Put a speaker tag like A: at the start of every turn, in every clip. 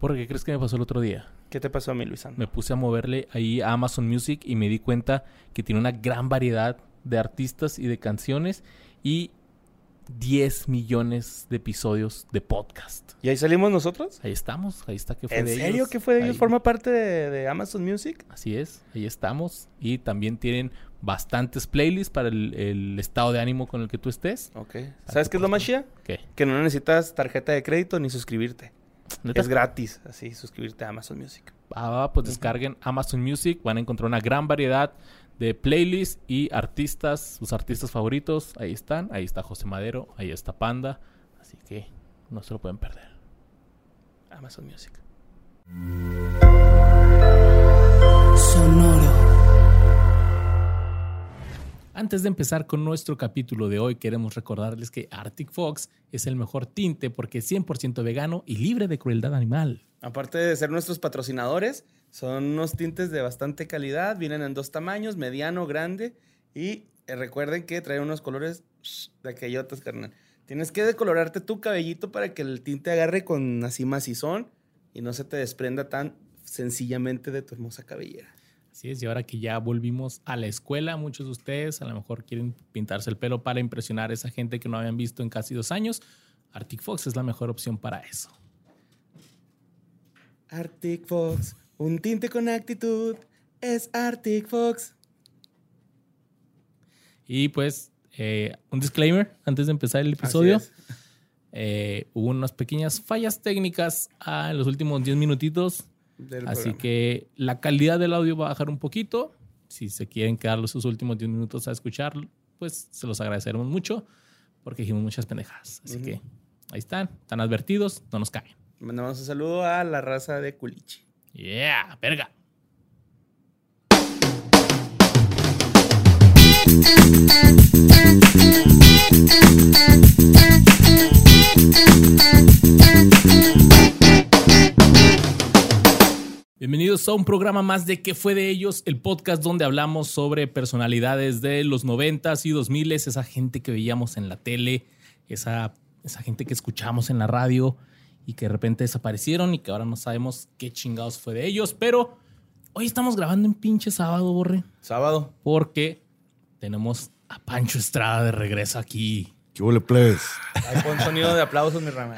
A: Porque ¿qué crees que me pasó el otro día?
B: ¿Qué te pasó a mí, Luisán?
A: Me puse a moverle ahí a Amazon Music y me di cuenta que tiene una gran variedad de artistas y de canciones y 10 millones de episodios de podcast.
B: ¿Y ahí salimos nosotros?
A: Ahí estamos, ahí está que fue
B: ¿En
A: de
B: serio
A: ellos.
B: que fue de ellos?
A: Ahí-
B: ¿Forma parte de, de Amazon Music?
A: Así es, ahí estamos. Y también tienen bastantes playlists para el, el estado de ánimo con el que tú estés.
B: Ok. ¿Sabes qué es lo más chida?
A: ¿Qué?
B: Que no necesitas tarjeta de crédito ni suscribirte.
A: ¿Neta?
B: Es gratis, así, suscribirte a Amazon Music.
A: Ah, pues descarguen Amazon Music, van a encontrar una gran variedad de playlists y artistas, sus artistas favoritos. Ahí están, ahí está José Madero, ahí está Panda. Así que no se lo pueden perder.
B: Amazon Music.
C: Sonoro.
A: Antes de empezar con nuestro capítulo de hoy, queremos recordarles que Arctic Fox es el mejor tinte porque es 100% vegano y libre de crueldad animal.
B: Aparte de ser nuestros patrocinadores, son unos tintes de bastante calidad. Vienen en dos tamaños, mediano, grande. Y eh, recuerden que trae unos colores shh, de aquellotas, carnal. Tienes que decolorarte tu cabellito para que el tinte agarre con así macizón y no se te desprenda tan sencillamente de tu hermosa cabellera.
A: Así es, y ahora que ya volvimos a la escuela, muchos de ustedes a lo mejor quieren pintarse el pelo para impresionar a esa gente que no habían visto en casi dos años. Arctic Fox es la mejor opción para eso.
B: Arctic Fox, un tinte con actitud, es Arctic Fox.
A: Y pues, eh, un disclaimer antes de empezar el episodio.
B: Así es.
A: Eh, hubo unas pequeñas fallas técnicas ah, en los últimos 10 minutitos.
B: Del
A: Así
B: programa.
A: que la calidad del audio va a bajar un poquito. Si se quieren quedar los sus últimos 10 minutos a escuchar, pues se los agradeceremos mucho porque dijimos muchas pendejadas. Así
B: Ujú.
A: que ahí están, están advertidos, no nos caen.
B: Mandamos un saludo a la raza de Culichi.
A: Yeah, verga. Bienvenidos a un programa más de ¿Qué fue de ellos? El podcast donde hablamos sobre personalidades de los 90s y 2000s, esa gente que veíamos en la tele, esa, esa gente que escuchamos en la radio y que de repente desaparecieron y que ahora no sabemos qué chingados fue de ellos, pero hoy estamos grabando en pinche sábado, Borre,
B: Sábado.
A: porque tenemos a Pancho Estrada de regreso aquí.
D: ¿Qué huele, plebes?
B: Ahí pon sonido de aplausos, mi rama.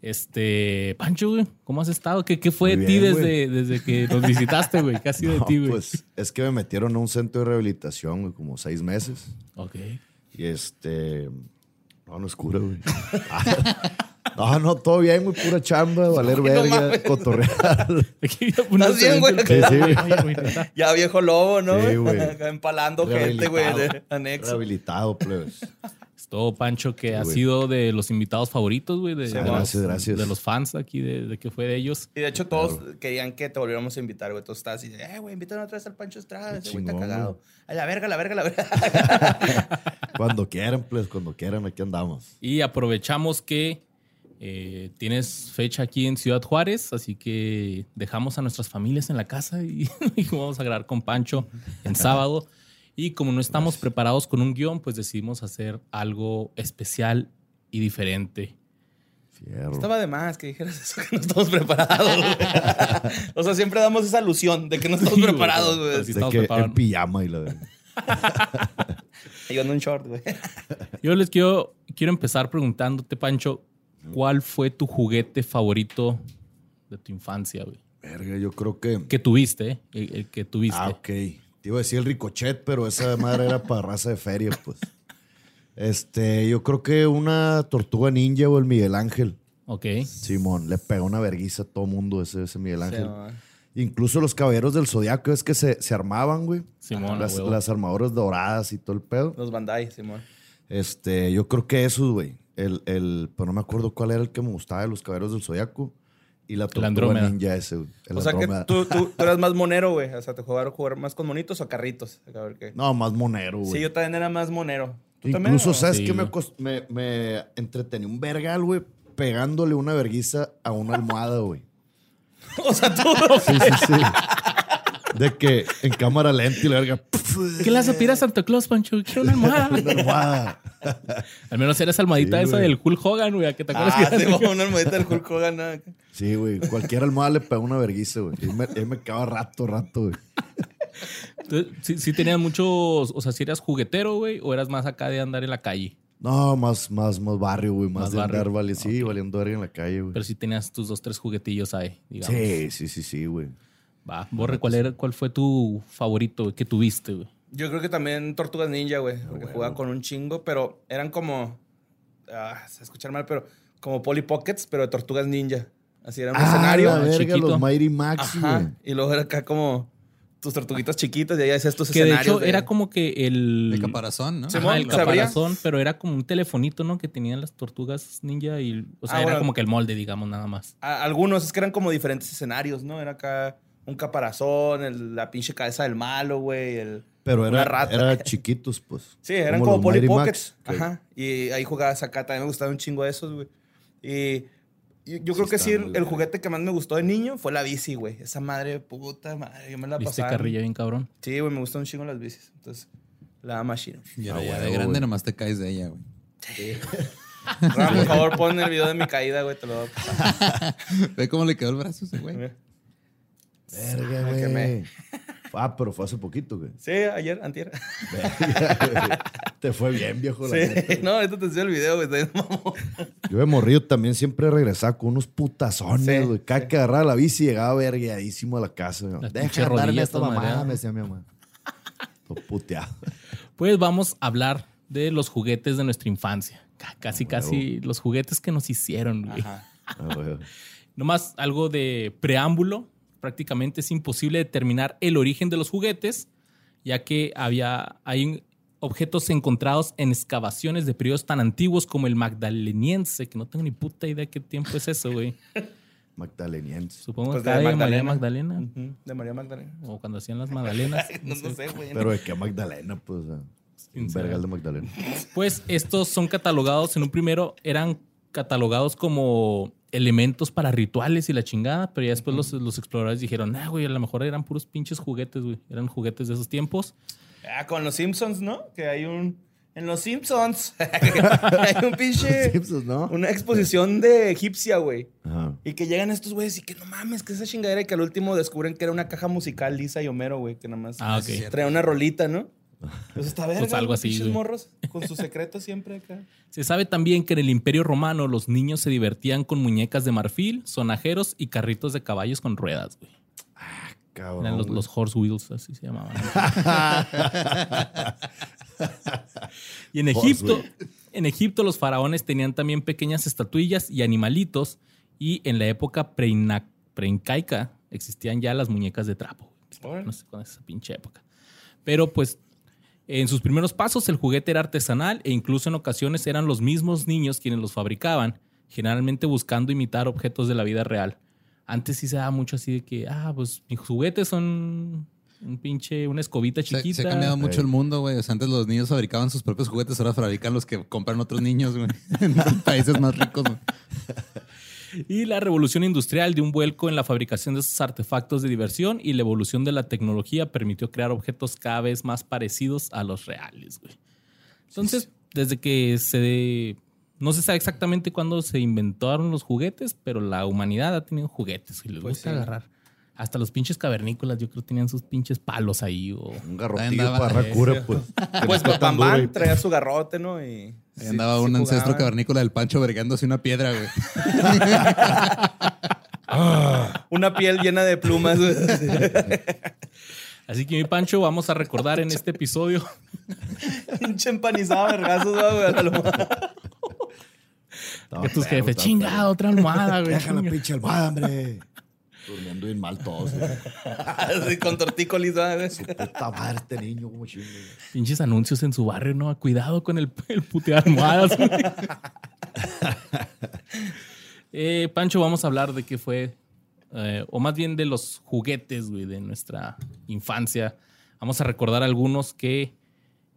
A: Este, Pancho, güey, ¿cómo has estado? ¿Qué, qué fue de
D: Muy
A: ti
D: bien,
A: desde, desde que nos visitaste, güey? ¿Qué ha sido
D: No,
A: de ti, güey?
D: pues es que me metieron a un centro de rehabilitación, güey, como seis meses.
A: Ok.
D: Y este. No, no es cura, güey. No, no, todo bien, güey. Pura chamba, valer verga,
B: mames.
D: cotorrear.
A: Aquí ya pones
B: ¿Estás bien, güey?
A: el-
D: Sí, sí.
A: Oye, güey, neta.
B: Ya viejo lobo, ¿no?
D: Sí, güey.
B: Acá Empalando gente, güey, de
D: Rehabilitado.
B: anexo.
D: Rehabilitado, plebes.
A: Es todo, Pancho, que ha
D: güey.
A: sido de los invitados favoritos, güey. De,
B: Sí,
A: de
B: gracias,
A: los-
D: gracias.
A: De los fans aquí, de, de que fue de ellos.
B: Y de hecho todos querían que te volviéramos a invitar, güey. Todos estabas así, de, eh, güey, invítanos otra vez al Pancho Estrada.
D: Qué
B: Ese güey está
D: chingón,
B: cagado. A la verga, a la verga, a la verga.
D: Cuando quieran, plebes, cuando quieran, aquí andamos.
A: Y aprovechamos que eh, tienes fecha aquí en Ciudad Juárez, así que dejamos a nuestras familias en la casa y, y vamos a grabar con Pancho en sábado. Y como no estamos preparados con un guión, pues decidimos hacer algo especial y diferente.
D: Fierro.
B: Estaba de más que dijeras eso, que no estamos preparados, güey. O sea, siempre damos esa alusión de que no estamos
A: Sí, güey,
B: preparados,
A: pero sí.
B: güey.
D: De
A: estamos
D: que
A: preparados.
D: en pijama y la verga.
B: Yo ando en short, güey.
A: Yo les quiero, quiero empezar preguntándote, Pancho, ¿cuál fue tu juguete favorito de tu infancia, güey?
D: Verga, yo creo que.
A: Que tuviste, ¿eh? El, el que tuviste.
D: Ah, ok. Te iba a decir el ricochet, pero esa madre era para raza de feria, pues. Este, yo creo que una tortuga ninja o el Miguel Ángel.
A: Ok.
D: Simón, le pegó una verguiza a todo mundo ese, ese Miguel Ángel.
B: mamá.
D: Incluso los caballeros del Zodiaco es que se, se armaban, güey.
A: Simón,
D: las,
A: a huevo.
D: las armaduras doradas y todo el pedo.
B: Los Bandai, Simón.
D: Este, yo creo que esos, güey. El, el, pero no me acuerdo cuál era el que me gustaba de los caballeros del Zodiaco. Y la tortuga
A: Andrómeda.
D: ninja ese, güey. El
B: O sea, que
D: Andrómeda.
B: tú, tú, tú eras más monero, güey. O sea, te jugaron jugar más con monitos o carritos. A ver qué.
D: No, más monero, güey.
B: Sí, yo también era más monero. ¿Tú también?
D: Incluso,
B: o?
D: ¿sabes
A: Sí,
D: que me,
A: güey.
D: cost- me, me entretení un vergal, güey? Pegándole una verguiza a una almohada, güey.
B: O sea, tú.
D: Sí, sí, sí. De que en cámara lenta y la verga. pf,
A: ¿Qué le hace pedir a Santa Claus, Pancho? Quiero una almohada.
D: una almohada.
A: Al menos era esa almohadita
D: Sí,
A: esa
D: güey.
A: del Hulk Hogan, güey. ¿a que te acuerdas
B: Ah,
A: que
B: se
A: era así?
B: va una almohadita del Hulk Hogan. ¿no?
D: Sí, güey. Cualquier almohada le pega una verguisa, güey. Yo me, yo me cago rato, rato, güey.
A: Entonces, sí, sí tenías muchos, o sea, si eras juguetero, güey, o eras más acá de andar en la calle.
D: No, más, más, más barrio, güey. Más,
A: Más
D: de andar,
A: barrio.
D: vale, sí, valiendo verga en la calle, güey.
A: Pero sí tenías tus dos, tres juguetillos ahí, digamos.
D: Sí, sí, sí, sí, güey.
A: Va, Borre, ¿cuál, era, ¿cuál fue tu favorito güey, que tuviste, güey?
B: Yo creo que también Tortugas Ninja, güey. Porque
D: huevo.
B: jugaba con un chingo, pero eran como. Ah, se va a escuchar mal, pero como Polly Pockets, pero de Tortugas Ninja. Así era un
A: Ah,
B: escenario.
D: Ah, la verga,
A: chiquito.
D: los Mighty Max,
B: Ajá.
D: güey.
B: Y luego era acá como tus tortuguitas chiquitas y ahí hacías tus
A: Que de
B: escenarios.
A: hecho era como que el...
C: De caparazón, ¿no?
B: Sí,
A: Ajá,
B: Simón,
A: el
B: ¿se abría?
A: caparazón, pero era como un telefonito, ¿no? Que tenían las tortugas ninja y... O sea,
B: Ah,
A: era
B: bueno.
A: como que el molde, digamos, nada más.
B: A- algunos, es que eran como diferentes escenarios, ¿no? Era acá un caparazón, el- la pinche cabeza del malo, güey. El...
D: Pero
B: Una
D: era,
B: rata.
D: era chiquitos, pues.
B: Sí, eran como,
D: los
B: Polly
D: Mighty
B: Pockets.
D: Max, que-
B: Ajá. Y ahí jugabas acá. También me gustaban un chingo de esos, güey. Y yo, yo creo que sí,
D: está muy
B: el, el
D: verga.
B: juguete que más me gustó de niño fue la bici, güey. Esa madre, puta madre. Yo me la
A: ¿Viste
B: pasaba.
A: carrilla bien cabrón?
B: Sí, güey, me gustan un chingo las bicis. Entonces, la machine.
C: Y ahora
D: Ah,
C: ya
D: huevo,
C: de grande
D: güey.
C: nomás te caes de ella, güey.
B: Ram, por favor, pon el video de mi caída, güey. Te lo voy a pasar.
C: Ve cómo le quedó el brazo a ese güey.
B: Mira.
D: Verga,
B: Ah, que
D: güey.
B: me-
D: Ah, pero fue hace poquito, güey.
B: Sí, ayer, antier.
D: Verga, güey. Te fue bien, viejo. la neta.
B: Sí, no, ahorita te enseño el video, güey. está bien mamón.
D: Yo de morrillo también siempre regresaba con unos putazones,
B: Sí,
D: güey. Cada que agarraba la bici llegaba vergueadísimo a la casa. güey.
A: Las pinches
D: Deja de andar en
A: rodillas
D: esta
A: todas
D: mamada,
A: madreadas.
D: me decía mi mamá. Todo puteado.
A: Pues vamos a hablar de los juguetes de nuestra infancia. Ca- Casi,
D: huevo.
A: casi los juguetes que nos hicieron, güey.
B: Ajá.
D: Ah, güey.
A: Nomás algo de preámbulo. Prácticamente es imposible determinar el origen de los juguetes, ya que había, hay objetos encontrados en excavaciones de periodos tan antiguos como el magdaleniense, que no tengo ni puta idea qué tiempo es eso, güey.
D: Magdaleniense.
A: Supongo
B: Pues
A: que
B: de
A: era de María
B: Magdalena.
A: Magdalena.
B: Ujú, De María Magdalena.
A: O cuando hacían las magdalenas.
B: No, no sé, güey.
D: Pero de qué Magdalena, pues. o sea, un
A: saber.
D: vergal de Magdalena.
A: Pues estos son catalogados, en un primero eran catalogados como elementos para rituales y la chingada, pero ya después los, los exploradores dijeron, ah, güey, a lo mejor eran puros pinches juguetes, güey, eran juguetes de esos tiempos.
B: Ah, con los Simpsons, ¿no? Que hay un. En los Simpsons. hay un pinche.
D: Simpsons, ¿no?
B: Una exposición de egipcia, güey.
D: Ajá.
B: Y que llegan estos güeyes y que no mames, que esa chingadera y que al último descubren que era una caja musical lisa y Homero, güey, que nada más
A: Ah,
C: sí,
A: ok.
C: cierto.
B: traía una rolita, ¿no? Eso está verga.
A: Pues algo
B: güey,
A: así,
B: pinches
A: güey.
B: morros con sus secretos siempre acá.
A: Se sabe también que en el Imperio Romano los niños se divertían con muñecas de marfil, sonajeros y carritos de caballos con ruedas, güey.
D: Cabrón.
A: Eran los,
D: güey.
A: los horse wheels, así se llamaban. y en
C: Oh,
D: Horse
A: Egipto, en Egipto los faraones tenían también pequeñas estatuillas y animalitos y en la época preina- preincaica existían ya las muñecas de trapo.
B: Órale.
A: No sé Pues, cuándo es esa pinche época. Pero pues en sus primeros pasos el juguete era artesanal e incluso en ocasiones eran los mismos niños quienes los fabricaban, generalmente buscando imitar objetos de la vida real. Antes sí se daba mucho así de que, ah, pues mis juguetes son un pinche, una escobita
C: Se- Se,
A: chiquita.
C: ha cambiado mucho
D: Ey.
C: el mundo, güey. O sea, antes los niños fabricaban sus propios juguetes, ahora fabrican los que compran otros niños, güey. En países más ricos, güey.
A: Y la revolución industrial dio un vuelco en la fabricación de estos artefactos de diversión y la evolución de la tecnología permitió crear objetos cada vez más parecidos a los reales, güey. Entonces, desde que se... No se sabe exactamente cuándo se inventaron los juguetes, pero la humanidad ha tenido juguetes y les
B: Pues
A: gusta
B: sí.
A: agarrar. Hasta los pinches cavernícolas, yo creo, tenían sus pinches palos ahí o...
D: Un garrotillo
C: Andaba-
D: para agarrar cura, pues.
B: Pues
D: no está tan
B: Bam
D: duro y-
B: Bam traía su garrote, ¿no? Y
C: Ahí
B: sí-
C: andaba
B: sí
C: un ancestro
B: jugaban.
C: cavernícola del Pancho vergándose una piedra, güey.
B: Una piel llena de plumas. güey.
A: Así que mi Pancho, vamos a recordar en este episodio
B: Pinche empanizado, vergazos, güey. a la almohada.
D: Estaba
A: que tus
D: feo,
A: jefes,
D: estaba
A: chinga,
D: feo.
A: otra almohada, güey.
D: Deja la
A: chinga".
D: pinche almohada, hombre. Durmiendo bien mal todos. güey.
B: Así Con tortícolis, güey.
D: Puta madre, este niño, como chingo. güey.
A: Pinches anuncios en su barrio, ¿no? Cuidado con el, el putear almohadas. güey. Eh, Pancho, vamos a hablar de qué fue, eh, o más bien de los juguetes, güey, de nuestra infancia. Vamos a recordar algunos que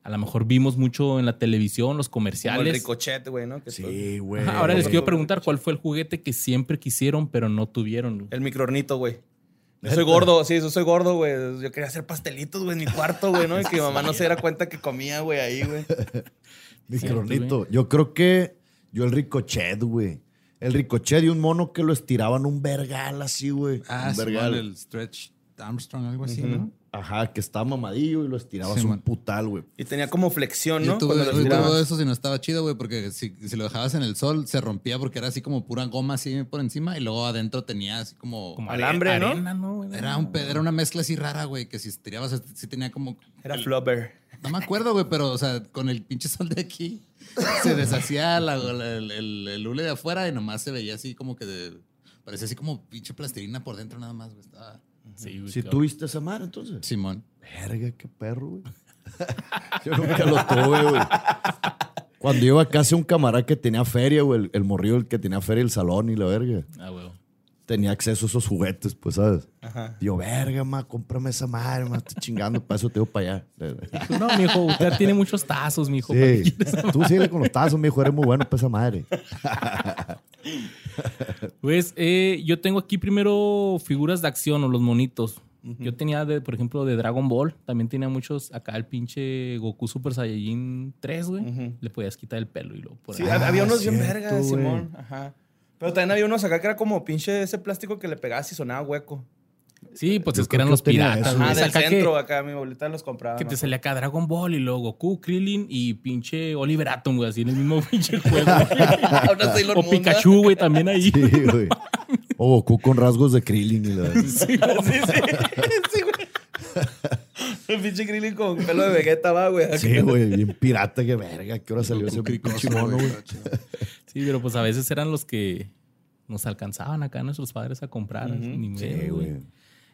A: a lo mejor vimos mucho en la televisión, los
B: Como el
A: comerciales.
B: ricochet, güey, ¿no? Que todo-
D: Sí, güey.
A: Ajá, Ahora les
B: el
A: quiero preguntar cuál fue el juguete que siempre quisieron, pero no tuvieron. güey.
B: El microornito, güey. Yo soy gordo, sí, yo soy gordo, güey. Yo quería hacer pastelitos, güey, en mi cuarto, güey, ¿no? Y que mi mamá no se diera cuenta que comía, güey, ahí, güey.
D: Mi
A: Cierto,
D: cronito. Yo creo que yo el ricochet, güey. El ricochet y un mono que lo estiraban un vergal así, güey.
C: Ah,
D: un
C: sí,
D: vergal.
C: el Stretch Armstrong, algo así, ¿no?
D: Ajá, que estaba mamadillo y lo estirabas
C: Sí,
D: un
C: man.
D: putal, güey.
B: Y tenía como flexión, ¿no?
C: Yo tuve,
B: Cuando lo
C: yo tuve
B: estirabas.
C: eso si no estaba chido, güey, porque si, si lo dejabas en el sol se rompía porque era así como pura goma así por encima y luego adentro tenía así como...
A: Como
B: Alambre, ¿no?
A: arena, ¿no?
C: Era, un, pe- era una mezcla así rara, güey, que si estirabas sí tenía como...
B: Era flubber.
C: No me acuerdo, güey, pero, o sea, con el pinche sol de aquí se deshacía la- la- el, el- el hule de afuera y nomás se veía así como que de- parecía así como pinche plastilina por dentro nada más, güey. Estaba-
A: Sí, güey,
D: Si
A: cabrón.
D: tuviste esa madre, entonces.
C: Simón.
D: Verga, qué perro, güey. Yo nunca lo tuve, güey. Cuando iba casi un camarada que tenía feria, güey, el, el morrillo el que tenía feria, el salón y la verga.
A: Ah, güey.
D: Tenía acceso a esos juguetes, pues, ¿sabes?
B: Ajá.
D: Yo, verga, ma, cómprame esa madre, ma, estoy chingando, para eso te voy para allá.
A: Dijo, No, mijo, usted tiene muchos tazos, mijo. ¿para qué
D: Sí, tú sigue con los tazos, mijo, eres muy bueno para esa madre.
A: Pues eh, yo tengo aquí primero figuras de acción o los monitos. Yo tenía, de, por ejemplo, de Dragon Ball. También tenía muchos. Acá el pinche Goku Super Saiyajin 3, güey.
B: Ujú.
A: Le podías quitar el pelo y lo por
B: Sí,
A: ahí.
B: hab- había
D: Ah,
B: unos bien
D: cierto,
B: vergas,
D: güey.
B: Simón. Ajá. Pero también había unos acá que era como pinche ese plástico que le pegabas y sonaba hueco.
A: Sí, pues
D: Yo
A: es que
D: creo
A: eran
D: que
A: los
D: yo tenía
A: piratas.
D: eso,
A: güey.
B: Ajá,
D: güey.
A: Es
B: Ah, del
A: acá que-
B: centro, acá mi abuelita los compraba.
A: Que
B: me
A: te
B: acuerdo.
A: salía acá Dragon Ball y luego Goku, Krillin y pinche Oliver Atom, güey, así en el mismo pinche juego.
B: Ahora Sailor
A: o
B: Moon, ¿no?
A: Pikachu, güey, también ahí.
D: Sí, güey. O Goku con rasgos de Krillin y la verga.
B: Sí, sí, sí. Sí, güey. El pinche Krillin con pelo de Vegeta va, güey.
D: Sí, güey, bien pirata, que verga, ¿qué hora salió ese
C: Como
D: pinche
C: cricoso,
D: mono,
C: güey,
D: güey?
C: estaba chido.
A: Sí, pero pues a veces eran los que nos alcanzaban acá nuestros padres a comprar. Ni
D: Sí,
A: pedo, güey.
D: güey.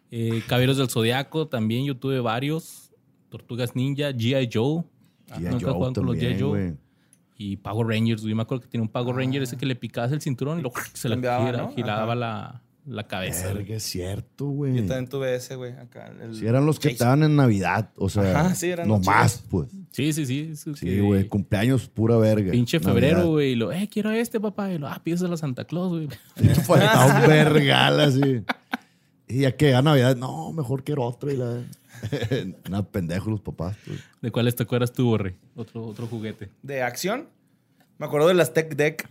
A: Eh, Caballeros del Zodiaco también, yo tuve varios. Tortugas Ninja, G.I. Joe
D: G.I.
A: nunca
D: Joe
A: jugaban con los
D: también,
A: G.I. Joe.
D: güey.
A: y Power Rangers. güey. Yo me acuerdo que tenía un Power Ranger ese que le picabas el cinturón y lo, se le
B: Ah. Cambiaba,
A: gira-
B: ¿no?
A: giraba
B: Ajá.
A: la, la cabeza. güey.
D: Verga, es cierto, güey.
B: Yo también tuve ese, güey. Acá. el-
D: Sí, eran los que
B: Jason.
D: estaban en Navidad, o sea,
B: Ajá, sí, eran los
D: nomás,
B: chidos.
D: pues.
A: Sí, sí, sí. eso
D: Sí,
A: que-
D: güey, cumpleaños pura verga.
A: Pinche
D: Navidad.
A: febrero, güey. y lo, eh, quiero este, papá. Y lo, ah, pides a la Santa Claus, güey.
D: Faltaba un vergal así. Y ya que a Navidad, no, mejor quiero otro. Y la... Nada, pendejo los papás. pues.
A: ¿De cuáles te acuerdas tú, Borre? Otro, otro juguete.
B: de acción. Me acuerdo de las Tech Deck,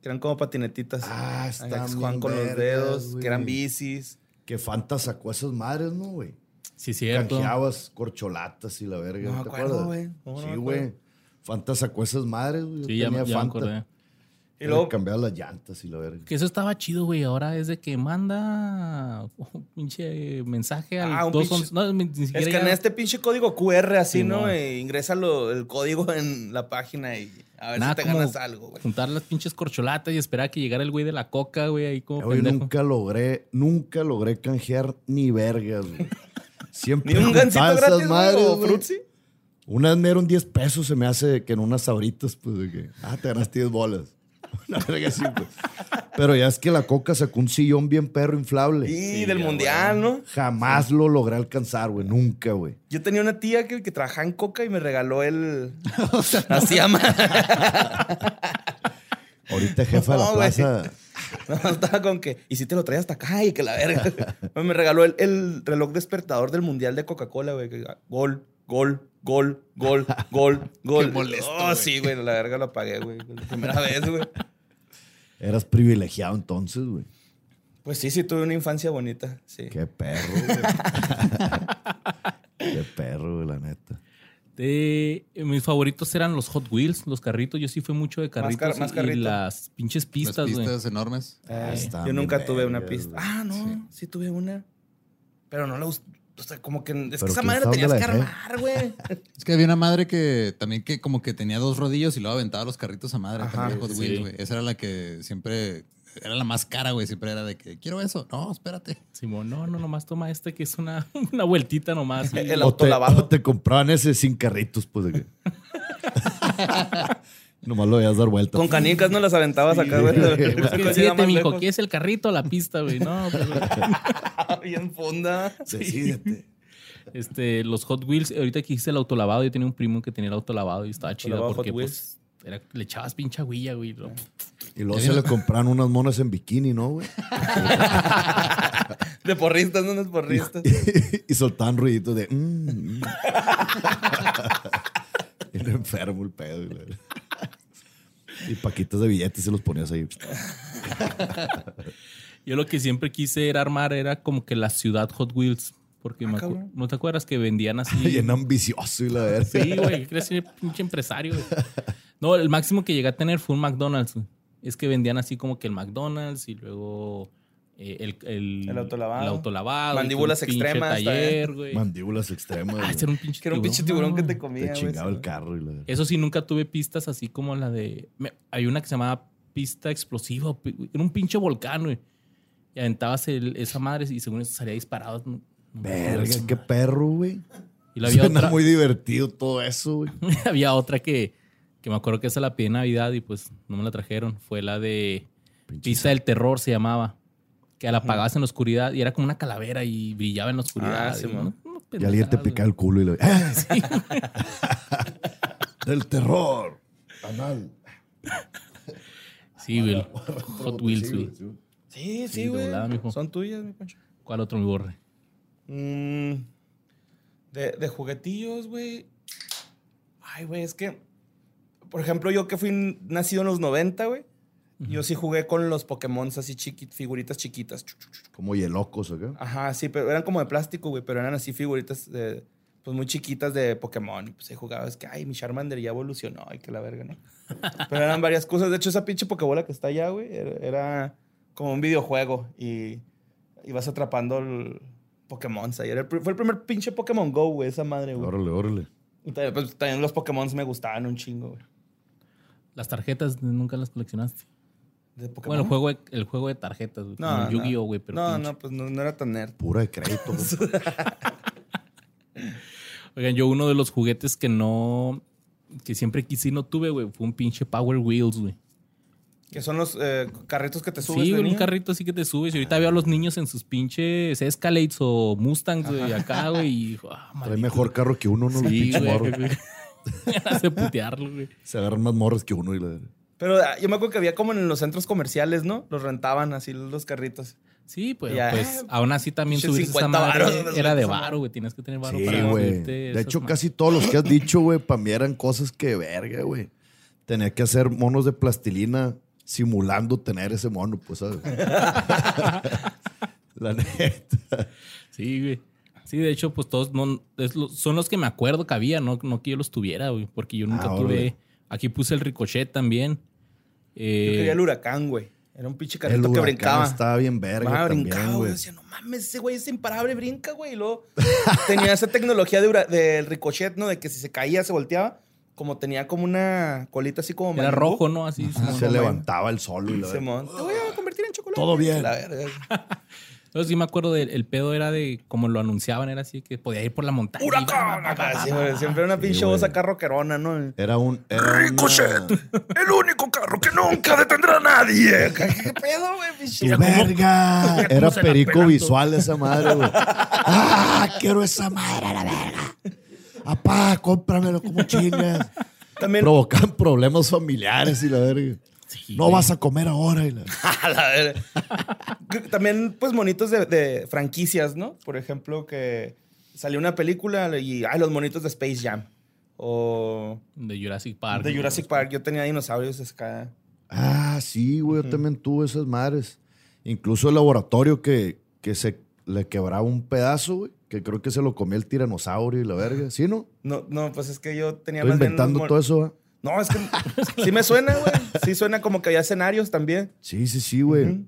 B: que eran como patinetitas.
D: Ah,
B: Acá
D: están
B: que jugaban
D: bien
B: con los
D: vergas,
B: dedos,
D: güey.
B: que eran bicis.
D: Que Fanta sacó esas madres, ¿no, güey?
A: Sí, cierto.
D: Canjeabas corcholatas y la verga.
B: No me
D: ¿te
B: acuerdo,
D: acuerdas?
B: güey. ¿Cómo no me
D: Sí,
B: acuerdo?
D: güey. Fanta sacó esas madres, güey. Yo
A: Sí, ya,
D: tenía
A: ya me
D: Fanta.
A: acordé.
B: Y luego,
D: Le cambiaba las llantas y la verga.
A: Que eso estaba chido, güey. Ahora es de que manda un pinche mensaje al
B: Ah, un
A: 211.
B: pinche-
A: No, ni ni siquiera.
B: escanea
A: ya-
B: este pinche código QR así,
A: Sí,
B: ¿no?
A: no.
B: E ingresa lo- el código en la página y a ver
A: Nada
B: si te
A: como
B: ganas algo, güey.
A: Juntar las pinches corcholatas y esperar a que llegara el güey de la coca, güey, ahí como
D: Eh, güey,
A: pendejo.
D: nunca logré, nunca logré canjear ni vergas, güey. Siempre
B: Ni un
D: juntaba
B: gancito
D: esas
B: gratis, güey,
D: madres,
B: o
D: güey.
B: frutzi.
D: Una vez me dieron 10 pesos, se me hace que en unas sabritas, pues de que, ah, te ganaste 10 bolas. Una verga así, pues. Pero ya es que la coca sacó un sillón bien perro inflable.
B: Y del mundial, ¿no?
D: Jamás lo logré alcanzar, güey, nunca, güey.
B: Yo tenía una tía que, que trabajaba en coca y me regaló el... Así ama.
D: Ahorita jefa de la
B: No, güey.
D: plaza.
B: No, estaba con que, y si te lo traes hasta acá, y que la verga. Me regaló el, el reloj despertador del Mundial de Coca-Cola, güey. que, Gol, gol, gol, gol, gol, gol.
C: molesto,
B: Oh,
C: güey.
B: sí, güey, la verga lo apagué, güey. La primera vez, güey.
D: Eras privilegiado entonces, güey.
B: Pues sí, sí, tuve una infancia bonita, sí.
D: Qué perro, güey. Qué perro, güey, la neta.
A: De- eh, mis favoritos eran los Hot Wheels, los carritos. Yo sí fui mucho de
B: car-
A: carritos y-
B: más
A: y,
B: carrito.
A: las pinches
C: Las
A: pistas, güey.
C: pistas enormes.
B: Ay,
D: Están
B: yo nunca
D: bien
B: tuve una
D: vergas,
B: pista.
D: güey.
B: Ah, no, sí. tuve una. Pero no la usé. O sea, como que. Es que
D: Pero
B: esa
D: quién
B: madre la
D: sabe
B: tenías
D: dónde
B: que
D: la dejé.
B: armar, güey.
C: Es que había una madre que también que como que tenía dos rodillos y luego aventaba los carritos a madre.
B: Ajá,
C: también Hot
A: sí.
C: Wheels, güey. Esa era la que siempre era la más cara, güey. Siempre era de que quiero eso. No, espérate.
A: Simón, no, no, nomás toma este que es una, una vueltita nomás. y-
B: El
D: O te,
B: autolavado.
D: o te compraban ese sin carritos, pues de que. Nomás lo veías dar vuelta.
B: Con canicas no las aventabas acá, güey.
A: Pues que
B: Llega
A: siete, mijo,
B: más lejos. Ah,
A: ¿qué es el carrito o la pista, güey? No, pues, güey.
B: Bien funda.
D: Decídete.
A: Este, los Hot Wheels, ahorita que hice el autolavado, yo tenía un primo que tenía el autolavado y estaba chido
B: Autolavado
A: porque
B: Hot
A: pues, Era, le echabas pinche agüilla, güey. ¿no?
D: Y luego se le compraron unas monas en bikini, ¿no, güey?
B: De porristas, no unos porristas.
D: y soltaban ruiditos de. "Mm, mm". Era enfermo el pedo, güey. Y paquitos de billetes se los ponías ahí.
A: Yo lo que siempre quise era armar era como que la ciudad Hot Wheels. Porque me acu-
B: Ah, cabrón.
A: ¿no te acuerdas que vendían así?
D: Bien ambicioso y la verga.
A: Sí, güey, crees que eres pinche empresario. güey. No, el máximo que llegué a tener fue un McDonald's. güey. Es que vendían así como que el McDonald's y luego eh, el, el,
B: El autolavado.
A: el autolavado,
B: Mandíbulas
A: y que un pinche
B: extremas
A: Taller, güey.
D: Mandíbulas extremas.
A: Ah,
D: güey.
A: ese era un pinche
B: Que era un pinche tiburón que te comía,
D: Te
B: güey.
D: chingaba
B: sí,
D: el carro y la verga.
A: Eso sí, nunca tuve pistas así como la de. me- hay una que se llamaba pista explosiva. pi- Era un pinche volcán, güey. Y aventabas el- esa madre y según eso salía disparado. No- no me acuerdo de esa
D: Verga, qué
A: madre.
D: perro, güey.
A: Y lo había
D: Suena
A: otra,
D: muy divertido todo eso, güey.
A: había otra que, que me acuerdo que esa la pedí en Navidad y pues no me la trajeron. Fue la de Pista del Terror, se llamaba. Que la apagabas en la oscuridad y era como una calavera y brillaba en la oscuridad.
B: Ah,
A: y
B: sí,
A: no-
B: man.
A: no
D: Y alguien
A: pendejadas,
D: te pica
A: güey.
D: el culo y lo. ¡Ah! Del terror. Anal.
A: Sí, güey. Hot Wheels, güey.
B: sí,
A: Sí, de
B: güey.
A: volada, mijo.
B: Son tuyas, mi pancho.
A: ¿Cuál otro me borre?
B: Mm, de, de juguetillos, güey. Ay, güey, es que. Por ejemplo, yo que fui nacido en los 90, güey. Yo sí jugué con los Pokémon así chiquitas, figuritas chiquitas. Chu, chu, chu.
D: Como yelocos acá.
A: Ah,
B: Ajá, sí, pero eran como de plástico, güey, pero eran así figuritas de, pues muy chiquitas de Pokémon. Y pues ahí jugabas que, ay, mi Charmander ya evolucionó, ay, que la verga, ¿no? Pero eran varias cosas. De hecho, esa pinche Pokébola que está allá, güey, era, era como un videojuego y ibas atrapando el Pokémon. O sea, y era el pr- fue el primer pinche Pokémon Go, güey, esa madre, güey.
D: Órale, órale.
B: Y también, pues, también los Pokémon me gustaban un chingo, güey.
A: Las tarjetas nunca las coleccionaste.
B: De Pokémon.
A: Bueno, el juego, de, el juego de tarjetas, güey. como
B: no,
A: el Yu-Gi-Oh, güey, pero.
B: No,
A: pinche.
B: no, pues no, no era tan nerd.
D: Pura de crédito. compa.
A: Oigan, yo uno de los juguetes que no. que siempre quise y no tuve, güey, fue un pinche Power Wheels, güey.
B: Que son los eh, carritos que te subes.
A: Sí,
B: de
A: güey, un
B: niño.
A: carrito así que te subes. Y ahorita veo a los niños en sus pinches Escalades o Mustangs, güey, acá, güey. Y dijo, ah,
D: Trae
A: maldito.
D: mejor carro que uno, no los
A: Sí,
D: pinches
A: güey.
D: morros.
A: güey. Hace putearlo, güey.
D: Se agarran más morros que uno y la verga.
B: Pero ah, yo me acuerdo que había como en los centros comerciales, ¿no? Los rentaban así los carritos.
A: Sí, pues,
B: Ya.
A: pues aún así también
B: Pinche
A: subirse esa
B: 50
A: madre
B: varos,
A: era de
B: esa madre.
A: varo, güey. Tienes que tener varo
D: Sí,
A: para
D: güey.
A: subirte
D: De
A: esas
D: hecho,
A: madres.
D: casi todos los que has dicho, güey, para mí eran cosas que verga, güey. Tenía que hacer monos de plastilina simulando tener ese mono, pues, ¿sabes? La neta.
A: Sí, güey. Sí, de hecho, pues todos no, es lo- son los que me acuerdo que había, no, no que yo los tuviera, güey, porque yo nunca
D: Ah,
A: tuve.
D: órale.
A: Aquí puse el ricochet también.
B: Yo
A: Eh,
B: quería el huracán, güey. Era un pinche
D: El
B: carrito que
D: huracán
B: brincaba.
D: Estaba bien verga
B: Mamá,
D: también,
B: brincaba, güey.
D: güey.
B: Yo Decía, no mames, ese güey es imparable, brinca, güey. Y luego tenía esa tecnología de hura- del ricochet, ¿no? De que si se caía, se volteaba. Como tenía como una colita así como.
A: era
B: mangú.
A: rojo, ¿no? Así. Simón.
D: Se
B: güey.
D: levantaba el sol y la verga.
B: Simón, te voy a convertir en chocolate.
D: Todo bien.
B: La verga.
A: Entonces sí me acuerdo del el pedo era de como lo anunciaban, era así que podía ir por la montaña.
B: ¡Huracán! Acá, sí, güey. Siempre una pinche voz
D: güey.
B: acá rockerona, ¿no? El-
D: Era un. Era
E: Ricochet, el único carro que nunca detendrá a nadie.
B: ¿Qué pedo, güey,
D: ¡Tu
B: pinche?
D: verga! Era
A: se la
D: perico
A: pelato.
D: visual esa madre, güey. ¡Ah! Quiero esa madre, a la verga. Apá, cómpramelo como chingas.
B: También.
D: Provocaban problemas familiares y la verga. no vas a comer ahora. Y la...
B: A la verga. También, pues, monitos de, de franquicias, ¿no? Por ejemplo, que salió una película y, ay, los monitos de Space Jam. O
A: De Jurassic Park.
B: de
A: Ah, ¿no?
B: Jurassic Park. Yo tenía dinosaurios acá.
D: Ah, sí, güey, yo también tuve esas madres. Incluso el laboratorio que, que se le quebraba un pedazo, güey, que creo que se lo comía el tiranosaurio y la verga. ¿Sí, no?
B: No, no, pues es que yo tenía
D: Estoy
B: más bien los
D: inventando
B: mon-
D: todo eso, ¿va?
B: No, es que sí me suena, güey. Sí suena como que había escenarios también.
D: Sí, sí, sí, güey.
B: Ujú.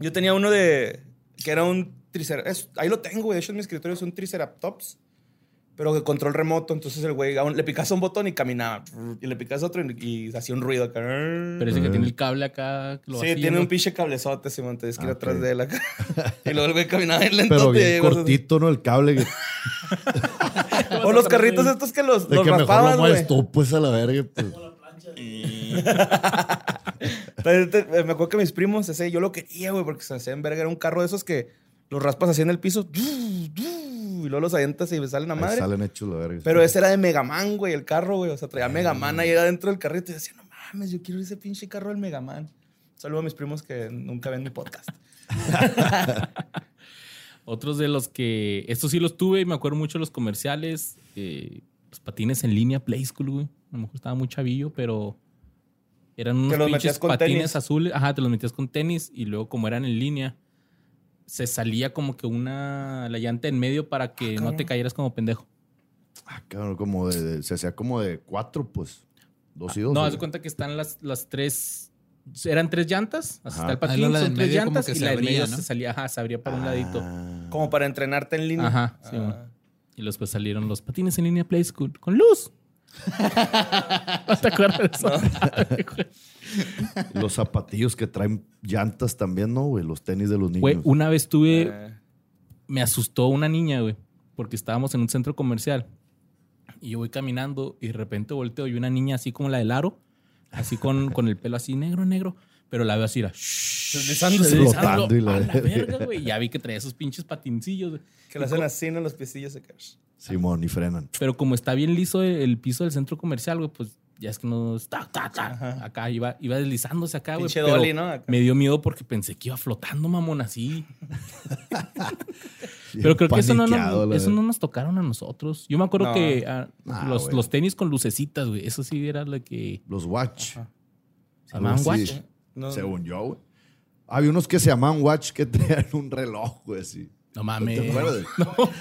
B: Yo tenía uno de... que era un triceratops. Ahí lo tengo, güey. De hecho, en mi escritorio es un triceratops. Pero de control remoto. Entonces el güey a un- le picas a un botón y caminaba. Y le picas a otro y, y hacía un ruido acá.
A: Pero ese que tiene el cable acá. que lo vas
B: Mm. sí, tiene
A: siguiendo.
B: un pinche cablezote, Simón. Te que ir
D: Ah,
B: atrás
D: ok.
B: de él acá. y luego el güey caminaba en lento.
D: Pero bien cortito, ¿no? El cable que,
B: O los carritos estos que los,
D: de
B: los
D: que mejor
B: raspaban,
D: lo
B: güey.
D: mueves tú, pues, a la verga. pues.
B: Pero te- Me acuerdo que mis primos, ese yo lo quería, güey, porque se hacían verga. Era un carro de esos que los raspas así en el piso. y luego los avientas y salen a
D: Ahí
B: madre.
D: Salen hechos la verga.
B: Pero ese era de Megaman, güey, el carro, güey. O sea, traía Megaman ahí adentro del carrito. Y decía, no mames, yo quiero ese pinche carro del Megaman. Saludo a mis primos que nunca ven mi podcast.
A: Otros de los que. Estos sí los tuve y me acuerdo mucho de los comerciales. eh, los patines en línea Play School, güey. A lo mejor estaba muy chavillo, pero. Eran unos
B: los
A: pinches
B: metías con
A: patines
B: tenis.
A: azules. Ajá, te los metías con tenis y luego, como eran en línea, se salía como que una. La llanta en medio para que no te cayeras como pendejo.
D: Ah, cabrón, como de, de- Se hacía como de cuatro, pues. Dos y dos.
A: No,
D: ¿o
A: haz de
D: qué?
A: cuenta que están las, las tres. Eran tres llantas. Así está
D: Ajá.
A: el
C: Ah,
A: patín,
C: luego la de
A: son
C: en
A: tres
C: medio como
A: llantas
C: que
A: y
C: se
A: la de en
C: abría,
A: medio
C: ¿no?
A: se salía, ajá, se abría para un ladito.
D: Ah.
B: Como para entrenarte en línea.
A: Ajá, sí,
B: Ah.
A: bueno. Y después salieron los patines en línea Play School con luz. ¿No te acuerdas de eso?
D: Los zapatillos que traen llantas también, ¿no, güey? Los tenis de los niños.
A: Güey, una vez tuve,
B: Eh,
A: me asustó una niña, güey, porque estábamos en un centro comercial. Y yo voy caminando y de repente volteo y una niña así como la del aro, así con, con el pelo así negro, negro, pero la veo así, era,
B: deslizándose.
A: deslizando.
D: Flotando y la-
A: A la verga, güey. Ya vi que traía esos pinches patincillos, güey.
B: que lo hacen así, ¿no? Los piecillos acá.
D: Simón, y frenan.
A: Pero como está bien liso el, el piso del centro comercial, güey, pues ya es que no. ta, ta, ta.
B: Ajá.
A: acá iba, iba deslizándose acá, Ah, güey.
B: Pinche
A: pero
B: dolly, ¿no? Acá.
A: Me dio miedo porque pensé que iba flotando, mamón, así. Pero creo que eso no,
D: Paniqueado,
A: no,
D: la
A: eso
D: verdad.
A: no nos tocaron a nosotros. Yo me acuerdo
B: No.
A: que ah,
D: Ah,
A: los,
D: güey.
A: los tenis con lucecitas, güey. Eso sí era lo que
D: Los watch.
A: se llamaban
D: Algo
A: guacho.
D: así,
B: No,
D: Según yo, güey. Había unos que se llamaban watch que traían un reloj, güey, así.
A: No
D: ¿No
A: mames.
D: te acuerdas?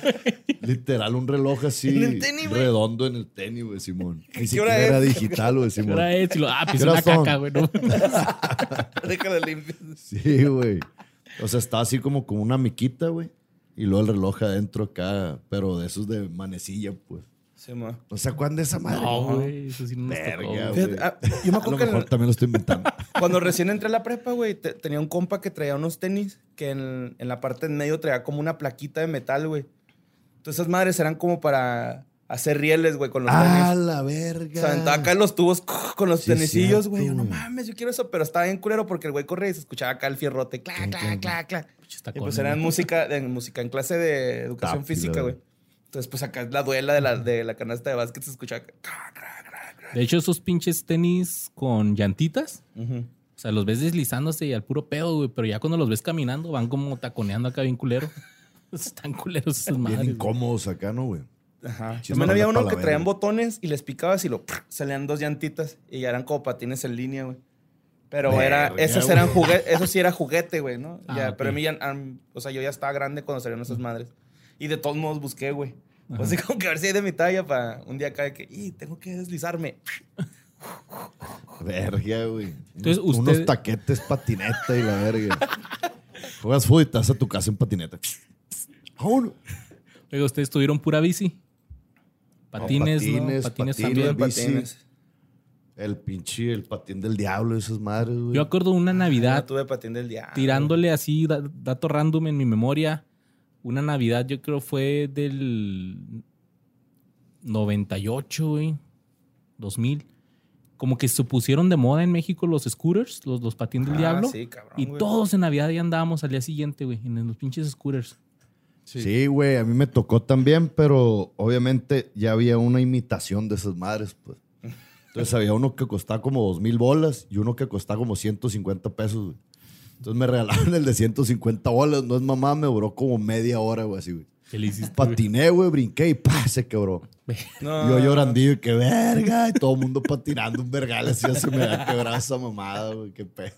D: Literal, un reloj así
B: En el tenis, güey.
D: redondo en el tenis, güey, Simón. Ni
B: ¿Qué hora
D: siquiera era
B: es?
D: digital, güey,
A: ¿Qué
D: Simón.
A: era eso? Y lo- Ah, pues
D: ¿Qué
A: una
D: horas son?
A: caca, güey. ¿no?
B: Déjalo limpio.
D: Sí, güey. O sea, estaba así como como una miquita, güey. Y luego el reloj adentro acá, pero de esos de manecilla, pues.
B: Sí, mo.
D: No sé cuándo de esa madre.
A: No, güey. Eso sí no nos
D: Verga,
A: tocó. güey.
D: güey.
B: Fíjate, ah, yo me
D: A lo
B: acuerdo que en-
D: mejor también lo estoy inventando.
B: cuando recién entré a la prepa, güey, te- tenía un compa que traía unos tenis que en, en la parte en medio traía como una plaquita de metal, güey. Entonces esas madres eran como para hacer rieles, güey, con los
D: ah,
B: tenis.
D: la
B: O
D: verga.
B: sea, aventaba acá los tubos con los
D: Sí,
B: tenisillos,
D: cierto,
B: güey. Yo, no
D: güey.
B: mames, yo quiero eso. Pero estaba bien culero porque el güey corría y se escuchaba acá el fierrote. Clac, clac, clac, clac.
A: Pinches
B: Y
A: tacones,
B: pues era en
A: ¿no?
B: música, en música, en clase de educación
D: Tapi,
B: física,
D: la
B: güey.
D: verdad.
B: Entonces, pues acá es la duela de la, de la canasta de básquet, se escuchaba. acá, clac, clac, clac, clac.
A: De hecho, esos pinches tenis con llantitas.
B: Ujú.
A: O sea, los ves deslizándose y al puro pedo, güey. Pero ya cuando los ves caminando, van como taconeando acá bien culero. Están culeros esos
D: Bien
A: madres. güey.
D: incómodos acá, ¿no, güey?
B: Ajá.
D: Sí,
B: También
D: es
B: había
D: una
B: uno que
D: palabra.
B: traían botones y les picabas y lo salían dos llantitas y ya eran como patines en línea, güey. Pero era,
D: Verga,
B: esos
D: güey.
B: eran juguetes, eso sí era juguete, güey, ¿no?
A: Ah,
B: Ya, Pero a
A: ok.
B: mí ya, am, o sea, yo ya estaba grande cuando salieron esas madres. Y de todos modos busqué, güey. O sea, como que a ver si hay de mi talla para un día acá de que, y tengo que deslizarme.
D: Verga, güey.
A: Entonces,
D: unos,
A: usted-
D: unos taquetes, patineta y la verga. Juegas fútbol y te vas a tu casa en patineta. Aún.
A: Oiga, ustedes tuvieron pura bici. Patines, ¿no? patines,
D: patines, patines,
A: también.
D: bici.
B: Patines.
D: El pinche, el patín del diablo, esas madres, güey.
A: Yo acuerdo una
B: Ya
A: Navidad,
B: tuve patín del día.
A: tirándole así, da- dato random en mi memoria. Una Navidad, yo creo fue del 98, güey. 2000. Como que se pusieron de moda en México los scooters, los, los patines del
B: Ah,
A: diablo.
B: sí, cabrón,
A: y
B: güey.
A: todos en Navidad ya andábamos al día siguiente, güey, en los pinches scooters.
D: Sí, güey, a mí me tocó también, pero obviamente ya había una imitación de esas madres, pues. Entonces había uno que costaba como dos mil bolas y uno que costaba como 150 pesos, güey. Entonces me regalaron el de 150 bolas, no es mamá, me duró como media hora, güey, así, güey.
A: ¿Qué le hiciste? güey?
D: Patiné, güey, brinqué y ¡pah! se quebró.
B: No.
D: Yo llorandillo y que verga, y todo el mundo patinando un vergal, así ya se me ha quebrado esa mamada, güey, qué pedo.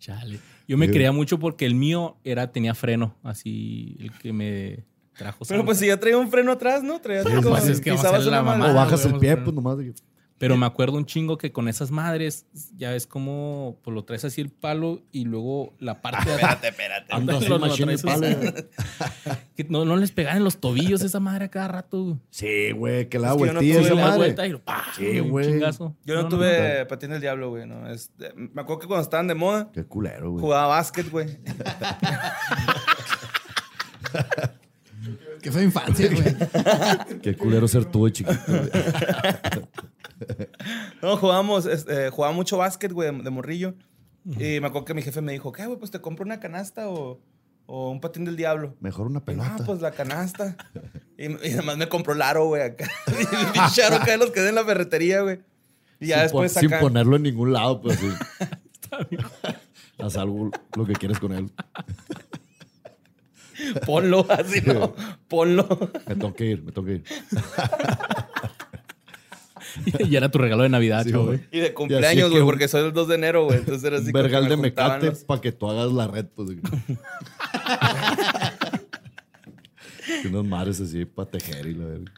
A: Chale. Yo me
D: Yo-
A: creía mucho porque el mío era, tenía freno, así el que me trajo.
B: Pero
A: ¿sabes?
B: pues si ya traía un freno atrás, ¿no? Traía
A: Sí, pues, es que va a ser la
B: Ah,
A: mamá.
D: O bajas
A: güey,
D: el pie,
A: vamos a-
D: pues nomás. de que-
B: eh,
A: Pero me acuerdo un chingo que con esas madres, ya es como, pues lo traes así el palo y luego la parte de atrás.
B: espérate.
D: Ando así,
A: Lo- lo
D: machín el
A: traes
D: palo,
A: así.
D: güey.
A: Que no, no les pegaban en los tobillos esa madre a cada rato. güey.
D: Sí, güey, que la
B: Es que yo no
D: vueltilla
B: tuve
D: esa
A: Le das
D: madre.
A: vuelta y lo, ¡pah!
D: Sí,
A: Un
D: güey.
A: chingazo.
B: Yo no, tuve patín del diablo, güey. No. Este, me acuerdo que cuando estaban de moda,
D: Qué culero, güey.
B: jugaba básquet, güey.
C: Que fue infancia, güey.
D: Qué culero ser tú, de chiquito. güey.
B: No, jugábamos, este, eh, jugaba mucho básquet, güey, de, de morrillo. Y me acuerdo que mi jefe me dijo, ¿qué, güey? Pues te compro una canasta o, o un patín del diablo.
D: Mejor una
B: Y,
D: pelota.
B: Ah, pues la canasta. Y, y nada más me compró el aro, güey, acá. Y pincharon acá de los que den en la ferretería, güey. Y ya
D: sin,
B: después
D: pon- sin
B: acá.
D: ponerlo en ningún lado, pues sí. Haz algo lo que quieres con él.
B: Ponlo, así no. Ponlo.
D: Me tengo que ir, me tengo que ir.
A: y era tu regalo de Navidad,
D: Sí,
A: Ah, chavo.
D: güey.
B: Y de
D: así es
B: cumpleaños,
D: que
B: güey,
D: un-
B: porque soy el 2 de enero, güey. Entonces era así
D: Un
B: como que
D: vergal
B: me
D: de
B: juntaban
D: mecate
B: los-
D: para que tú hagas la red, pues. Y Unos mares así para tejer y la verga.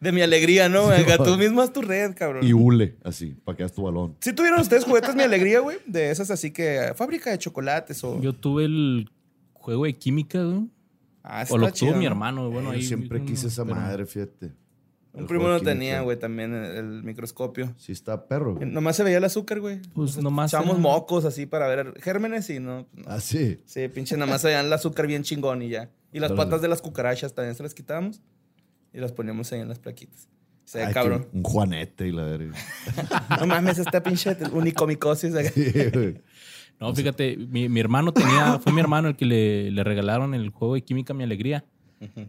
B: De mi alegría, ¿no? güey? Acá
D: Sí,
B: tú
D: güey.
B: mismo haz tu red, cabrón.
D: Y hule, así, para que hagas tu balón.
B: Si tuvieron ustedes juguetes mi alegría, güey, de esas así que eh, fábrica de chocolates o.
A: Yo tuve el juego de química, güey.
B: Ah,
A: O lo
B: está
A: que tuvo
B: chido,
A: mi
B: ¿no?
A: hermano, güey. bueno,
D: Yo
A: ahí.
D: siempre
A: no,
D: quise esa
A: pero-
D: madre, fíjate.
B: Un
D: El
B: primo
D: juego
B: no
D: químico.
B: tenía, güey, también el, el microscopio.
D: Sí está perro. güey.
B: Nomás se veía el azúcar, güey.
A: Pues nomás.
B: Echábamos
A: era-
B: mocos así para ver gérmenes y no. no.
D: Ah, sí.
B: Sí, pinche, nada más se veían el azúcar bien chingón y ya. Y las
D: Órale.
B: patas de las cucarachas también se las quitábamos y las poníamos ahí en las plaquitas. O sea,
D: Ay,
B: cabrón.
D: que Un juanete y la verga.
B: No mames, esta pinche unicomicosis. acá.
D: Sí, güey.
A: No, fíjate, mi, mi hermano tenía. Fue mi hermano el que le, le regalaron el juego de química Mi Alegría.
B: Ujú.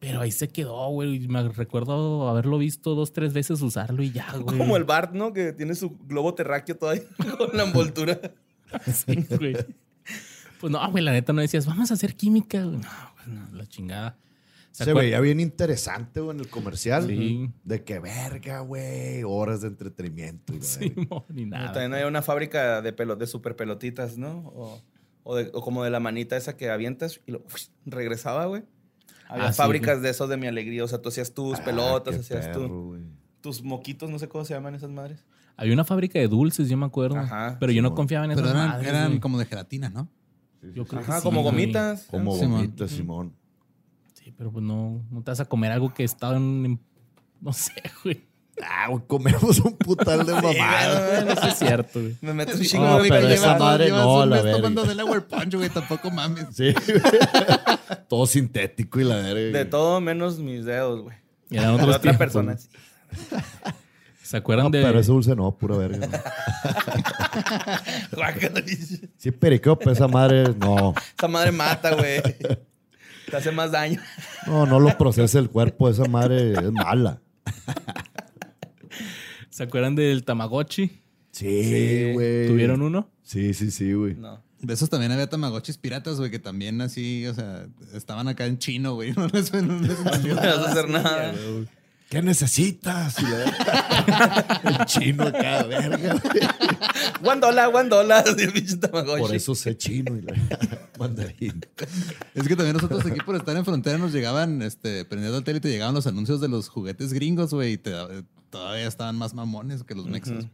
A: Pero ahí se quedó, güey. y Me recuerdo haberlo visto dos, tres veces usarlo y ya, Ah, güey.
B: Como el Bart, ¿no? Que tiene su globo terráqueo todavía con la envoltura.
A: Sí, güey. Pues no, güey, la neta no decías, vamos a hacer química. güey. No, pues no, la chingada.
D: Se
A: acuer-
D: veía bien interesante, güey, en el comercial.
A: Sí.
D: De que verga, güey. Horas de entretenimiento. y la
A: Sí,
D: verga.
A: mo, ni
B: No,
A: nada.
B: También había una fábrica de, pelo, de super pelotitas, ¿no? O, o de- o como de la manita esa que avientas y lo regresaba, güey. Había
A: Ah, sí,
B: fábricas de esos de mi alegría. O sea, tú hacías tus
D: Ah,
B: pelotas,
D: qué
B: hacías tu-
D: perro, güey.
B: tus moquitos, no sé cómo se llaman esas madres.
A: Había una fábrica de dulces, yo me acuerdo.
B: Ajá,
A: pero yo no
D: Simón.
A: confiaba en esas
C: Pero eran,
A: madres,
C: eran
A: güey.
C: como de gelatina, ¿no?
A: Yo creo que
B: Ajá,
A: sí,
B: como
A: güey.
B: gomitas.
D: Como
C: Simón.
D: bonito, Simón.
A: Sí, pero pues no, no te vas a comer algo que está en... en- no sé, güey.
D: Ah, güey, comemos un putal de mamada.
B: Ah, no
A: No
B: sé.
A: es cierto, güey.
B: Me meto un
D: Sí,
B: chingo
D: no,
B: de
D: pero esa
B: lleva-
D: madre
C: llevas
D: no,
C: un
D: la
C: mes
D: verga.
C: tomando Delaware Punch, güey, tampoco mames.
D: Sí. Todo sintético y la verga.
B: De todo menos mis dedos, güey.
A: Y eran
B: De
A: otros
B: otra
A: tiempos,
B: persona.
A: güey. ¿Se acuerdan de...?
D: Pero ese dulce no, pura verga. no.
B: Guácala, dice.
D: Sí, periqueo, pero esa madre no.
B: Esa madre mata, güey. Te hace más daño.
D: No, no lo procesa el cuerpo. Esa madre es mala.
A: ¿Se acuerdan del Tamagotchi?
D: Sí, güey.
A: ¿Tuvieron uno?
D: Sí, sí, sí, güey.
B: No.
C: De esos también había tamagotchis piratas, güey, que también así, o sea, estaban acá en chino, güey. No les, no les
B: No vas a hacer nada.
D: ¿Qué necesitas? Y la verga. el chino acá, verga. güey.
B: One dollar, one dollar. así el pinche Tamagotchi.
D: Por eso sé chino y la mandarín.
C: Es que también nosotros aquí por estar en frontera nos llegaban, este, prendiendo el tele y te llegaban los anuncios de los juguetes gringos, güey, y te- todavía estaban más mamones que los mexas.
A: Ah,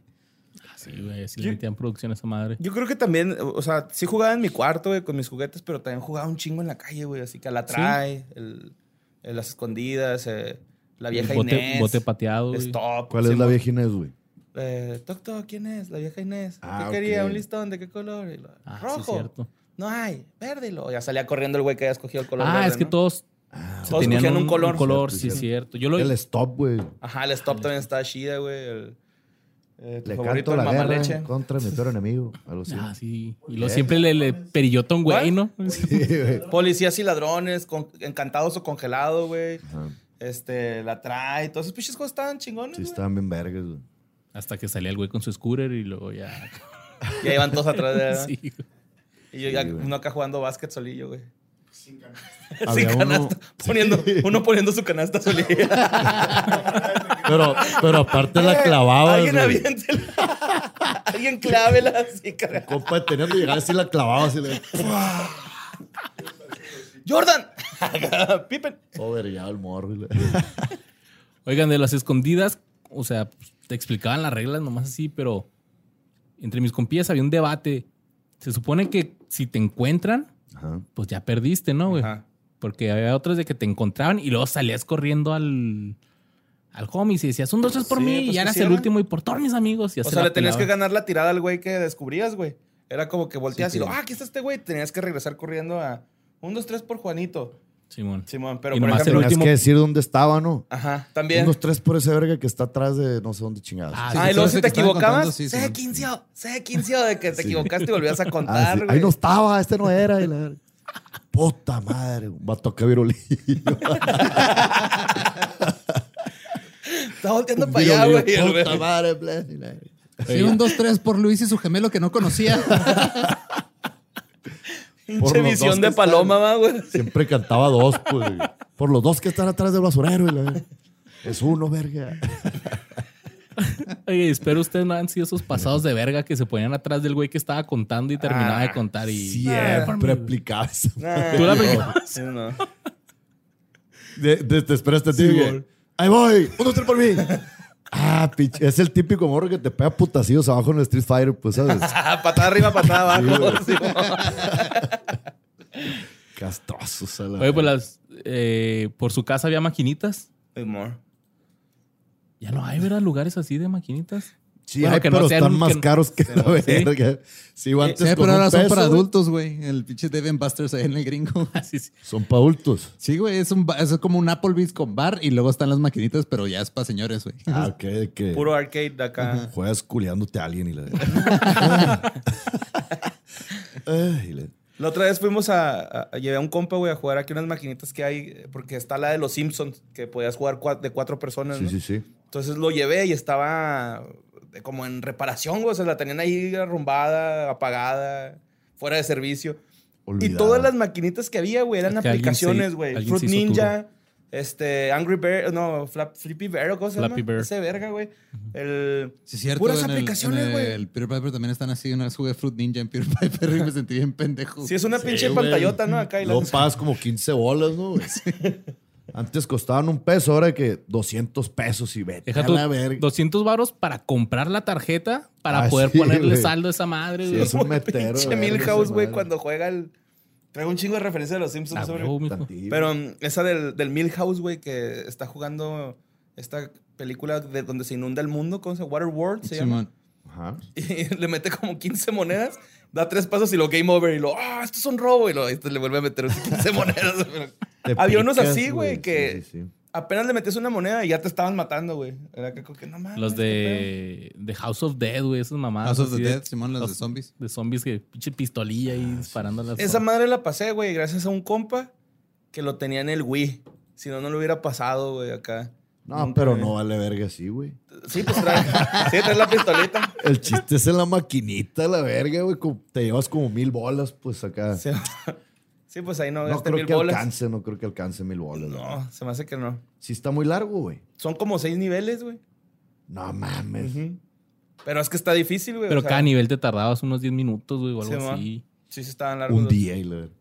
A: Sí, güey. Sí le metían producción a esa madre.
B: Yo creo que también, o sea, sí jugaba en mi cuarto, güey, con mis juguetes, pero también jugaba un chingo en la calle, güey. Así que a la trae, el, el las escondidas, eh, la vieja
A: El bote,
B: Inés.
A: bote pateado, güey.
B: Stop.
D: ¿Cuál es la
B: Simón.
D: vieja Inés, güey?
B: Eh, toc, toc, ¿quién es? La vieja Inés.
D: Ah,
B: ¿Qué quería?
D: ok.
B: ¿Un listón? ¿De qué color? Y lo-
A: Ah, sí,
B: rojo.
A: cierto.
B: No hay, verde. y lo- Ya salía corriendo el güey que había escogido el color.
A: Ah,
B: verde,
A: es que
B: ¿no?
A: todos
D: Ah,
A: se
B: Todos
A: tenían
B: escogían
A: un,
B: un color.
A: un color,
D: Cierto,
A: sí, es cierto. Yo lo
D: el stop, güey.
B: Ajá, el stop también estaba chida, güey. El, eh, tu
D: Le
B: favorito,
D: canto
B: el
D: la guerra ¿eh?
B: mamaleche.
D: contra mi peor enemigo. Algo así.
A: Ah, sí. Y luego siempre le, le perillota un güey, ¿no?
D: Sí, güey.
B: Policías y ladrones, con- encantados o congelados, güey.
D: Ajá.
B: Este, la trae. Todos esos pinches cosas estaban chingones,
D: Sí,
B: güey.
D: estaban bien vergas, güey.
A: Hasta que salía el güey con su scooter y luego ya.
B: Y ahí van todos atrás de
A: Sí, güey.
B: Y yo ya,
D: güey.
B: uno acá jugando básquet solillo, güey. Sin
D: Había uno,
B: canasta. Poniendo, Uno poniendo su canasta solillo.
D: pero, pero aparte la clavaba.
B: Alguien
D: güey.
B: aviéntela. Alguien clávela así, cara.
D: Compa, tenía que llegar así la clavaba. Así le
B: ¡Jordan! ¡Pipen!
D: Joder, Oh, ya el morro. y la-
A: Oigan, de las escondidas, o sea, pues, te explicaban las reglas nomás así, pero entre mis compías había un debate. Se supone que si te encuentran,
D: Ajá.
A: pues ya perdiste, ¿no, güey?
B: Ajá.
A: Porque había otras de que te encontraban y luego salías corriendo al, al homie y decías, un, dos, tres por
B: Sí,
A: mí,
B: pues,
A: y ya
B: ¿qué
A: eras el
B: hicieron?
A: último y por todos mis amigos. y ya
B: O
A: se
B: sea,
A: la
B: le tenías que
A: pelaban.
B: ganar la tirada al güey que descubrías, güey. Era como que volteas
C: Sí,
B: y lo,
C: sí.
B: ah, aquí está este güey. Tenías que regresar corriendo a un, dos, tres por Juanito.
A: Simón.
B: Simón, pero
A: Y
B: por
A: nomás el
B: ejemplo.
D: Tenías
A: último-
D: que decir dónde estaba, ¿no?
B: Ajá, también.
D: Unos tres por ese verga que está atrás de no sé dónde chingados.
A: Ah,
C: Sí,
B: Ah, y
C: sí,
B: luego
C: sí,
B: si
C: sí,
B: te
C: que estaban
B: equivocabas,
C: contando, sí,
B: se
C: Simón.
B: quinceó, se quinceó de que te
D: Sí.
B: equivocaste y volvías a
D: Ah, sí.
B: contar,
D: Ahí
B: güey.
D: no estaba, este no era. y la verga. Puta madre, un vato acá virolillo.
B: Está volteando para allá, güey. y el güey-
D: Puta madre, ble, y la-
C: Sí, un 2-3 por Luis y su gemelo que no conocía.
D: Por
B: Pinche
D: los dos
B: visión
D: que
B: de paloma, va, güey.
D: Siempre cantaba dos, pues. Por los dos que están atrás del basurero. y la- Es uno, verga.
A: Oye, espero ustedes no han sido esos pasados de verga que se ponían atrás del güey que estaba contando y terminaba
B: Ah,
A: de contar y...
D: Siempre aplicaba esa
B: Nah,
A: ¿Tú la
B: no,
A: aplicabas?
B: sí, no.
D: De- de- te este esperas te digo,
A: güey.
D: Ahí voy, un, dos, tres por mí. Ah, pinche. Es el típico morro que te pega putacillos abajo en el Street Fighter, pues, ¿sabes?
B: Ah, patada arriba, patada abajo.
D: Sí,
B: sí,
D: Castrozos a la
A: Oye, pues las... eh, por su casa había maquinitas.
B: Amor.
A: Ya no hay, ¿verdad? Lugares así de maquinitas.
D: Sí,
A: bueno,
D: hay,
A: que no
D: pero
A: sean-
D: están más
A: que-
D: caros que la verga. Sí, güey,
C: Sí,
D: antes con
C: pero
D: un
C: ahora son
D: peso,
C: para
D: güey,
C: adultos, güey. El pinche Devin Busters ahí en el gringo.
A: Así sí.
D: Son para adultos.
C: Sí, güey, es, un ba- es como un Applebee's con bar y luego están las maquinitas, pero ya es para señores, güey.
D: Ah, ok, de que
B: Puro arcade de acá.
D: juegas culeándote a alguien y la Ay, y la-
B: La otra vez fuimos a, a- a- Llevé a un compa, güey, a jugar aquí unas maquinitas que hay, eh, porque está la de los Simpsons, que podías jugar cua- de cuatro personas.
D: Sí,
B: ¿no?
D: sí, sí.
B: Entonces lo llevé y estaba eh, como en reparación, güey. O sea, la tenían ahí arrumbada, apagada, fuera de servicio. Y
D: Olvidada.
B: todas las maquinitas que había, güey, eran
A: Es que alguien
B: aplicaciones,
A: se-
B: güey.
A: alguien
B: Fruit
A: se hizo
B: Ninja, este, Angry Bear, no, Flap, Flippy Bear, o cosa
A: Flappy Bear.
B: Ese verga, güey. El.
C: Sí, es cierto.
B: Puras
C: en el-
B: aplicaciones,
C: en
B: güey.
C: El, Peter Piper también están así. Una vez jugué Fruit Ninja en Peter Piper y me sentí bien pendejo.
B: Sí, es una pinche
D: güey.
B: pantallota, ¿no? Acá y la.
D: Luego pagas como 15 bolas, ¿no? güey? Antes costaban un peso, ahora que 200 pesos y vete
A: Deja
D: a
A: tú
D: la verga.
A: 200 varos para comprar la tarjeta para
D: Ah,
A: poder
D: sí,
A: ponerle
D: güey.
A: saldo a esa madre.
D: Sí,
A: güey.
D: es un metero.
B: Pinche
D: de verga
B: Milhouse,
D: esa
B: güey,
D: madre.
B: cuando juega el. Traigo un chingo de referencia de los Simpsons
A: Ah,
B: sobre.
A: huevo, mijo.
D: Tantillo.
B: Pero mm, esa del, del Milhouse, güey, que está jugando esta película de donde se inunda el mundo, ¿cómo se llama? Waterworld se llama.
C: Simón.
D: Ajá.
B: Y le mete como 15 monedas, da tres pasos y lo game over. Y lo, ah, esto es un robo. Y lo, este le vuelve a meter otras 15 monedas.
D: Te
B: Había unos
D: picas,
B: así, güey, que
D: Sí, sí, sí.
B: apenas le metes una moneda y ya te estaban matando, güey. Era que, como que no mames.
A: Los
B: qué
A: de, de House of Dead, güey, esas mamadas.
C: Ah, House of the
A: así
C: Dead, Simón, las de
A: los-
C: zombies.
A: De zombies que pinche pistolilla
D: Ah,
A: ahí disparando a las
B: pedo. Esa madre la pasé, güey, gracias a un compa que lo tenía en el Wii. Si no, no lo hubiera pasado, güey, acá.
D: No,
B: Nunca,
D: pero
B: güey.
D: no vale verga así, güey.
B: Sí, pues trae, sí, trae la pistolita.
D: El chiste es en la maquinita, la verga, güey. como- Te llevas como mil bolas, pues acá.
B: Sí, sí, pues ahí no,
D: no
B: gasté
D: creo
B: mil
D: que
B: bolas.
D: alcance, no creo que alcance mil bolas. No.
B: No, se me hace que no.
D: Sí está muy largo, güey.
B: Son como seis niveles, güey.
D: No mames.
B: Ujú. Pero es que está difícil, güey.
A: Pero
B: o sea,
A: cada nivel te tardabas unos 10 minutos, güey, o
B: Sí,
A: algo
B: ma.
A: así.
B: Sí, sí estaban largos.
D: Un
B: los-
D: día y la verga.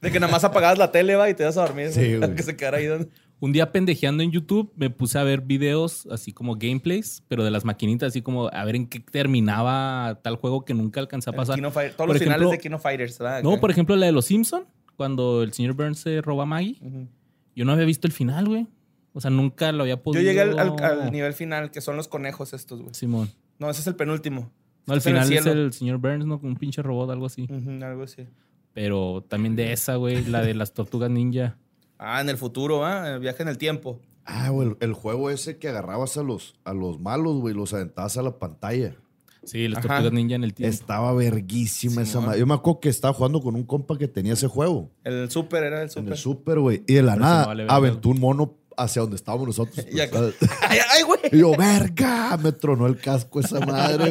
B: De que nada más apagabas la tele, va, y te vas a dormir.
D: Sí,
B: güey.
D: güey.
B: Que se quedara ahí donde...
A: Un día pendejeando en YouTube, me puse a ver videos así como gameplays, pero de las maquinitas, así como a ver en qué terminaba tal juego que nunca alcancé a
B: el
A: pasar.
B: Kino Fighter- todos
A: Por
B: los finales
A: ejemplo-
B: de Kino Fighters, ¿verdad?
A: No, por ejemplo, la de los Simpson, cuando el señor Burns se roba a Maggie.
B: Ujú.
A: Yo no había visto el final, güey. O sea, nunca lo había
B: Yo
A: podido.
B: llegué al, al- al nivel final, que son los conejos estos, güey.
A: Simón.
B: No, ese es el penúltimo.
A: No, al
B: Está en el
A: final es
B: cielo.
A: el señor Burns, ¿no? Con un pinche robot, algo así.
B: Ujú, algo así.
A: Pero también de esa, güey, la de las tortugas ninja.
B: Ah, en el futuro, ¿ah? El viaje en el tiempo.
D: Ah, güey, el, el juego ese que agarrabas a los, a los malos, güey, los aventabas a la pantalla.
A: Sí, las
B: Ajá.
A: tortugas ninja en el tiempo.
D: Estaba verguísima esa
B: Simón.
D: madre. Yo me acuerdo que estaba jugando con un compa que tenía ese juego.
B: El super era el
D: En
B: super.
D: el súper, güey. Y de la
A: Pero si
D: nada
A: no vale verga,
D: aventó un mono hacia donde estábamos nosotros. pues,
B: Y acá-
D: ¿sabes?
B: ay, ay, güey. Ah,
D: Y yo, verga, me tronó el casco esa madre,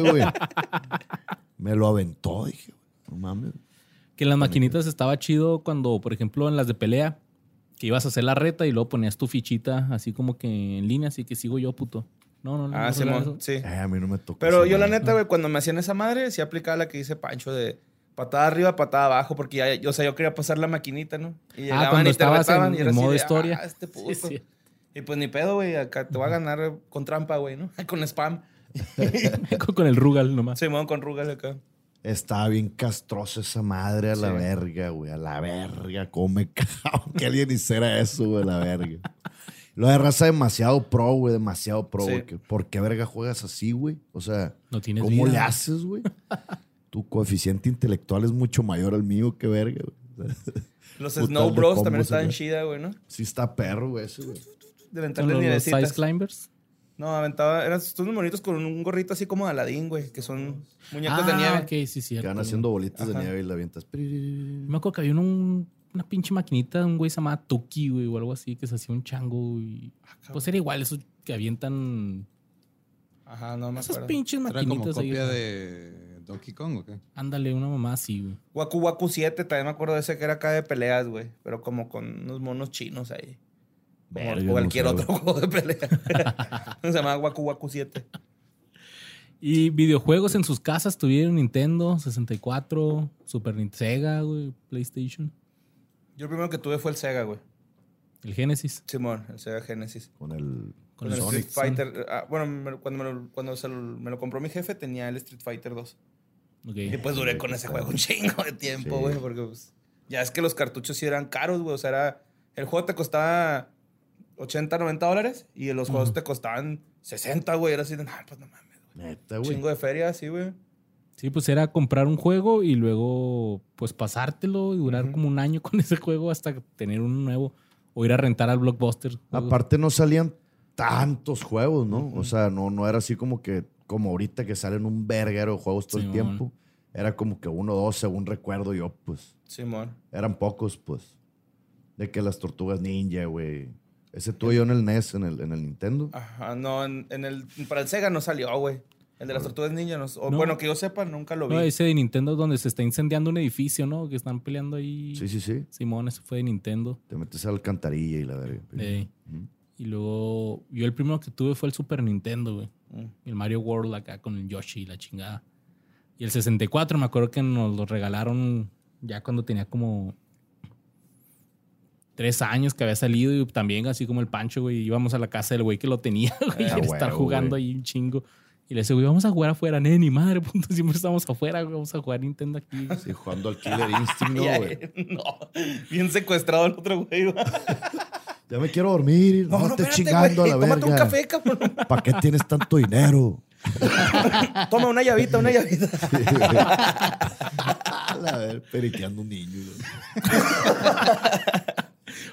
D: güey. Me lo aventó, dije, no mames.
A: Que en las maquinitas estaba chido cuando, por ejemplo, en las de pelea, que ibas a hacer la reta y luego ponías tu fichita así como que en línea, así que sigo yo, puto. No, no, no.
B: Ah,
A: no regalo
B: Simón,
A: eso.
B: sí.
D: Eh, a mí no me tocó.
B: Pero
D: esa
B: yo, la
D: madre.
B: neta, güey, cuando me hacían esa madre, sí aplicaba la que dice Pancho de patada arriba, patada abajo, porque ya, o sea, yo quería pasar la maquinita, ¿no? Y llegaban
A: Ah, cuando
B: y te
A: estabas
B: retaban,
A: en-
B: y era
A: en
B: así
A: modo
B: de,
A: historia.
B: "Ah, este
A: Sí,
B: puto".
A: sí.
B: Y pues ni pedo, güey, acá te voy a ganar con trampa, güey, ¿no? Con spam.
A: Con- Con el Rugal nomás.
B: Simón con rugas acá.
D: Estaba bien castrosa esa madre a la
B: Sí.
D: verga, güey. A la verga. Cómo me cago que alguien hiciera eso, güey, a la verga. Lo de raza demasiado pro, güey. Demasiado pro,
B: Sí.
D: güey. que- ¿Por qué verga juegas así, güey? O sea,
A: No tienes
D: ¿cómo
A: vida.
D: le haces, güey? tu coeficiente intelectual es mucho mayor al mío que verga, güey.
B: Los
D: Puta, el
B: Snow
D: de
B: Bros
D: combos
B: también estaban
D: acá.
B: chida, güey, ¿no?
D: Sí está perro, güey, ese, güey.
B: De
A: Con
B: aventarles
A: los, los Ice
B: nievecitas.
A: Climbers.
B: No, aventaba. Eran estos monitos con un gorrito así como de Aladín, güey, que son muñecos de
A: Ah,
B: nieve.
A: ok, sí,
D: Que
A: cierto.
D: van haciendo bolitas de
B: Ajá.
D: nieve y la avientas.
A: Me acuerdo que había un- una pinche maquinita de un güey llamado Tuki, güey, o algo así, que se hacía un chango. Y, pues era igual, esos que avientan
B: Ajá, no me
A: esas
B: acuerdo.
A: pinches
C: Era como
A: maquinitas. ahí.
C: copia de Donkey Kong, ¿o qué?
A: Ándale, una mamá así, güey.
B: Waku Waku 7, también me acuerdo de ese que era acá de peleas, güey. Pero como con unos monos chinos ahí. Como
D: Verga, no
B: cualquier
D: sé,
B: otro
D: güey.
B: juego de pelea. Se llamaba Waku Waku 7.
A: Y videojuegos en sus casas tuvieron Nintendo 64, Super Nintendo, Sega, güey, PlayStation,
B: Yo el primero que tuve fue el Sega, güey.
A: el Genesis.
B: Simón, el Sega Genesis.
D: Con el.
B: Con el
A: Sonic.
B: Street Fighter. ah, bueno, me lo- cuando, me lo, cuando se lo- me lo compró mi jefe, tenía el Street Fighter 2.
A: Ok.
B: Y pues duré con ese juego un chingo de tiempo,
D: Sí.
B: güey. Porque pues, ya es que los cartuchos sí eran caros, güey. O sea, era, el juego te costaba 80, 90 dólares y los juegos te costaban 60, güey. Era así de, nah, pues no mames. güey".
D: Neta,
B: Un
D: güey.
B: Chingo de feria, sí, güey.
A: Sí, pues era comprar un juego y luego pues pasártelo y durar
B: Ujú.
A: como un año con ese juego hasta tener uno nuevo o ir a rentar al Blockbuster. juegos.
D: Aparte no salían tantos juegos, ¿no? O sea, no, no era así como que, como ahorita que salen un verguero de juegos todo el
A: Simón.
D: tiempo. Era como que uno o dos, según recuerdo yo, pues.
B: Simón.
D: Eran pocos, pues. De que las tortugas ninja, güey. Ese tuve yo en el NES, en el, en el Nintendo.
B: Ajá, no, en, en el, para el Sega no salió, güey. El de las tortugas ninja, no, o,
A: No.
B: bueno, que yo sepa, nunca lo vi.
A: No, ese de Nintendo donde se está incendiando un edificio, ¿no? Que están peleando ahí.
D: Sí, sí, sí.
A: Simón, ese fue de Nintendo.
D: Te metes a la alcantarilla y la verga.
A: Ey.
D: Ujú.
A: Y luego yo el primero que tuve fue el Super Nintendo, güey.
B: Mm.
A: El Mario World acá con el Yoshi y la chingada. Y el 64 me acuerdo que nos lo regalaron ya cuando tenía como tres años que había salido y también así como el Pancho, güey, íbamos a la casa del güey que lo tenía, güey,
D: Ah,
A: y estar
D: huevo,
A: jugando
D: güey.
A: ahí un chingo. Y le decía, güey, vamos a jugar afuera, nene, ni madre, punto, siempre estamos afuera, güey, vamos a jugar Nintendo aquí. güey".
D: Sí, jugando al Killer Instinct, ¿no,
B: Ya,
D: güey.
B: eh, no, bien secuestrado el otro güey. güey.
D: Ya me quiero dormir. No, te
B: espérate,
D: chingando
B: güey,
D: a la verga.
B: Tómate un café, cabrón.
D: ¿Para qué tienes tanto dinero?
B: Toma una llavita, una llavita.
D: A la ver, periqueando un niño. güey.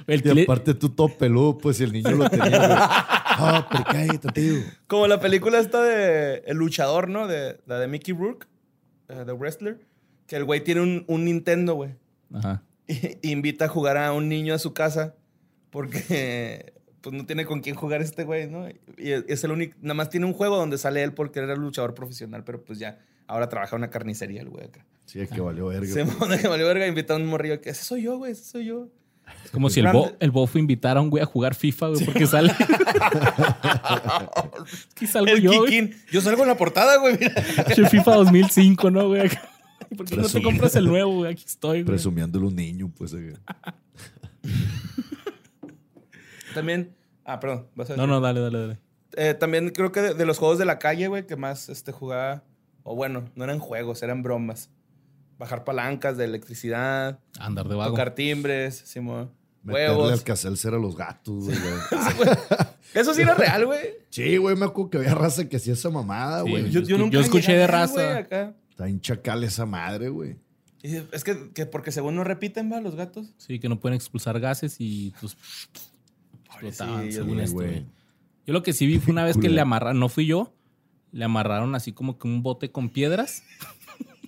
A: El
D: Y
A: Killer-
D: aparte tú todo peludo, pues, y el niño lo tenía. güey. Ah, pero cállate, tío.
B: Como la película esta de El luchador, ¿no? De, la de Mickey Rourke, eh, The Wrestler, que el güey tiene un, un Nintendo, güey.
A: Ajá.
B: Y, y invita a jugar a un niño a su casa porque pues no tiene con quién jugar este güey, ¿no? Y es, es el único, nada más tiene un juego donde sale él porque era luchador profesional, pero pues ya ahora trabaja en una carnicería el güey acá.
D: Sí, es que valió verga. pues,
B: Se
A: pues.
B: manda que valió verga, invita a un morrillo que ese soy yo, güey, ese soy yo.
A: Es como si el,
B: Grande.
A: bo, el bofo invitara a un güey a jugar FIFA, güey, porque sale. es que salgo
B: El
A: yo, güey.
B: Kikín. Yo salgo en la portada, güey, mira.
A: Che, FIFA 2005, ¿no, güey? Acá. ¿Por qué no te
D: Presumido.
A: compras el nuevo, güey? Aquí estoy, güey.
D: Presumiéndole un niño, pues. eh.
B: También, ah, perdón, vas a
A: No,
B: decir.
A: no, dale, dale, dale.
B: Eh, también creo que de, de los juegos de la calle, güey, que más este, jugaba, o bueno, no eran juegos, eran bromas. Bajar palancas de electricidad,
A: Andar de vago.
B: tocar timbres, Simón.
D: Meterle
B: Huevos.
D: al cacelcer a los gatos, güey.
B: Eso sí era real, güey.
D: Sí, güey, me acuerdo que había raza que hacía esa mamada,
A: Sí,
D: güey.
A: yo- yo escuché
B: llegué
A: de
B: a ver,
A: raza.
B: güey, acá.
D: Está en chacal esa madre, güey.
B: Y es que, que porque según no repiten, va, los gatos.
A: Sí, que no pueden expulsar gases y pues explotaban,
B: Pobrecillos,
A: según
D: Sí,
A: esto,
D: güey.
A: güey. Yo lo que sí vi fue una vez que le
D: Culero.
A: amarraron, no fui yo, le amarraron así como que un bote con piedras.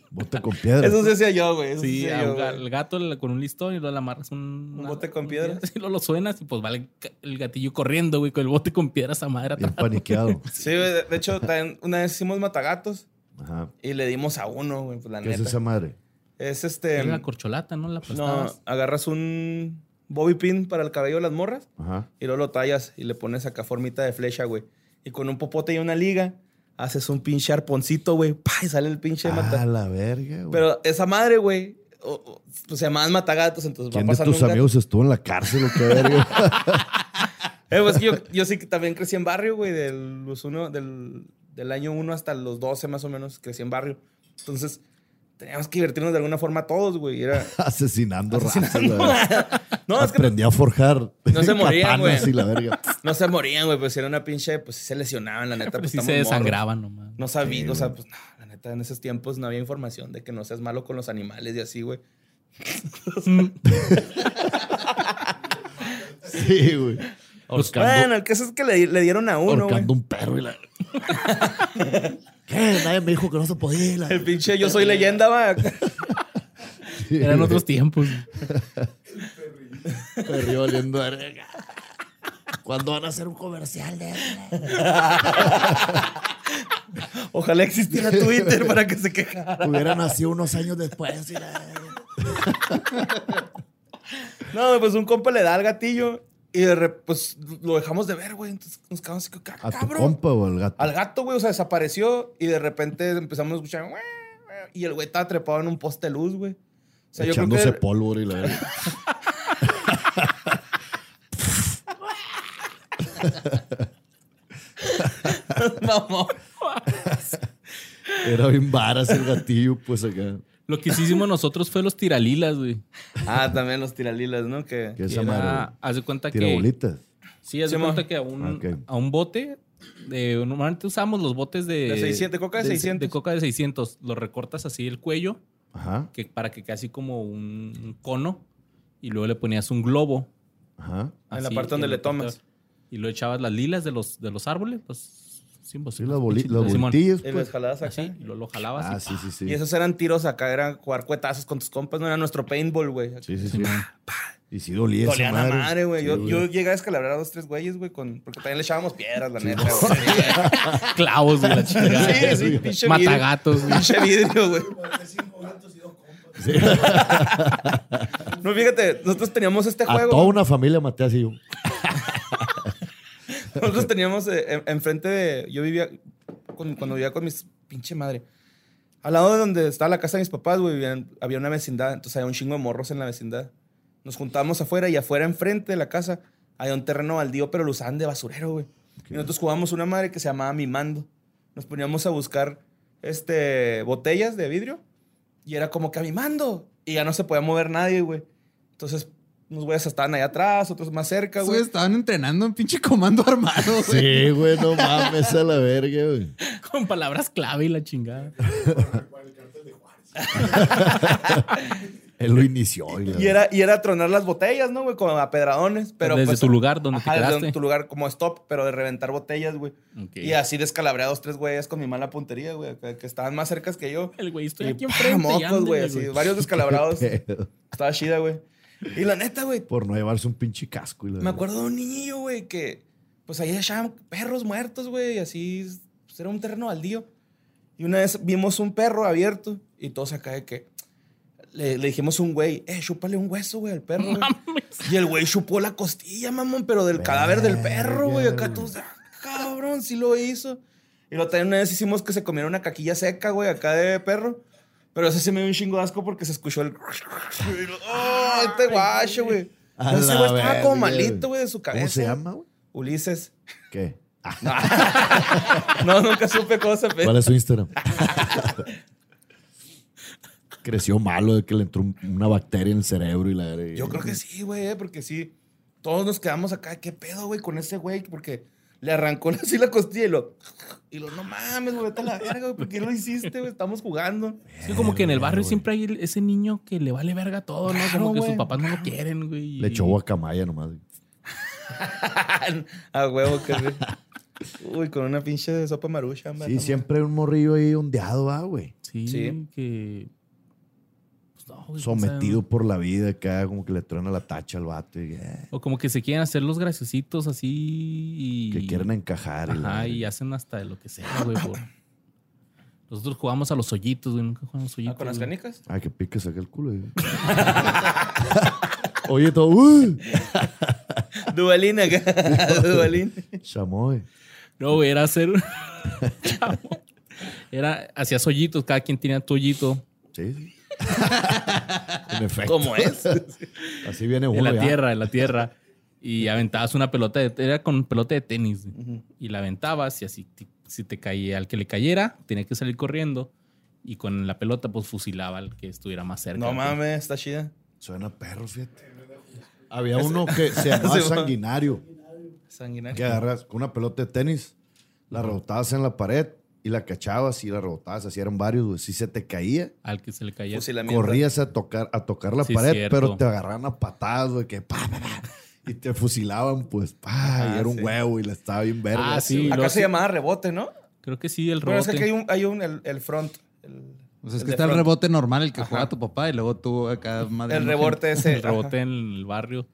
D: Bote con piedra. pues.
B: Eso sí hacía yo, güey. Eso sí,
A: Sí,
B: hacía
A: a
B: yo,
A: un ga-
B: güey.
A: el gato le- con un listón y luego le amarras un, una-
B: bote con
A: un-
B: piedras?
A: Y luego lo suenas y pues vale ca- el gatillo corriendo, güey, con el bote con piedras a madera.
D: Bien paniqueado.
B: Sí, güey. De de hecho, también una vez hicimos matagatos
D: Ajá.
B: y le dimos a uno, güey, pues la
D: ¿Qué
B: neta.
D: es esa madre?
B: Es este.
A: Era la pues, corcholata, ¿no? La
B: No,
A: aplastabas.
B: agarras un bobby pin para el cabello de las morras
D: Ajá.
B: y luego lo tallas y le pones acá formita de flecha, güey. Y con un popote y una liga haces un pinche arponcito, güey. ¡pa! Y sale el pinche mata.
D: A Ah, la verga, güey.
B: Pero esa madre, güey, o- o, pues se llamaban matagatos, entonces va
D: ¿Quién de
B: pasando
D: tus
B: un gato.
D: amigos estuvo en la cárcel o qué verga?
B: Eh, pues que yo, yo sí que también crecí en barrio, güey, del, los uno- del, del año 1 hasta los 12 más o menos, crecí en barrio. Entonces, teníamos que divertirnos de alguna forma todos, güey. y Era,
D: Asesinando,
B: Asesinando.
D: raza. la verga.
B: no, es que no,
D: Aprendí a forjar.
B: No se morían,
D: katanas
B: güey.
D: y la verga.
B: no se morían, güey, pues era una pinche, pues sí se lesionaban, la neta.
A: Pero
B: Pues,
A: sí se
B: estamos morros.
A: desangraban nomás.
B: No sabía,
D: Sí,
B: o sea,
D: güey.
B: pues no, la neta, en esos tiempos no había información de que no seas malo con los animales y así, güey.
D: Sí, güey.
A: Ahorcando,
B: Bueno, el caso es que le, le dieron a uno, güey.
D: ahorcando un perro y la... ¿Qué? Nadie me dijo que no se podía. y la-
B: El pinche yo soy leyenda, va.
A: Eran otros tiempos.
D: Perrillo oliendo a verga. ¿Cuándo van a hacer un comercial de
B: Ojalá existiera Twitter para que se quejara.
D: Hubiera nacido unos años después. y la-
B: No, pues un compa le da al gatillo y de re- pues lo dejamos de ver, güey. Entonces nos quedamos así, "Ca-
D: A tu
B: cabrón.
D: compa o al gato.
B: Al gato, güey, o sea, desapareció y de repente empezamos a escuchar. "Guau, guau", Y el güey estaba trepado en un poste de luz, güey. O sea, yo creo
D: echándose
B: que.
D: pólvora y la verga.
B: Mamón.
D: Era bien varas el gatillo, pues acá.
A: Lo que sí hicimos nosotros fue los tiralilas, güey.
B: Ah, también los tiralilas, ¿no? Que.
D: Que esa
A: Era-
D: madre.
A: Haz de cuenta
D: Tira
A: que.
D: bolitas.
A: Sí, haz de
B: Sí,
A: cuenta
B: ma.
A: que a un,
D: Ah, ok.
A: a un bote. de- normalmente usamos los botes de.
B: De 600, coca de 600.
A: De coca de 600. Lo recortas así el cuello
D: Ajá,
A: que, para que quede así como un, un cono. Y luego le ponías un globo.
D: ajá.
B: En la
A: así,
B: parte donde
A: en
B: le
A: la
B: tomas.
A: Y luego echabas las lilas de los, de los árboles. Pues. Sí, pues,
D: Sí, las,
A: pues,
D: boli- las
A: Simón.
D: bolitillas,
B: Y las
D: pues.
B: jaladas acá.
A: Así, y luego lo jalabas.
D: Ah,
A: y
D: sí, sí, sí.
B: Y esos eran tiros acá, eran jugar cuetazos con tus compas, no era nuestro paintball, güey.
D: Sí, sí, sí. Y si dolía esa
B: Dolía la
D: madre.
B: madre, güey.
D: Sí,
B: yo, yo llegué a descalabrar a dos, tres güeyes, güey, con... porque también le echábamos piedras, la neta.
A: clavos, güey. la chingada.
B: güey. Sí, sí, pinche vidrio.
A: Matagatos, güey.
B: Pinche vidrio, güey. No, fíjate, nosotros teníamos este
D: A
B: juego.
D: toda una familia maté así. yo.
B: Nosotros teníamos eh, en- enfrente de. Yo vivía. con- cuando vivía con mis. Pinche madre. Al lado de donde estaba la casa de mis papás, güey, vivían- había una vecindad. Entonces había un chingo de morros en la vecindad. Nos juntábamos afuera y afuera, enfrente de la casa, había un terreno baldío, pero lo usaban de basurero, güey. Y nosotros jugábamos una madre que se llamaba Mimando. Nos poníamos a buscar este, botellas de vidrio y era como que a Mimando. Y ya no se podía mover nadie, güey. Entonces, unos güeyes estaban allá atrás, otros más cerca,
C: Esos
B: güey.
C: güeyes Estaban entrenando en pinche comando armado, güey.
D: Sí, güey, no mames a la verga, güey.
A: Con palabras clave y la chingada.
D: Él lo inició.
B: Y era, y era tronar las botellas, ¿no, güey? Como a pedradones. Pero
A: Desde
B: pues,
A: tu lugar donde te
B: ajá, desde
A: quedaste.
B: tu lugar como stop, pero de reventar botellas, güey.
A: Ok.
B: Y así descalabré a dos, tres güeyes con mi mala puntería, güey. acá, Que, estaban más cercas que yo.
A: El güey, estoy
B: Y
A: aquí
B: ¡pah!
A: enfrente. y
B: mocos, güey.
A: ándele,
B: Así,
A: güey.
B: varios descalabrados. Estaba chida, güey. Y la neta, güey.
D: Por no llevarse un pinche casco. Y la
B: Me
D: verga.
B: acuerdo de un niñillo, güey, que pues ahí echaban perros muertos, güey, y así pues, era un terreno baldío. Y una vez vimos un perro abierto y todos acá de que le, le dijimos a un güey, eh, chúpale un hueso, güey, al perro. güey". Y el güey chupó la costilla, mamón, pero del cadáver del perro, güey. Acá todos, ah, cabrón, sí lo hizo. Y lo también una vez hicimos que se comiera una caquilla seca, güey, acá de perro. Pero eso sí me dio un chingo de asco porque se escuchó el. ¡Oh, este guacho, güey!
D: A
B: No, Ese
D: la
B: güey estaba como
D: verga,
B: malito, güey, de su cabeza.
D: ¿Cómo se llama, güey?
B: Ulises.
D: ¿Qué?
B: No, nunca supe cómo se
D: ¿Cuál
B: pedía.
D: es su Instagram? Creció malo de que le entró un- una bacteria en el cerebro y la verga.
B: Yo creo que sí, güey, eh, porque sí. Todos nos quedamos acá. ¿Qué pedo, güey, con ese güey? Porque le arrancó así la costilla y lo. Y lo, no mames, güey, vete a la verga, güey. ¿Por qué lo hiciste, güey? Estamos jugando.
A: Es que como que en el barrio siempre hay el- ese niño que le vale verga todo, ¿no?
B: Claro,
A: Como que sus
B: güey.
A: papás no lo quieren, güey.
D: Le echó guacamaya nomás.
B: a huevo, que sí. Uy, con una pinche de sopa marucha, hombre.
D: Sí, siempre hay un morrillo ahí ondeado, ah, güey.
A: Sí,
B: Sí.
A: que... pues no, güey,
D: Sometido
A: o
D: por la vida acá, como que le truena la tacha al vato. Y, eh,
A: sea, o como que se quieren hacer los graciositos así y...
D: que quieren encajar. y la
A: Ajá,
D: verga.
A: y hacen hasta de lo que sea, güey. por- Nosotros jugamos a los hoyitos, güey. Nunca jugamos hoyitos.
B: ¿Con las
A: güey.
B: canicas?
D: Ah, que pique saca el culo. güey. Oye, todo. ¡uh! ¡Uy!
B: Dubalín acá. Dubalín.
D: Chamoy.
A: No, güey, era hacer. Chavo. Era, hacías hoyitos, cada quien tenía tu hoyito
D: Sí. sí. en efecto.
B: ¿Cómo es?
D: Así viene uno.
A: en la
D: ya.
A: tierra, en la tierra. Y aventabas una pelota, de, era con pelota de tenis. güey. Y la aventabas y así, ti- si te caía, al que le cayera, tenía que salir corriendo. Y con la pelota, pues fusilaba al que estuviera más cerca. pues,
B: No mames, está chida.
D: Suena perro, fíjate. Había uno que se llamaba
B: Sí, bueno.
D: sanguinario. Que
B: Sanguinario.
D: agarras con una pelota de tenis, la rebotabas en la pared y la cachabas y la rebotabas. Así eran varios, güey. Si se te caía,
A: Al que se le cayera.
B: Fusilamiento.
D: corrías a tocar, a tocar la
A: Sí,
D: pared,
A: cierto.
D: pero te agarraban a patadas, güey, que pa, pa, pa. Y te fusilaban, pues. pa, y
B: Ah,
D: era un
B: sí.
D: huevo y la estaba bien verde.
A: Ah, sí.
B: Acá
A: lo
B: se
A: hace-
B: llamaba rebote, ¿no?
A: Creo que sí, el
B: Bueno,
A: robot.
B: es que aquí hay un, hay un el, el front. El,
C: O sea,
B: el
C: es que
B: de
C: está el
B: front.
C: rebote normal, el que
B: Ajá.
C: juega tu papá, y luego tú acá madre.
B: El rebote ese.
A: el rebote en el barrio.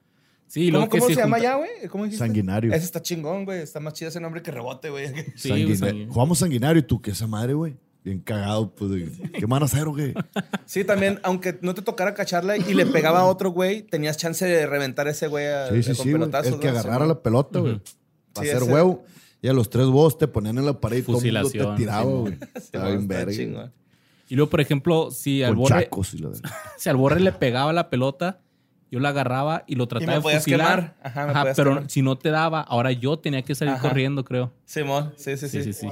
A: Sí,
B: ¿Cómo,
A: luego que
B: cómo se, llama
A: junta-
B: ya, güey? ¿Cómo dijiste?
D: Sanguinario.
B: Ese está chingón, güey. Está más chido ese nombre que rebote, güey.
A: Sí,
D: Sanguina-
A: sanguinario.
D: Jugamos sanguinario y tú, ¿qué esa madre, güey? Bien cagado, pues. de- ¿Qué van a hacer o qué?
B: Sí, también, aunque no te tocara cacharla y le pegaba a otro güey, tenías chance de reventar a ese güey a-
D: Sí, sí,
B: con
D: sí. güey.
B: pelotazos,
D: El que
B: ¿no?
D: agarrara la pelota, güey.
A: Ujú.
D: Para
B: Sí,
D: hacer
B: ese-
D: huevo. Y a los tres huevos te ponían en la pared y todo el mundo te
A: Fusilación,
D: tiraba,
A: Simón.
D: güey.
B: Sí,
D: Estaba
B: güey,
D: bien
B: está
D: verga.
B: chingón.
A: Y luego, por ejemplo, si al,
D: Con
A: borre,
D: chacos y la verga.
A: si al borre le pegaba la pelota, yo la agarraba y lo
B: Y
A: trataba
B: me
A: de
B: podías
A: fusilar.
B: quemar. Ajá, me
A: Ajá,
B: podías
A: pero
B: quemar.
A: si no te daba, ahora yo tenía que salir
B: Ajá.
A: corriendo, creo.
B: Simón, sí, sí,
A: Sí,
B: sí.
A: sí, sí.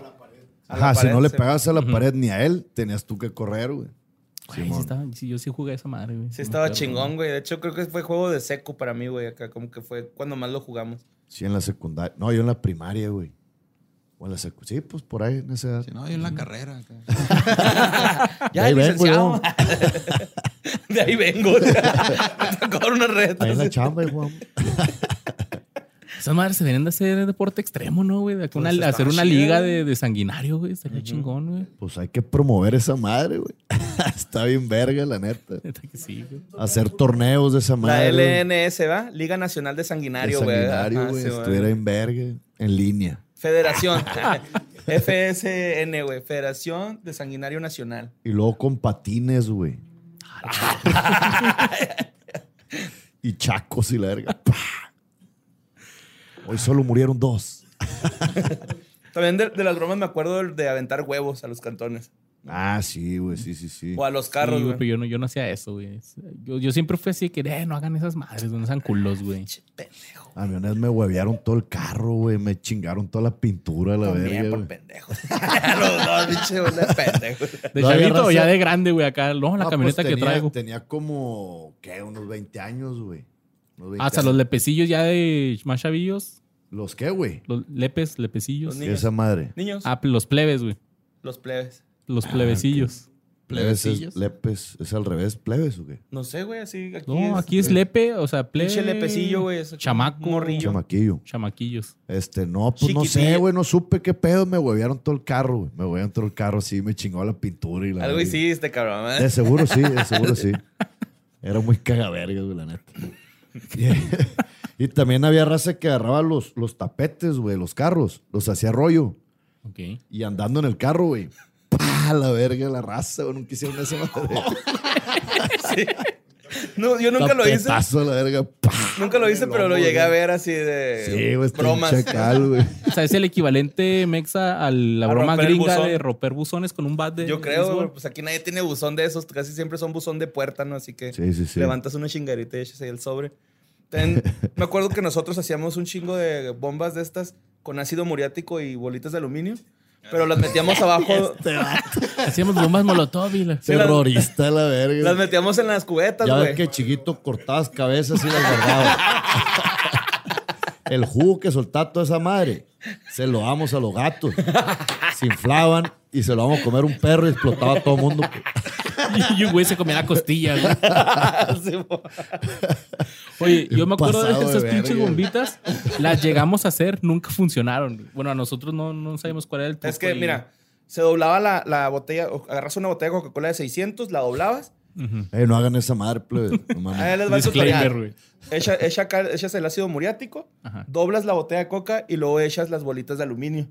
B: A la
D: Ajá, si
B: pared,
D: no le
B: sí.
D: pegabas a la pared ni a él, tenías tú que correr, güey.
A: Güey, sí
D: Simón.
A: estaba- sí, yo sí jugué a esa madre, güey.
B: Sí,
A: Me
B: estaba
A: acuerdo.
B: chingón, güey. De hecho, creo que fue juego de seco para mí, güey. Acá como que fue cuando más lo jugamos.
D: Sí, en la secundaria. No, yo en la primaria, güey. O en la secu- Sí, pues por ahí, en esa edad.
C: Si no, yo en la carrera. acá.
D: De ahí ven, güey,
B: licenciado.
D: vamos.
B: de ahí vengo. Con una red.
D: Ahí en la chamba, güey. vamos.
A: Esas madres se venían de hacer deporte extremo, ¿no, güey? De acá
B: Pues
A: una-
B: estaba
A: hacer una
B: chida,
A: liga
B: güey.
A: de, de sanguinario, güey. Estaría chingón, güey.
D: Pues hay que promover esa madre, güey. Está bien verga, la neta.
A: Neta que sí, güey.
D: Hacer torneos de esa
B: La
D: madre. güey.
B: LNS, ¿va? Liga Nacional de
D: De
B: Sanguinario, güey.
D: sanguinario,
B: Ajá,
D: güey.
B: sí, güey.
D: Estuviera en verga, en línea.
B: Federación. FSN, güey. Federación de Sanguinario Nacional.
D: Y luego con patines, güey. y chacos y la verga. Pa. Hoy solo murieron dos.
B: También de, de las bromas me acuerdo del de aventar huevos a los cantones.
D: Ah, sí, güey, sí, sí, sí.
B: O a los
A: Sí,
B: carros,
A: güey,
B: güey.
A: pero yo no, yo no hacía eso, güey. Yo, yo siempre fui así que, eh, no hagan esas madres, no sean culos, güey.
D: A mí una vez me huevearon todo el carro, güey. Me chingaron toda la pintura, la
B: También
D: verga.
B: por
D: güey.
B: pendejos. los dos, pinche, bola de ¿eh? pendejos.
A: De
D: No,
A: chavito o
D: agarras-
A: ya de grande, güey, acá. No, la
D: No,
A: camioneta
D: pues
A: que
D: tenía-
A: traigo.
D: Tenía como, ¿qué? Unos 20 años, güey. Unos 20
A: Hasta Ah, los
D: años.
A: lepecillos ya de más chavillos.
D: ¿Los qué, güey?
A: Los lepes, lepecillos.
B: Los
D: ¿Qué
B: niños.
D: Esa madre.
B: Niños,
A: Ah, los plebes, güey.
B: los plebes.
A: Los plebecillos.
D: Plebes es,
C: Plebecillos.
D: lepes, es al revés, plebes o qué?
B: No sé, güey, así. Aquí
A: No, aquí es lepe, o sea, plebe.
B: Pinche lepecillo, güey. es
A: Chamaco.
B: Morrillo.
D: Chamaquillo.
A: Chamaquillos.
D: Este, no, pues no sé,
B: Chiquitillo.
D: güey, no supe qué pedo. Me huevearon todo el carro, güey. Me huevearon todo el carro, sí, me chingó la pintura y la.
B: Algo
D: verga.
B: hiciste, cabrón. ¿eh?
D: De seguro sí, de seguro sí. Era muy cagaverga, güey, la neta. Y, y también había raza que agarraba los, los tapetes, güey, los carros, los hacía rollo.
A: Ok.
D: Y andando en el carro, güey. ¡Pah! La verga, la raza, güey. Nunca hicieron esa madre.
B: Sí. No, yo nunca Oh, lo hice.
D: Tapetazo a la verga. ¡Pah!
B: Nunca lo hice,
D: El
B: pero lo
D: lomo,
B: llegué a
D: güey.
B: ver así de
D: Sí, güey, está un
B: Eh, bromas.
D: chacal, güey.
A: O sea, es el equivalente mexa a la
B: A
A: broma
B: romper el
A: gringa
B: buzón.
A: de romper buzones con un bat de.
B: Yo creo,
A: béisbol.
B: güey, pues aquí nadie tiene buzón de esos, casi siempre son buzón de puerta, ¿no? Así que
D: Sí, sí, sí.
B: levantas una chingarita y echas ahí el sobre. También me acuerdo que nosotros hacíamos un chingo de bombas de estas con ácido muriático y bolitas de aluminio, pero las metíamos abajo,
D: Este,
A: Hacíamos bombas molotov y la-
D: Terrorista, la verga.
B: las metíamos en las cubetas,
D: Ya ves
B: güey.
D: que chiquito cortabas cabezas y las guardabas. El jugo que soltaba toda esa madre, se lo damos a los gatos. Se inflaban y se lo vamos a comer un perro y explotaba a todo el mundo.
A: Y un güey se comía la costilla, güey.
B: Sí, mo-
A: Oye, yo me acuerdo de
D: Pasado de
A: esas
D: verga.
A: pinches bombitas. Las llegamos a hacer, nunca funcionaron. Bueno, a nosotros no, no sabemos cuál era el truco.
B: es que,
A: y-
B: mira, se doblaba la, la botella, o agarras una botella de Coca-Cola de 600, la doblabas.
A: Ujú.
D: Eh, no hagan esa madre, plebe. No
B: Ahí
D: mames.
B: les va el
A: Disclaimer,
B: tutorial.
A: güey.
B: Echa- echa acá- echas el ácido muriático,
A: Ajá.
B: doblas la botella de coca y luego echas las bolitas de aluminio.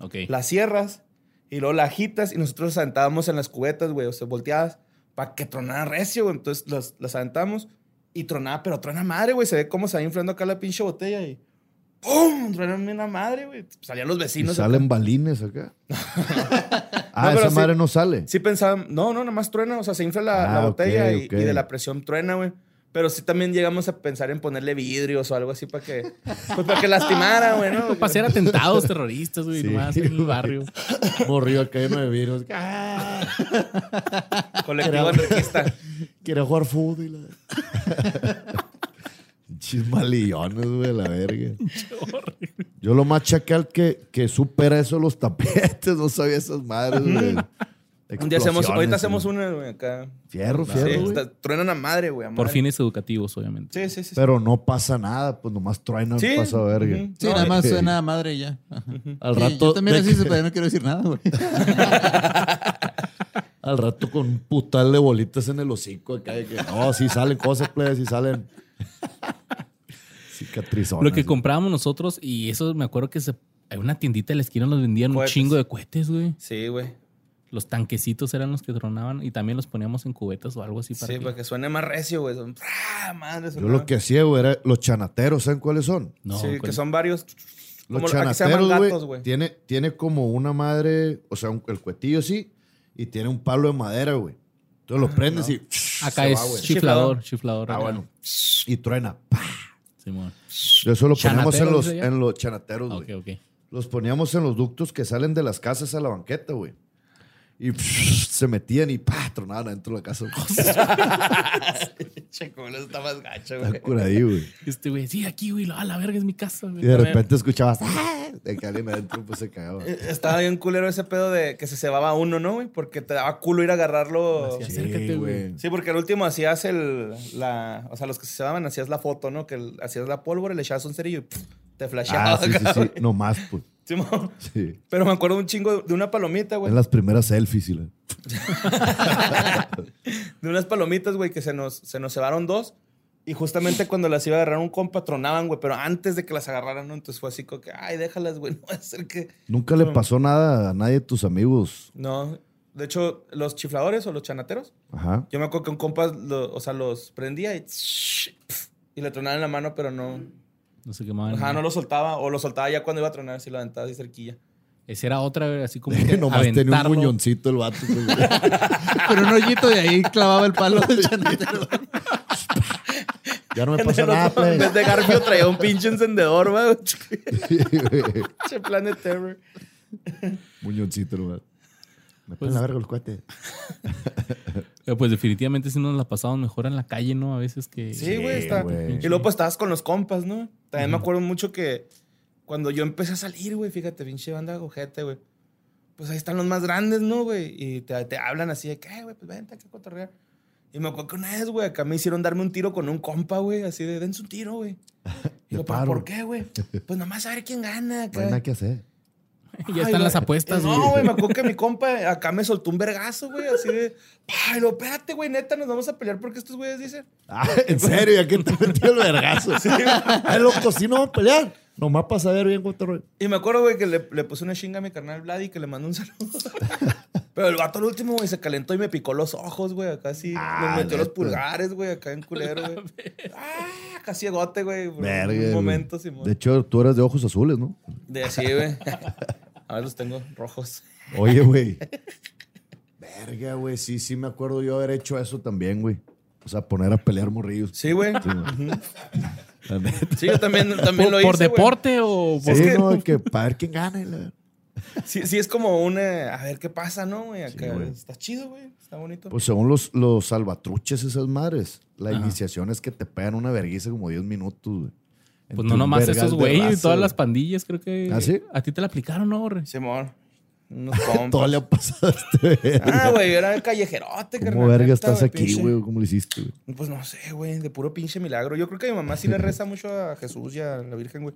A: Ok.
B: Las cierras y luego la agitas y nosotros las aventábamos en las cubetas, güey, o sea, volteadas para que tronara recio, güey. Entonces las, las aventamos y tronaba, pero trona madre, güey. Se ve cómo se va inflando acá la pinche botella y ¡pum! Tronan una madre, güey. Pues, Salían los
D: Y
B: vecinos.
D: salen balines acá. Ah,
B: No, pero
D: esa
B: sí-
D: madre no sale.
B: Sí pensaban, no, no, nada más truena, o sea, se infla la, la
D: Ah,
B: botella
D: ok,
B: y-
D: ok.
B: Y, de la presión truena, güey. Pero sí también llegamos a pensar en ponerle vidrios o algo así para que, pues para que lastimara, güey, ¿no?
A: Para hacer atentados terroristas, güey,
D: Sí,
A: nomás en el
D: güey.
A: barrio.
D: Morrió acá lleno de virus. Ah,
B: Colectivo anarquista.
D: Quiero jugar fútbol. y la- Chismalillones, güey, la verga. Yo lo más chacal que, que supera eso los tapetes, no sabía esas madres, güey.
B: Un día hacemos, ahorita
D: Explosiones,
B: hacemos
D: güey.
B: una, güey, acá.
D: Fierro,
B: Sí,
D: fierro. güey.
B: está- truenan a madre, güey. a
A: Por
B: madre.
A: fines educativos, obviamente.
B: Sí, sí, sí. sí.
D: Pero no pasa nada, pues nomás truena,
B: Sí.
D: pasa verga.
B: Ujú.
C: Sí,
B: No,
C: nada más
D: eh,
C: suena a madre y ya. Ajá.
D: Al
C: Sí,
D: rato.
C: Yo también
D: de
C: así,
D: que-
C: pero no quiero decir nada, güey.
D: Al rato con un putal de bolitas en el hocico acá. de que, no, sí salen cosas, plebes, sí salen. Cicatrizones.
A: Lo que
D: güey.
A: comprábamos nosotros, y eso me acuerdo que se, hay una tiendita en la esquina nos vendían
B: Cohetes.
A: un chingo de cohetes, güey.
B: Sí, güey.
A: Los tanquecitos eran los que tronaban y también los poníamos en cubetas o algo así para
B: Sí, pues,
A: que-
B: para que suene más recio, güey. Son- ¡Ah, madre!
D: Yo
B: sonaba.
D: lo que hacía, güey, era los chanateros, ¿saben cuáles son?
A: No,
B: sí, que
A: con-
B: son varios.
D: Los
B: Como lo- aquí se llaman
D: chanateros,
B: gatos,
D: güey,
B: güey.
D: tiene, tiene como una madre, o sea, un- el cuetillo así, y tiene un palo de madera, güey. Entonces
B: Ah,
D: lo prendes y
A: Acá
D: se va,
A: es
D: güey.
A: chiflador, chiflador.
D: Ah,
A: acá.
D: bueno. Y truena. pa.
A: Simón.
D: Eso lo ponemos en
A: ¿Chanateros
D: los,
A: dice ya?
D: en los chanateros,
B: Pues,
A: Ah,
D: güey.
A: ok, ok.
D: Los poníamos en los ductos que salen de las casas a la banqueta, güey. Y se metían y pa, tronaban adentro de la casa.
B: Che, cómo les está más gacho,
D: Está
B: güey.
D: cura ahí, güey.
A: Este güey, sí, aquí, güey, lo- a la verga es mi casa,
D: Y
A: güey.
D: de repente escuchabas "Ah", de que alguien adentro pues se cagaba.
A: Eh,
B: E, Estaba bien culero ese pedo de que se cebaba uno, ¿no, güey? Porque te daba culo ir a agarrarlo.
A: Así es. acércate, güey.
B: Sí, porque al último hacías el. La, o sea, los que se cebaban hacías la foto, ¿no? Que el- hacías la pólvora, le echabas un cerillo y pff, te
D: Ah,
B: flasheabas.
D: sí, sí, sí. No más, pues. Sí.
B: Pero me acuerdo un chingo de una palomita, güey.
D: En las primeras selfies. y la-
B: De unas palomitas, güey, que se nos, se nos cebaron dos. Y justamente cuando las iba a agarrar un compa, tronaban, güey. Pero antes de que las agarraran, ¿no? Entonces fue así como que, ay, déjalas, güey. No va a ser que.
D: Nunca le pasó nada a nadie de tus amigos.
B: No. De hecho, los chifladores o los chanateros.
D: Ajá.
B: Yo me acuerdo que un compa, lo- o sea, los prendía y. tsh, pf, Y le tronaban en la mano, pero no.
A: No se quemaban.
B: Ajá, no lo soltaba. O lo soltaba ya cuando iba a tronar, si lo aventaba así cerquilla.
A: Esa era otra, güey, así como que
D: Que nomás tenía un
A: Pues, aventarlo.
D: muñoncito el vato. pues, güey.
C: Pero un hoyito de ahí clavaba el palo del chanatero.
D: ya no me
B: En el
D: pasa nada,
B: otro, en vez
D: pues.
B: de Garfield traía un pinche encendedor, güey.
D: Sí, güey.
B: Che, Planet Terror.
D: Muñoncito el vato. Me
A: Pues-
D: ponen la verga los cuates.
A: Eh, Pues definitivamente sí nos la pasábamos mejor en la calle, ¿no? A veces que...
B: Sí, güey,
D: Sí,
B: está.
D: güey.
B: Y luego pues estabas con los compas, ¿no? También me acuerdo mucho que cuando yo empecé a salir, güey, fíjate, pinche banda gojete, güey. Pues ahí están los más grandes, ¿no, güey? Y te, te hablan así de que, "Eh, güey, pues vente aquí a cotorrear. Y me acuerdo que una vez, güey, acá me hicieron darme un tiro con un compa, güey, así de, dense un tiro, güey.
D: De
B: Digo, ¿pero
D: paro.
B: por qué, güey? Pues nomás a ver quién gana,
D: No hay
B: acá.
D: nada que hacer.
A: Ya
B: Ay,
A: están las
B: güey. Eh,
A: apuestas,
B: No, güey, me acuerdo que mi compa acá me soltó un vergazo, güey, así de, ay, lo, espérate, güey, neta, nos vamos a pelear porque estos güeyes dicen.
D: Ah, en serio, ya que te metió el vergazo. Ay, loco, si no vamos a pelear. Nomás para saber bien cuánto rollo.
B: Y me acuerdo, güey, que le, le puse una chinga a mi carnal Vlad y que le mandó un saludo. Pero el vato al último, güey, se calentó y me picó los ojos, güey. Acá sí.
D: Ah,
B: me metió los
D: neta.
B: pulgares, güey, acá en culero, güey. Ah, casi agote, güey. por
D: Verga.
B: Un
D: güey.
B: momento, Simón.
D: De hecho, tú eras de ojos azules, ¿no?
B: De así, güey. A ver, los tengo rojos.
D: Oye, güey. Verga, güey. Sí, sí, me acuerdo yo haber hecho eso también, güey. O sea, poner a pelear morrillos.
B: Sí, güey.
D: güey. La neta.
B: Sí, yo también,
A: ¿Por,
B: también lo hice.
A: por
B: güey.
A: deporte o por...?
D: Sí,
B: que-
D: no, de que para ver quién gana. y la-
B: Sí, sí, es como una. A ver qué pasa, ¿no, güey? Acá.
D: güey.
B: está chido, güey. Está bonito.
D: Pues según los, los salvatruches, esas madres, la iniciación es que te pegan una vergüenza como 10 minutos, güey.
A: Pues
D: Entre
A: no
D: un
A: nomás
D: vergal
A: esos
D: de
A: güeyes,
D: raza,
B: ah,
A: todas
D: güey.
A: las pandillas, creo que...
D: ¿Ah, sí?
A: A ti te la aplicaron, ¿no, güey?
B: Simón. Unos
D: Todo
B: compas.
D: le ha pasado a este verga.
B: Ah, güey, era el callejerote,
D: ¿Cómo verga
B: neta,
D: estás
B: güey,
D: aquí,
B: pinche.
D: güey? ¿Cómo lo hiciste, güey?
B: Pues no sé, güey, de puro pinche milagro. Yo creo que mi mamá sí le reza mucho a Jesús y a la Virgen, güey.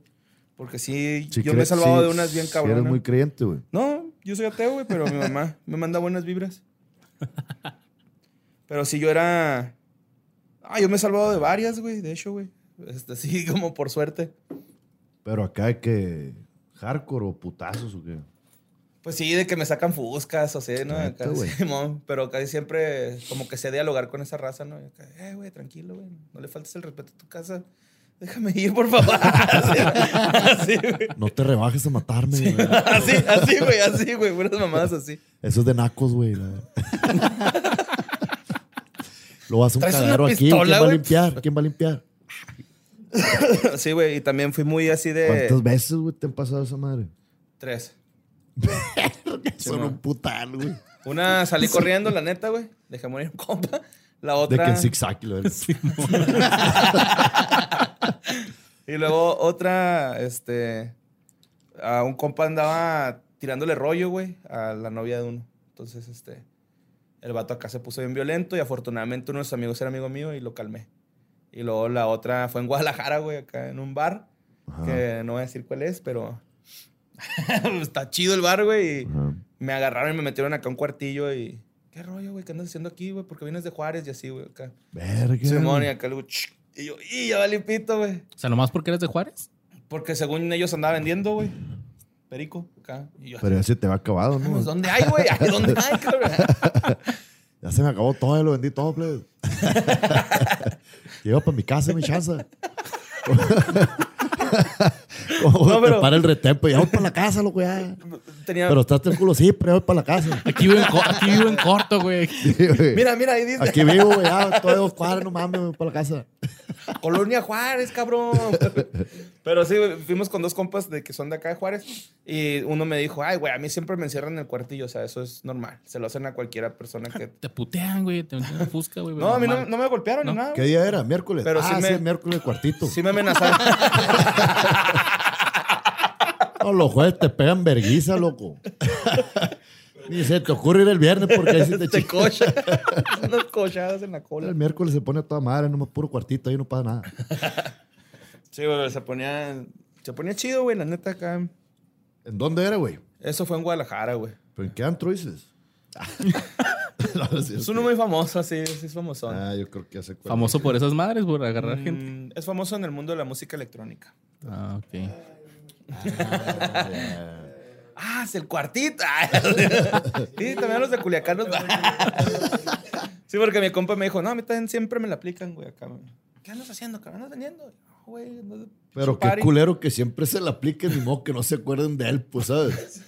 B: Porque sí,
D: Sí
B: yo
D: cre-
B: me he salvado
D: sí,
B: de unas bien
D: sí
B: cabronas.
D: eres muy creyente, güey.
B: No, yo soy ateo, güey, pero mi mamá me manda buenas vibras. Pero si yo era... Ah, yo me he salvado de varias, güey, de hecho, güey. Este, Así como por suerte.
D: Pero acá hay que... ¿Hardcore o putazos o qué?
B: Pues sí, de que me sacan fuscas, o sea, ¿no?
D: Neta,
B: Acá,
D: güey.
B: Simón, pero casi siempre como que sé dialogar con esa raza, ¿no? Y acá, eh, güey, tranquilo, güey, no le faltes el respeto a tu casa. Déjame ir, por favor. así, güey.
D: No te rebajes a matarme, güey.
B: Así, así, güey, así, güey. Buenas mamadas así.
D: Eso es de nacos, güey. la verdad. Lo vas a un
B: ¿Traes una
D: cagadero aquí.
B: pistola,
D: ¿Quién va a
B: güey?
D: limpiar? ¿Quién va a limpiar?
B: Sí, güey, y también fui muy así de...
D: ¿Cuántas veces, güey, te han pasado esa madre?
B: Tres.
D: Son
B: ma.
D: un putal, güey.
B: Una salí corriendo, la neta, güey. Dejé morir un compa. La
D: De que
B: otra...
D: en zigzag y la verga.
B: Y luego otra, este. A un compa andaba tirándole rollo, güey, a la novia de uno. Entonces, este. El vato acá se puso bien violento y afortunadamente uno de sus amigos era amigo mío y lo calmé. Y luego la otra fue en Guadalajara, güey, acá en un bar,
D: Ajá.
B: que no voy a decir cuál es, pero está chido el bar, güey. Y
D: Ajá.
B: me agarraron y me metieron acá a un cuartillo y... ¿Qué rollo, güey? ¿Qué andas haciendo aquí, güey? Porque vienes de Juárez y así, güey, acá.
D: Verga.
B: Simón y acá luego... ch- Y yo, y ya valí pito, güey.
A: O sea, nomás porque eres de Juárez.
B: Porque según ellos andaba vendiendo, güey. Perico, acá. Y yo,
D: Pero ya se te va acabado, ¿no?
B: "Vamos, ¿dónde hay, güey? Ay, ¿Dónde hay, cabrón?
D: Ya se me acabó todo, ya lo vendí todo, plebe. Llego para mi casa, mi chanza. Como
B: No,
D: te
B: pero-
D: para el retempo, ya voy para la casa, loco, ya.
B: Tenía...
D: Pero estás el culo, sí, pero ya voy para la casa.
A: Aquí vivo en, co- aquí vivo en corto, güey.
D: Sí, güey.
B: Mira, mira, ahí dice...
D: Aquí vivo, güey, ya, todo dos cuadras, no mames, voy para la casa.
B: Colonia Juárez, cabrón. Pero sí, güey, fuimos con dos compas de que son de acá de Juárez. Y uno me dijo, ay, güey, a mí siempre me encierran en el cuartillo. O sea, eso es normal. Se lo hacen a cualquiera persona que...
A: Te putean, güey. Te meten en fusca, güey.
B: No, a mí no,
A: normal.
B: no me golpearon
A: No.
B: ni nada.
D: ¿Qué
B: güey.
D: día era? ¿Miércoles?
B: Pero
D: ah,
B: sí
D: sí,
B: me-
D: miércoles cuartito.
B: Sí me amenazaron.
D: No, los jueves te pegan verguiza, loco. Ni se te ocurre ir el viernes porque ahí sí te
B: Te
D: chico.
B: cocha. Este, Unas cochadas en la cola.
D: El miércoles se pone a toda madre, nomás puro cuartito, ahí no pasa nada.
B: Sí, güey, se ponía... Se ponía chido, güey, la neta acá.
D: ¿En dónde era, güey?
B: Eso fue en Guadalajara, güey.
D: ¿Pero en qué antro dices? No, no es cierto.
B: Es uno muy famoso, sí, sí es famoso.
D: Ah, yo creo que hace cuál.
A: Famoso por esas madres, por
B: Mm.
A: agarrar gente.
B: Es famoso en el mundo de la música electrónica.
A: Ah, ok.
B: Ah, es el cuartito. Ay, sí, también los de Culiacán. los- sí, porque mi compa me dijo, no, a mí también siempre me la aplican, güey, acá. ¿Qué andas haciendo, cabrón? ¿Andas vendiendo? No, güey. no-
D: Pero qué
B: party.
D: culero que siempre se le aplique, ni modo que no se acuerden de él, pues, ¿sabes?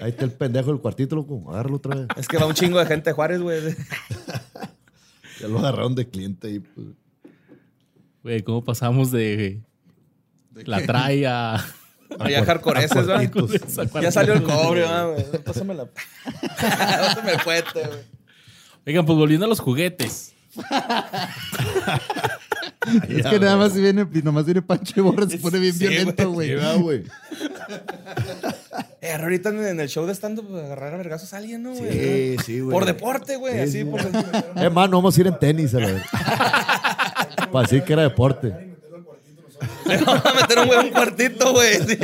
D: Ahí está el pendejo del cuartito, loco. Agárralo otra vez.
B: Es que va un chingo de gente a Juárez, güey.
D: Ya lo agarraron de cliente ahí, pues.
A: Güey, ¿cómo pasamos de la trae a.
B: Allá hardcoreses,
D: A
B: ¿verdad?
D: cuartitos.
B: Pues, Ya salió el cobre, ¿verdad, güey. Pásame la... Pásame el cuete, güey.
A: Oigan, pues volviendo a los juguetes.
C: Es que nada más viene, nomás viene Pancho y Borra, se pone bien
B: Sí,
C: violento, güey.
D: Sí, va, güey.
B: Eh, ahorita en el show de stand-up agarrar a vergazos a alguien, ¿no, güey?
D: Sí, sí, güey.
B: Por deporte, güey. así,
D: Sí, sí.
B: por...
D: Es más, no vamos a ir en tenis, a la vez. Para decir que era deporte.
B: Le vamos a meter un güey a un cuartito, güey. sí.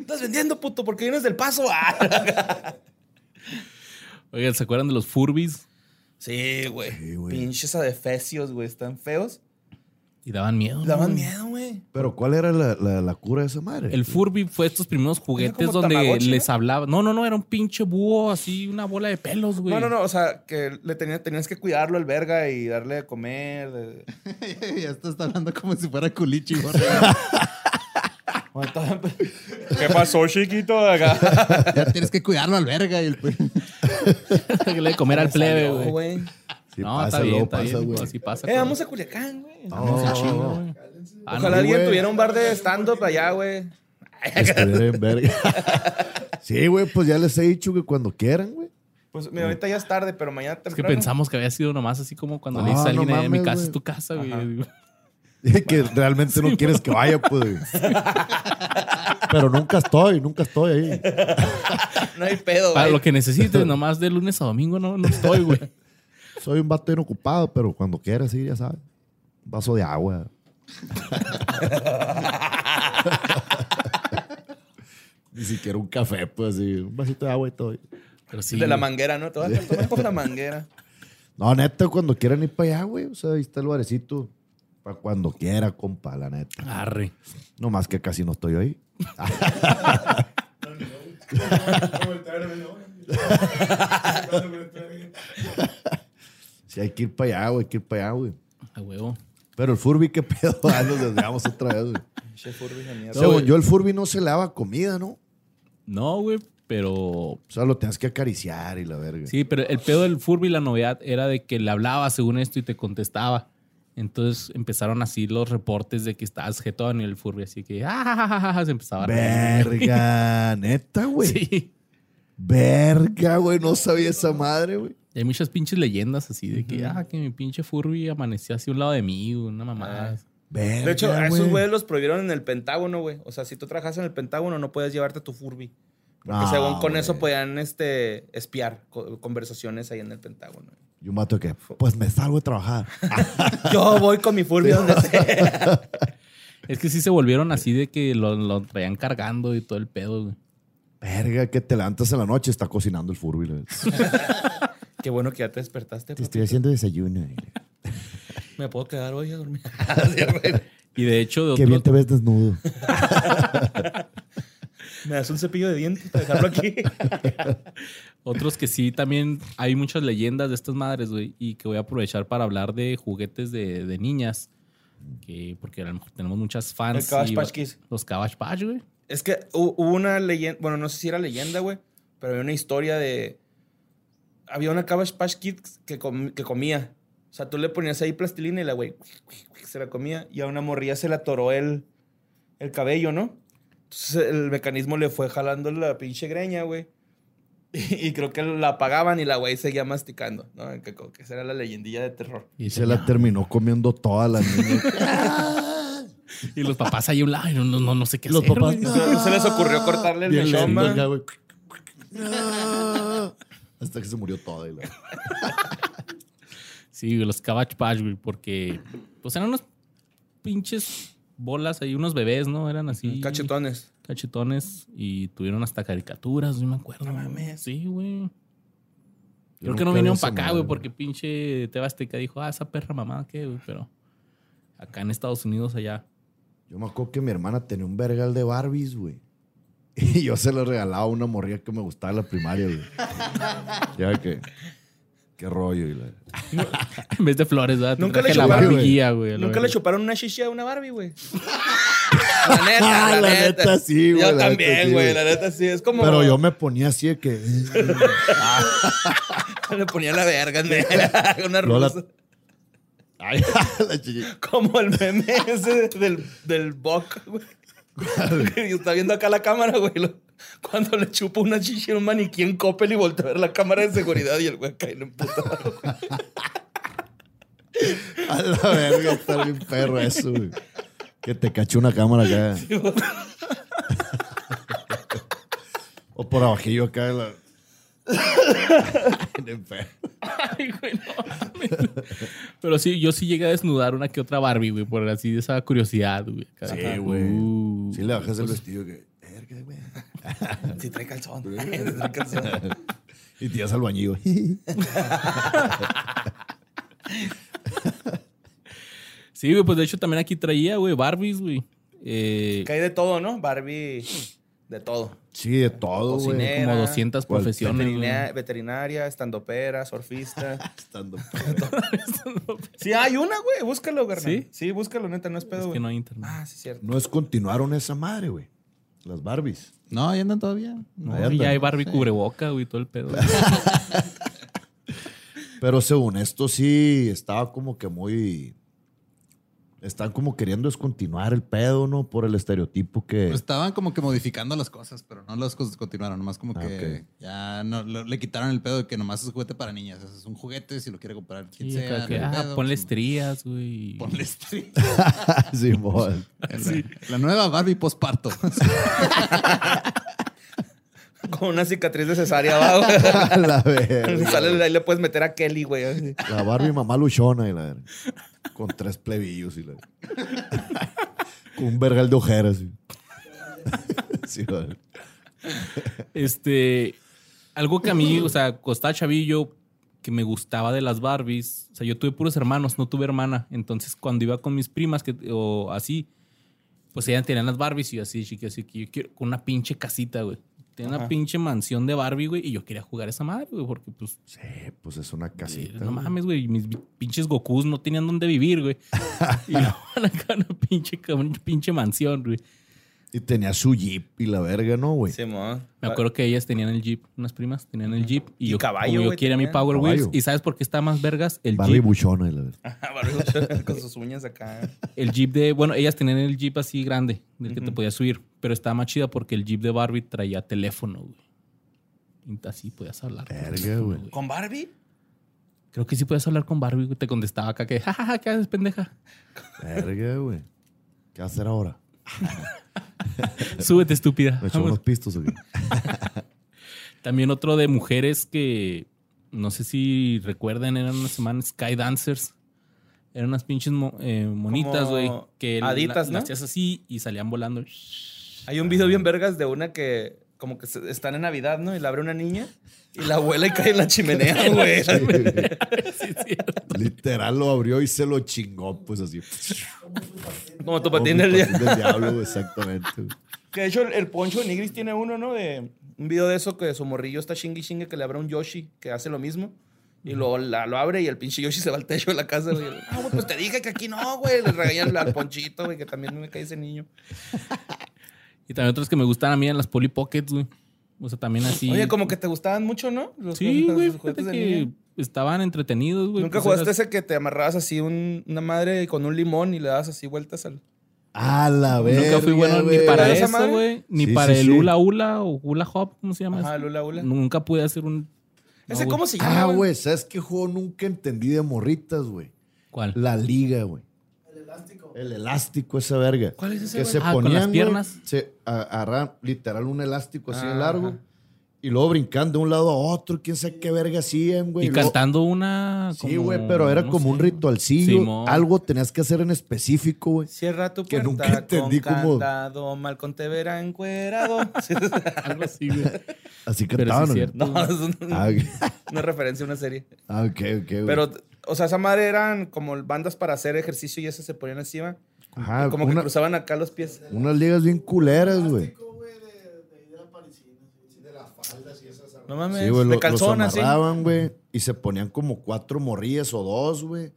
B: Estás vendiendo, puto, porque vienes del paso. Ah.
A: Oigan, ¿se acuerdan de los Furbies?
B: Sí, güey.
D: güey.
B: Pinches adefesios, güey. Están feos.
A: Y daban miedo.
B: Daban
A: ¿no?
B: miedo, güey.
D: Pero, ¿cuál era la, la, la cura de esa madre?
A: El Furby fue estos primeros juguetes
B: como
A: donde
B: Tamagotchi,
A: les
B: ¿no?
A: hablaba. No, no, no, era un pinche búho así, una bola de pelos, güey.
B: No, no, no. O sea, que le tenía- tenías que cuidarlo el verga y darle de comer. de-
C: ya estás hablando como si fuera culichi, Borra.
B: Bueno, todo- ¿Qué pasó, chiquito? de acá?
C: ya tienes que cuidarlo al verga. Y el...
A: que le de comer al plebe,
B: Salió,
A: güey.
D: Sí,
A: no,
D: pasa,
A: está bien,
D: luego
A: está
D: pasa,
A: bien.
D: güey.
A: Así pasa.
B: Eh,
A: con-
B: vamos a Culiacán, güey.
D: No, no, no.
A: Ah, no,
B: Ojalá alguien
D: güey.
B: tuviera un bar de stand-up allá, güey.
D: Estuviera en verga. Sí, güey, pues ya les he dicho que cuando quieran, güey.
B: Pues mira, ahorita ya es tarde, pero mañana
A: Es que
B: temprano.
A: pensamos que había sido nomás así como cuando le
D: No,
A: dices a alguien,
D: no
A: "Eh, mi
D: mames,
A: casa
D: güey.
A: es tu casa, güey.
D: Que realmente no quieres que vaya, pues. güey. Pero nunca estoy, nunca estoy ahí.
B: No hay pedo,
A: Para
B: güey.
A: lo que necesites, nomás de lunes a domingo no, no estoy, güey.
D: Soy un vato inocupado, pero cuando quieras, sí, ya sabes. Un vaso de agua. Ni siquiera un café, pues, sí. Un vasito de agua y todo.
A: Pero sí.
B: de la
A: güey.
B: manguera, ¿no? Te vas a tomar por la manguera.
D: No, neta, cuando quieran ir para allá, güey. O sea, ahí está el barecito. Para cuando quiera, compa, la neta.
A: Arre.
D: No más que casi no estoy ahí. Sí, hay que ir para allá, güey, hay que ir para allá, güey.
A: A huevo.
D: Pero el Furby, qué pedo, Ah, nos desviamos otra vez, güey.
B: Che Furby de mierda.
D: Según yo, el Furby no se lava comida, ¿no?
A: No, güey, pero.
D: O sea, lo tienes que acariciar y la verga.
A: Sí, pero el pedo del Furby, la novedad era de que le hablaba según esto y te contestaba. Entonces empezaron así los reportes de que estaba jetón y el Furby, así que. ¡Ah, ja, ja, ja, ja", Se empezaba a reír.
D: Verga, neta, güey.
A: Sí.
D: Verga, güey, no sabía esa madre, güey.
A: Y hay muchas pinches leyendas así de que, ah, que mi pinche Furby amanecía así a un lado de mí, una mamada.
D: Verga,
B: De hecho, a esos güeyes los prohibieron en el Pentágono, güey. O sea, si tú trabajas en el Pentágono, no puedes llevarte tu Furby. Porque
D: No,
B: según con
D: Ah, güey.
B: eso pues- podían este, espiar co- conversaciones ahí en el Pentágono.
D: Y un vato que, pues me salgo de trabajar.
B: Yo voy con mi Furby donde sea.
A: Es que sí se volvieron así de que lo, lo traían cargando y todo el pedo, güey.
D: Verga, que te levantas en la noche, está cocinando el furby. le-
B: Qué bueno que ya te despertaste.
D: Te
B: papi.
D: estoy haciendo desayuno. y-
B: Me puedo quedar hoy a dormir.
A: Y de hecho, de
D: Qué bien te
A: otro,
D: ves desnudo.
B: Me das un cepillo de dientes para dejarlo aquí.
A: otros que sí también hay muchas leyendas de estas madres, güey. Y que voy a aprovechar para hablar de juguetes de, de niñas. Que, porque a lo mejor tenemos muchas fans.
B: El Cabbage
A: y-
B: Patch Kids.
A: Los Cabbage Patch, güey.
B: Es que hu- hubo una leyenda, bueno, no sé si era leyenda, güey, pero había una historia de... Había una Cabbage Patch Kid que, com- que comía. O sea, tú le ponías ahí plastilina y la güey se la comía y a una morrilla se la atoró el, el cabello, ¿no? Entonces el mecanismo le fue jalando la pinche greña, güey. Y, y creo que la apagaban y la güey seguía masticando, ¿no? Que, como que esa era la leyendilla de terror.
D: Y se la terminó comiendo toda la niña.
A: Y los papás ahí a un lado, "Ay, no, no, no, no sé qué
D: Los
A: hacer,
D: papás,
A: güey".
B: No, no se les ocurrió cortarle el
D: Bien lento
B: mechoma.
D: acá, güey. Hasta que se murió toda. y la-
A: Sí, güey, los Cabbage Patch, güey, porque pues eran unos pinches bolas ahí, unos bebés, ¿no? Eran así.
B: Cachetones.
A: Cachetones y tuvieron hasta caricaturas, no me acuerdo.
B: No mames.
A: Sí, güey.
D: Yo
A: Creo que
D: nunca
A: no
D: vi
A: vinieron
D: esa
A: para acá,
D: madre,
A: güey,
D: güey.
A: porque pinche Tebasteca dijo, ah, esa perra mamada, ¿qué, güey? Pero acá en Estados Unidos, allá.
D: Yo me acuerdo que mi hermana tenía un vergal de Barbies, güey. Y yo se lo regalaba a una morrilla que me gustaba en la primaria, güey. Ya que. Qué rollo. Y la-
A: en vez de flores, ¿verdad? Te
B: Nunca le
A: traje la
B: chuparon,
D: güey.
A: barbilla, güey. la
B: Nunca le
A: verdad.
B: chuparon una chicha a una Barbie, güey. la neta,
D: Ah,
B: la,
D: la
B: neta.
D: neta sí, güey,
B: Yo
D: la neta
B: también,
D: sí,
B: güey.
D: güey.
B: La neta sí. Es como.
D: Pero yo me ponía así de que.
B: Le ponía la verga, neta. Una
D: Luego la-
B: rusa.
D: Ay, la chiqui-
B: Como el meme ese del, del Buck, güey. Y está viendo acá la cámara, güey. lo- Cuando le chupa una chicha a un maniquí en Coppel y voltea a ver la cámara de seguridad y el güey cae en puta.
D: A la verga, está bien perro eso, güey. Que te cachó una cámara acá. O por abajillo acá. de La... Bien perro.
A: Ay, güey, no mames. Pero sí, yo sí llegué a desnudar una que otra Barbie, güey, por así de esa curiosidad, güey. Acá.
D: Sí, güey.
A: Uh.
D: Sí le bajas el vestido que... "Verga, güey".
B: Si trae calzón. Si trae calzón.
D: Y tiras al bañillo.
A: Sí, güey, pues de hecho también aquí traía, güey, Barbies, güey. Eh,
B: Que hay de todo, ¿no? Barbie, de todo.
D: Sí, de todo, güey.
B: Cocinero.
A: como
B: era.
A: 200
D: ¿Cuál?
A: profesiones.
D: Mm.
B: Veterinaria, veterinaria estandopera, surfista.
D: Estando-
A: güey.
B: Sí, hay una, güey. Búscalo, carnal.
A: ¿Sí?
B: ¿Sí? búscalo, neta, no es pedo,
A: es
B: güey.
A: que no hay internet.
B: Ah, sí, es cierto.
D: No es continuaron esa madre, güey. Las Barbies.
C: No, ahí andan todavía.
A: No,
D: ahí
A: y
D: andan.
A: ya hay Barbie cubreboca, güey, todo el pedo.
D: Pero según esto sí, estaba como que muy... Están como queriendo descontinuar el pedo, ¿no? Por el estereotipo que...
C: Pues estaban como que modificando las cosas, pero no las cosas continuaron. Nomás como
D: Ah,
C: que ya no, lo- le quitaron el pedo de que nomás es juguete para niñas. Es un juguete si lo quiere comprar quien
A: Y
C: sea.
A: acá
C: no
A: que,
C: hay
A: ah,
C: pedo,
A: ponle
C: pues,
A: estrías, güey.
C: Ponle estri-
D: Ah, Simón.
C: La, la nueva Barbie postparto.
B: Con una cicatriz de cesárea abajo. güey.
D: A la verga.
B: Le sale, ahí le puedes meter a Kelly, güey. así.
D: La Barbie mamá luchona y la verga. Con tres plebillos y la Con un vergal de ojeras. y- Sí, güey.
A: Este, algo que a mí, o sea, costaba chavillo que me gustaba de las Barbies. O sea, yo tuve puros hermanos, no tuve hermana. Entonces, cuando iba con mis primas que, o así, pues ellas tenían las Barbies y yo así, chiquillo, así que yo quiero con una pinche casita, güey. Tenía una
B: Ajá.
A: pinche mansión de Barbie, güey, y yo quería jugar a esa madre, güey, porque pues
D: Sí, pues es una
A: Sí,
D: casita.
A: no
D: güey.
A: mames, güey. Mis vi- pinches Gokus no tenían dónde vivir, güey. y luego van acá a una pinche, ca- una pinche mansión, güey.
D: Y tenía su jeep y la verga, ¿no, güey?
B: Simón.
D: Ah.
A: Me acuerdo que ellas tenían el Jeep, unas primas tenían el Jeep. Y,
B: Y
A: yo,
B: caballo,
A: como yo
B: güey,
A: quería mi
B: tenían.
A: Power Wheels.
D: Caballo.
A: ¿Y sabes por qué está más vergas? El
D: Barbie
A: Jeep.
D: buchona y la verga.
B: Ajá, Ah, Barbie con sus uñas acá.
A: El Jeep de... Bueno, ellas tenían el Jeep así grande, del que te podías subir. Pero estaba más chida porque el Jeep de Barbie traía teléfono, güey. Y Así podías hablar. con el
D: Verga,
A: teléfono,
D: güey.
B: ¿Con Barbie?
A: Creo que sí podías hablar con Barbie, güey. Te contestaba acá que, jajaja, ¿qué haces, pendeja?
D: Verga, güey. ¿Qué va a hacer ahora?
A: Súbete, estúpida.
D: Me echó
A: Vámonos.
D: unos pistos aquí.
A: También otro de mujeres que no sé si recuerden, eran unas semanas Sky Dancers. Eran unas pinches mo- eh, monitas,
B: Como
A: güey. Que la-
B: haditas, ¿no?
A: las hacías así y salían volando.
B: Hay un video bien vergas de una que como que se- están en Navidad, ¿no? Y la abre una niña y la abuela y cae en la chimenea, güey.
A: Sí, sí.
D: Literal lo abrió y se lo chingó, pues así.
B: Como tu patín del día.
D: Patín del diablo, güey, exactamente. güey.
B: Que de hecho el, el Poncho de Nigris tiene uno, ¿no? De un video de eso que su morrillo está chingue y chingue que le abre a un Yoshi que hace lo mismo. Y lo, la- lo abre y el pinche Yoshi se va al techo de la casa. güey. Ah, güey, pues te dije que aquí no, güey. Le regañan al Ponchito, güey, que también me cae ese niño.
A: Y también otras que me gustan a mí eran las Polly Pockets, güey. O sea, también así.
B: Oye, como que te gustaban mucho, ¿no? Los
A: Sí, güey, fíjate
B: los juguetes de
A: que
B: niño.
A: estaban entretenidos, güey.
B: ¿Nunca
A: Pues
B: jugaste
A: eras-
B: ese que te amarrabas así un- una madre con un limón y le das así vueltas al...
D: A la verga.
A: Nunca fui bueno ni
D: güey.
A: para
B: ¿Esa
A: eso,
B: madre?
A: güey. Ni
D: Sí,
A: para
D: sí,
A: el
D: sí.
A: hula hula o hula hop, ¿cómo se llama?
B: Ajá,
A: eso?
B: Lula Lula.
A: Nunca pude hacer un. no,
B: ¿Ese
A: güey.
B: cómo se llama?
D: Ah, güey, ¿sabes qué juego nunca entendí de morritas, güey?
A: ¿Cuál?
D: La liga, güey. El elástico, esa verga.
A: ¿Cuál es ese,
D: Que
A: güey?
D: se
A: Ah, con
D: ponían,
A: las
D: güey,
A: piernas.
D: se a- agarraban literal un elástico así de
B: Ah,
D: largo
B: ajá.
D: y luego brincaban de un lado a otro, quién sabe qué verga hacían, güey.
A: y
D: luego-
A: cantando una.
D: Sí,
A: como-
D: güey, pero era
A: no
D: como un
A: sé.
D: ritualcillo.
A: Simón.
D: Algo tenías que hacer en específico, güey.
B: Cierra tu puerta
D: Que nunca entendí
B: con
D: cómo-
B: candado, Malcolm te verá encuerado. Sí,
A: Algo así, güey.
D: Así
A: Pero sí
D: cantaban.
A: es
D: ¿o qué?
A: cierto.
B: no,
A: güey.
B: es un-
D: Ah, ok,
B: una referencia a una serie.
D: ah, ok, ok, güey.
B: Pero, o sea, esa madre eran como bandas para hacer ejercicio y esas se ponían encima.
D: Ajá,
B: como que
D: Ah, una-
B: cruzaban acá los pies.
D: unas ligas bien culeras, güey.
B: No mames,
D: Sí, güey, lo-
B: de
D: los
B: calzón así.
D: amarraban, güey, y se ponían como cuatro morrillas o dos, güey.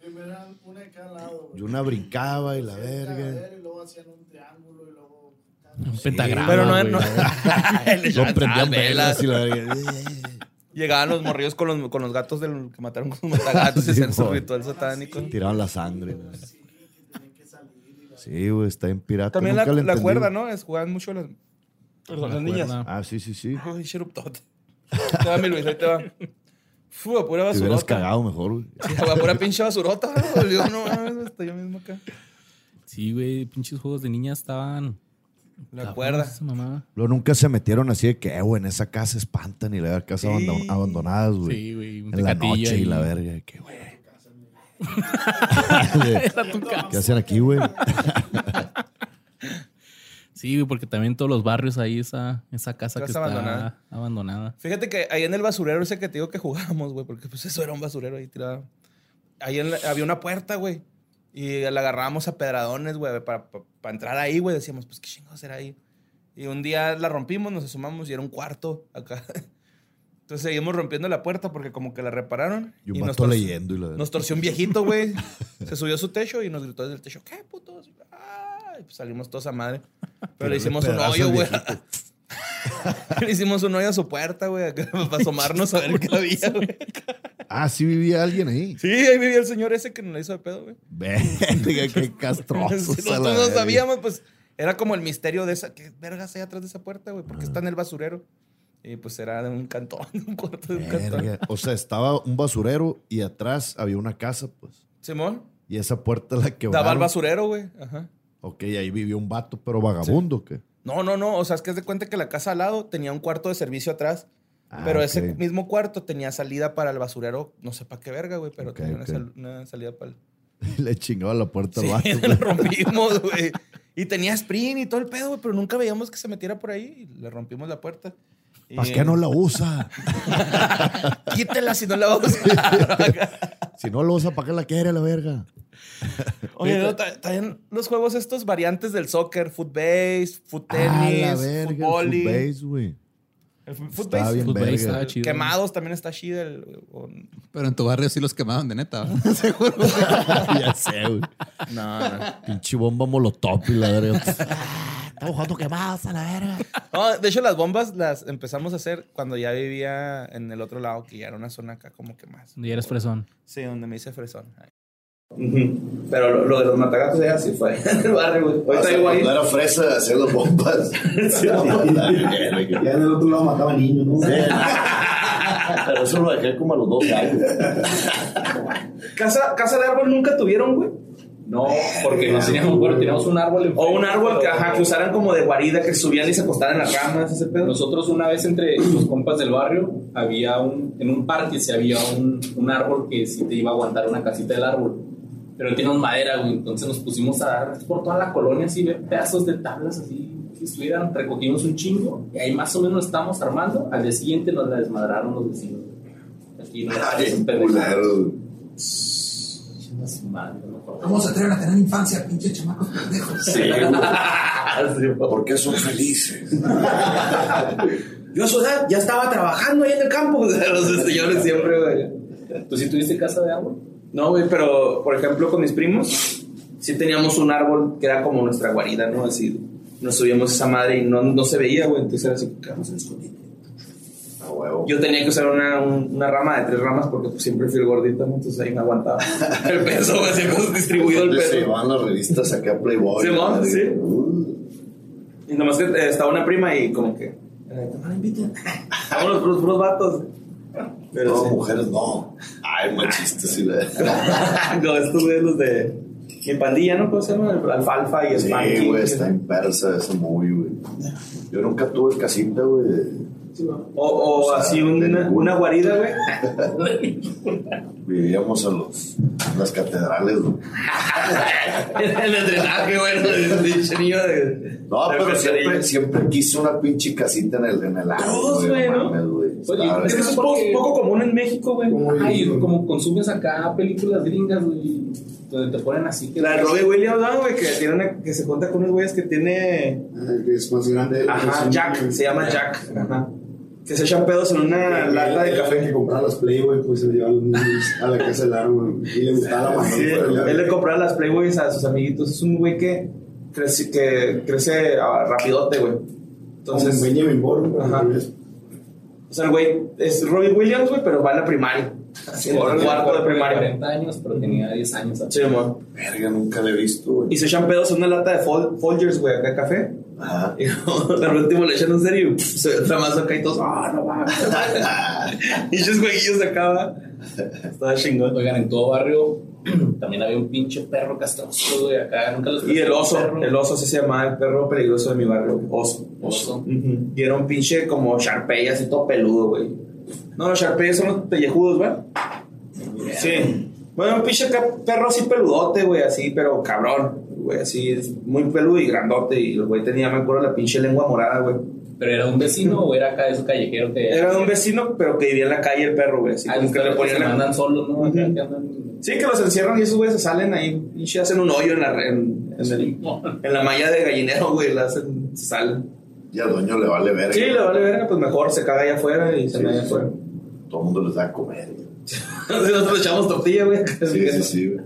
F: Una de cada lado, güey.
D: Y una brincaba y la verga.
F: Y luego hacían un triángulo y luego.
A: Un pentagrama.
B: Pero no,
A: güey.
B: no. Le
D: No
B: echaban
D: prendían
B: sal, velas.
D: velas y la verga.
B: Llegaban los morrillos con los, con los gatos del, que mataron con los matagatos y
D: Sí,
B: hacían su
D: güey.
B: ritual satánico.
D: Tiraban la sangre, güey. Sí, güey, está en pirata.
B: También la,
D: Nunca le
B: la
D: entendí.
B: cuerda, ¿no? Es, jugaban mucho las,
A: La
B: las niñas.
A: cuerda.
D: Ah, sí, sí, sí.
B: Ay, cheruptote. Ahí Te va, mi Luis, ahí te va. Fu, a pura
D: Te hubieras
B: basurota.
D: cagado mejor, güey.
B: A pura pinche basurota. ¿no? Yo no, mames, hasta yo mismo acá.
A: Sí, güey, pinches juegos de niñas estaban.
B: La
A: estaban
B: cuerda.
A: esa mamada.
D: Luego nunca se metieron así de que, eh, güey, en esa casa espantan y la verga, casa
B: Sí.
D: abandon- abandonadas, güey.
A: Sí, güey. Un
D: en la
A: tecatillo
D: noche y
A: ahí.
D: la verga, que, güey. ¿Qué hacen aquí, güey?
A: Sí, güey, porque también todos los barrios ahí, esa, esa casa,
B: Casa
A: que está
B: abandonada.
A: abandonada.
B: Fíjate que ahí en el basurero ese que te digo que jugábamos, güey, porque pues eso era un basurero ahí tirado. Ahí en la- había una puerta, güey. Y la agarrábamos a pedradones, güey, para, para- para entrar ahí, güey. Decíamos, pues qué chingados era ahí. Y un día la rompimos, nos asomamos y era un cuarto acá. Entonces seguimos rompiendo la puerta porque como que la repararon.
D: Y un
B: nos
D: vato
B: torci-
D: leyendo y la verga.
B: Nos torció un viejito, güey. Se subió a su techo y nos gritó desde el techo, ¿qué putos? Ah, y pues salimos todos a madre. Pero le
D: Tirarle
B: hicimos un
D: pedazo
B: hoyo,
D: al
B: güey.
D: viejito.
B: Le hicimos un hoyo a su puerta, güey, acá, para asomarnos a ver qué había, güey.
D: Ah, sí vivía alguien ahí.
B: Sí, ahí vivía el señor ese que nos la hizo de pedo, güey.
D: Verga, qué castroso.
B: Nosotros no sabíamos, pues, era como el misterio de esa, ¿qué vergas hay atrás de esa puerta, güey? Porque está en el basurero. Y pues era de un cantón, un cuarto de un cantón.
D: O sea, estaba un basurero y atrás había una casa, pues.
B: Simón,
D: Y esa puerta la que
B: daba al basurero, güey. Ajá.
D: Ok, ahí vivió un vato, pero vagabundo, ¿qué?
B: No, no, no. O sea, es que es de cuenta que la casa al lado tenía un cuarto de servicio atrás.
D: Ah,
B: pero ese
D: ok.
B: mismo cuarto tenía salida para el basurero. No sé para qué verga, güey, pero
D: Ok,
B: tenía una
D: ok.
B: sal- Una, salida para el.
D: Le chingaba la puerta al
B: Sí,
D: vato.
B: la rompimos, güey. Y tenía sprint y todo el pedo, güey, pero nunca veíamos que se metiera por ahí. Y le rompimos la puerta. Y-
D: ¿Para qué Pues no la usa?
B: Quítela si no la vamos a usar.
D: Si no la usa, ¿para qué la quiere la verga?
B: Oye, no, ta- también los juegos estos variantes del soccer, foot base, foot
D: Ah, la
B: tenis,
D: verga, el
B: fútbol y-
D: footbase, güey.
B: el fu- foot
D: Estaba
B: base.
D: bien
A: Fútbol
D: verga.
A: estaba chido.
B: Quemados también está chida. el- o-
C: Pero en tu barrio sí los quemaban de neta, ¿verdad? Seguro.
D: ya sé, güey.
B: No, no.
D: Pinche bomba molotov y la verga. Estamos jugando quemados a la verga.
B: No, de hecho, las bombas las empezamos a hacer cuando ya vivía en el otro lado, que ya era una zona acá como que más.
A: Y eres fresón.
B: Sí, donde me hice fresón. Pero lo, de los matagatos ya sí fue en el barrio, güey. Ahorita digo ahí.
D: era fresa haciendo bombas.
G: Ya en el otro lado mataban niños, ¿no?
D: Pero eso lo dejé como a los 12 años.
B: ¿Casa, casa de árbol nunca tuvieron, güey?
G: No, porque no teníamos un cuero, teníamos un árbol.
E: O
G: enfrente.
E: un árbol que, ajá, que usaran como de guarida, que subían y se acostaran en las ramas, ese pedo.
G: Nosotros una vez entre los compas del barrio, había un, en un parque se había un, un árbol que sí te iba a aguantar una casita del árbol. Pero teníamos madera, güey. Entonces nos pusimos a dar pues, por toda la colonia, así, ver pedazos de tablas así que estuvieran. Recogimos un chingo y ahí más o menos estábamos armando. Al día siguiente nos la desmadraron los vecinos. Aquí no era un pendejo. Chingas madre, no
H: ¿Cómo se atreven a tener infancia, pinche chamacos pendejos?
E: Sí, porque son felices. Yo a su edad ya estaba trabajando ahí en el campo. Los señores siempre, güey.
G: ¿Tú sí tuviste casa de árbol?
E: No, güey, pero por ejemplo con mis primos, sí teníamos un árbol que era como nuestra guarida, ¿no? Así, nos subíamos esa madre y no, no se veía, güey, entonces era así, vamos a escondite. Yo tenía que usar una, un- una rama de tres ramas porque pues, siempre fui el gordito, ¿no? entonces ahí me aguantaba el peso, güey, siempre hemos distribuido el
I: Donde se
E: peso.
I: llevaban las revistas acá a Playboy.
E: Sí, ¿no? Sí.
I: Uh,
E: Y nomás que eh, estaba una prima y como que, eh, no la inviten. Vámonos, puros, puros vatos. Pero
I: no,
E: sí.
I: mujeres no. Ay, machistas y
E: no, estos güeyes los de mi pandilla, ¿no? ¿Cómo se llama? El Alfalfa y el
I: Sí,
E: Funky.
I: güey, está inversa ese movie, güey. Yo nunca tuve casita, güey.
E: O, o
I: O sea,
E: así una,
I: ninguna.
E: una guarida, güey.
I: Vivíamos en, los, en las catedrales, güey.
E: el drenaje, güey. El pinche niño de.
I: No,
E: de
I: pero
E: pescadilla.
I: siempre, siempre quise una pinche casita en el, en el árbol.
E: Todos, güey, ¿no?
I: mames, güey.
G: Oye,
I: Estaba-
E: Es que es poco, poco común en México, güey.
G: Ay, como consumes acá películas gringas, güey, donde te ponen así que
E: La de Robbie Williams, ¿no, güey? Que, tiene una- que se cuenta con unos güeyes que tiene.
H: Es más grande.
E: Ajá, Jack. Se llama Jack. Ajá. Que se echan pedos en una lata de café.
H: que compraba las Playboy, pues se le llevaban a la casa del árbol. Y le gustaba la
E: Sí, él le compraba las Playboys a sus amiguitos. Es un güey que crece, que crece ah, rapidote, güey. Entonces.
H: Benjamin pues, Bourne,
E: Ajá. O sea, el güey es Robbie Williams, güey, pero va en la primaria. En el cuarto de primaria.
G: 40 años, pero tenía 10 años.
E: Sí, amor.
I: Verga, nunca la he visto, güey.
E: Y se echan pedos en una lata de Fol- Folgers, güey, acá café.
I: Ajá.
E: Y de último le echan un serio. Se otra más acá y todos, ah, no mames. y esos güeyillos de acá, ¿va? Estaba chingón.
G: Oigan, en todo barrio también había un pinche perro castroso, güey, acá nunca los
E: Y el oso,
G: perro.
E: el oso sí se llamaba el perro peligroso de mi barrio, güey, oso.
G: Oso.
E: Ujú. Y era un pinche como Sharpey, así todo peludo, güey. No, los Sharpey son los pellejudos, güey. Sí. Bueno, un pinche ca- perro así peludote, güey, así, pero cabrón, güey, así, es muy peludo y grandote. Y el güey tenía, me acuerdo, la pinche lengua morada, güey.
G: Pero era un vecino o era acá de esos callejeros que
E: Era de un vecino, pero que vivía en la calle el perro, güey, así,
G: Ah,
E: como que le ponían la-
G: andan solos, ¿no? Acá
E: Ujú.
G: que andan-
E: Sí, que los encierran y esos güeyes se salen ahí, pinche, hacen un hoyo en la, re- en, en el- en la malla de gallinero, güey, la hacen, se salen.
I: Y al dueño le vale verga.
E: Sí, le vale verga, pues mejor se caga allá afuera y se
I: Sí,
E: me allá
I: sí,
E: afuera.
I: Todo el mundo les da a comer, güey.
E: Nosotros le echamos tortilla, güey.
I: Sí, sí, sí, güey.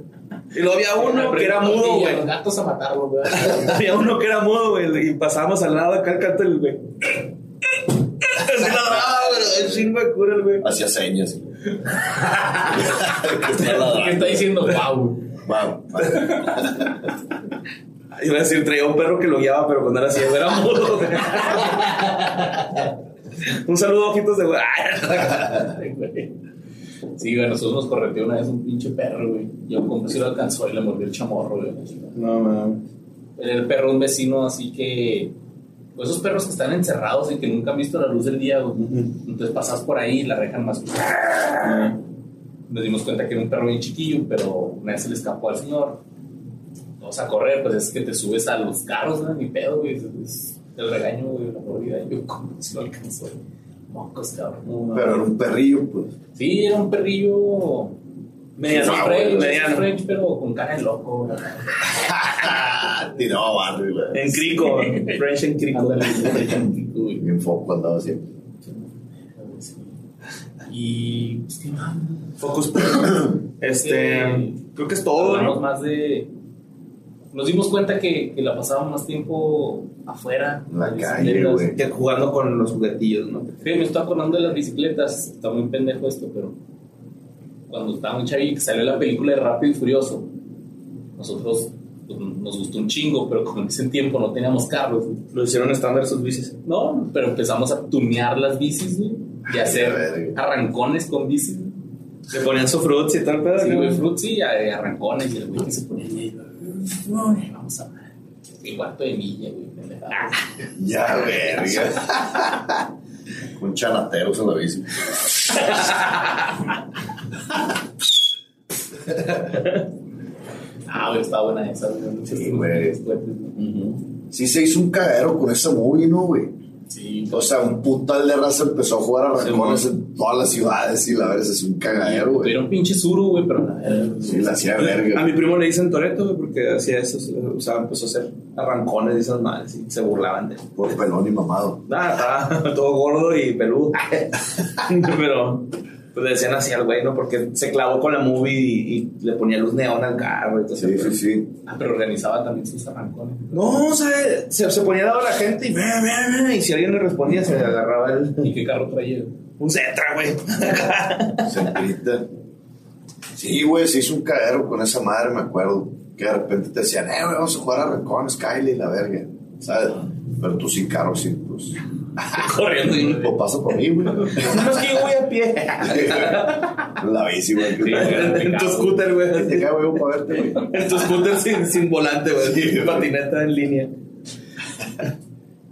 E: Y luego había uno que era mudo,
G: Y a
E: güey.
G: los gatos a matarlo, güey.
E: Había uno que era mudo, güey. Y pasábamos al lado acá el canto del güey. Así ladraba, güey. El chingo de cura, el güey.
I: Hacía señas. güey. Que está
G: ¿Qué
I: ladrando.
G: está diciendo? Wow.
I: Wow, vale.
E: Iba a decir, traía un perro que lo guiaba, pero cuando era así, era mudo. güey. Un saludo, ojitos de güey.
G: Sí, güey, nosotros nos correteó una vez un pinche perro, güey. Y un compa sí lo alcanzó y le mordió el chamorro, güey.
E: No, man.
G: Era el perro de un vecino, así que. pues, esos perros que están encerrados y que nunca han visto la luz del día, güey. Entonces pasas por ahí y la rejan más. Nos dimos cuenta que era un perro bien chiquillo, pero una vez se le escapó al señor. Vamos a correr, pues es que te subes a los carros, ¿no? Ni pedo, güey. Es- es el regaño, güey, la mordida. Y Yo, ¿cómo se lo alcanzó? Mocos, cabrón.
I: Pero era un perrillo, pues.
G: Sí, era un perrillo.
E: Mediano,
G: Sí,
E: güey,
G: French,
E: mediano.
G: French, pero con cara de loco. güey.
I: Tiraba barrio, güey.
E: En crico, French en crico.
G: Ándale, güey.
I: Bien foco andaba siempre.
G: Y. pues, ¿qué más?
E: Focus. Este. Creo que es todo,
G: Hablamos
E: ¿no?
G: más de. Nos dimos cuenta que, que la pasábamos más tiempo afuera.
I: En la
G: en
I: calle,
G: bicicletas.
I: güey.
E: Que jugando con los juguetillos, ¿no?
G: Sí, me estoy acordando de las bicicletas. Está muy pendejo esto, pero. Cuando estaba un chavillo que salió la película de Rápido y Furioso, nosotros pues, nos gustó un chingo, pero como en ese tiempo no teníamos carros, güey.
E: Lo hicieron estándar sus bicis.
G: No, pero empezamos a tunear las bicis, güey, y
I: verga.
G: hacer arrancones con bicis. güey.
E: Le ponían su fruits y todo el pedo.
G: Sí,
E: ¿no?
G: güey, Fruitsy eh, arrancones y el güey que se ponía en medio. güey, Vamos a ver. El cuarto de milla, güey. pendejada.
D: Ya, verga. Con chalateros en la bici.
G: Ah, güey, estaba buena esa, güey. Muchos
D: Sí, güey.
G: fuertes, güey.
D: Sí se hizo un cagadero con esa movie, ¿no, güey?
G: Sí,
D: O sea, un putal de raza empezó a jugar a rancones en todas las ciudades y la verga se hizo un cagadero, güey.
G: tuvieron pinche suru, güey, pero la verdad.
D: Sí, la hacía verga.
E: A mi primo le dicen Toreto, güey, porque hacía eso. O sea, empezó pues, a hacer arrancones y esas madres y se burlaban de él.
D: Por pelón y mamado.
E: Nada, estaba todo gordo y peludo. Pero pues, le decían así al güey, ¿no? Porque se clavó con la movie y, y le ponía luz neón al carro y todo
D: Sí,
E: eso.
D: sí, sí.
G: Ah, pero organizaba también sus arrancones.
E: No, o sea, se, se ponía al lado de la gente y, "Ve, ve, ve", y si alguien le respondía, se le agarraba el,
G: ¿Y qué carro traía? güey?
E: un cetra, güey.
D: Centrita. Sí, güey, se hizo un cagadero con esa madre, me acuerdo. Que de repente te decían, eh, güey, vamos a jugar a rancones, Kylie, la verga. ¿Sabes? Pero tú sin carro, sin pues.
E: Corriendo. y-
D: Pues pasa por mí, güey.
E: Unos que güey a pie.
D: La bici, güey. que te caga.
E: en tu scooter,
D: Que Te
E: güey.
D: cago, güey, para verte, güey.
E: En tu scooter sin, sin volante, güey. sin patineta en línea.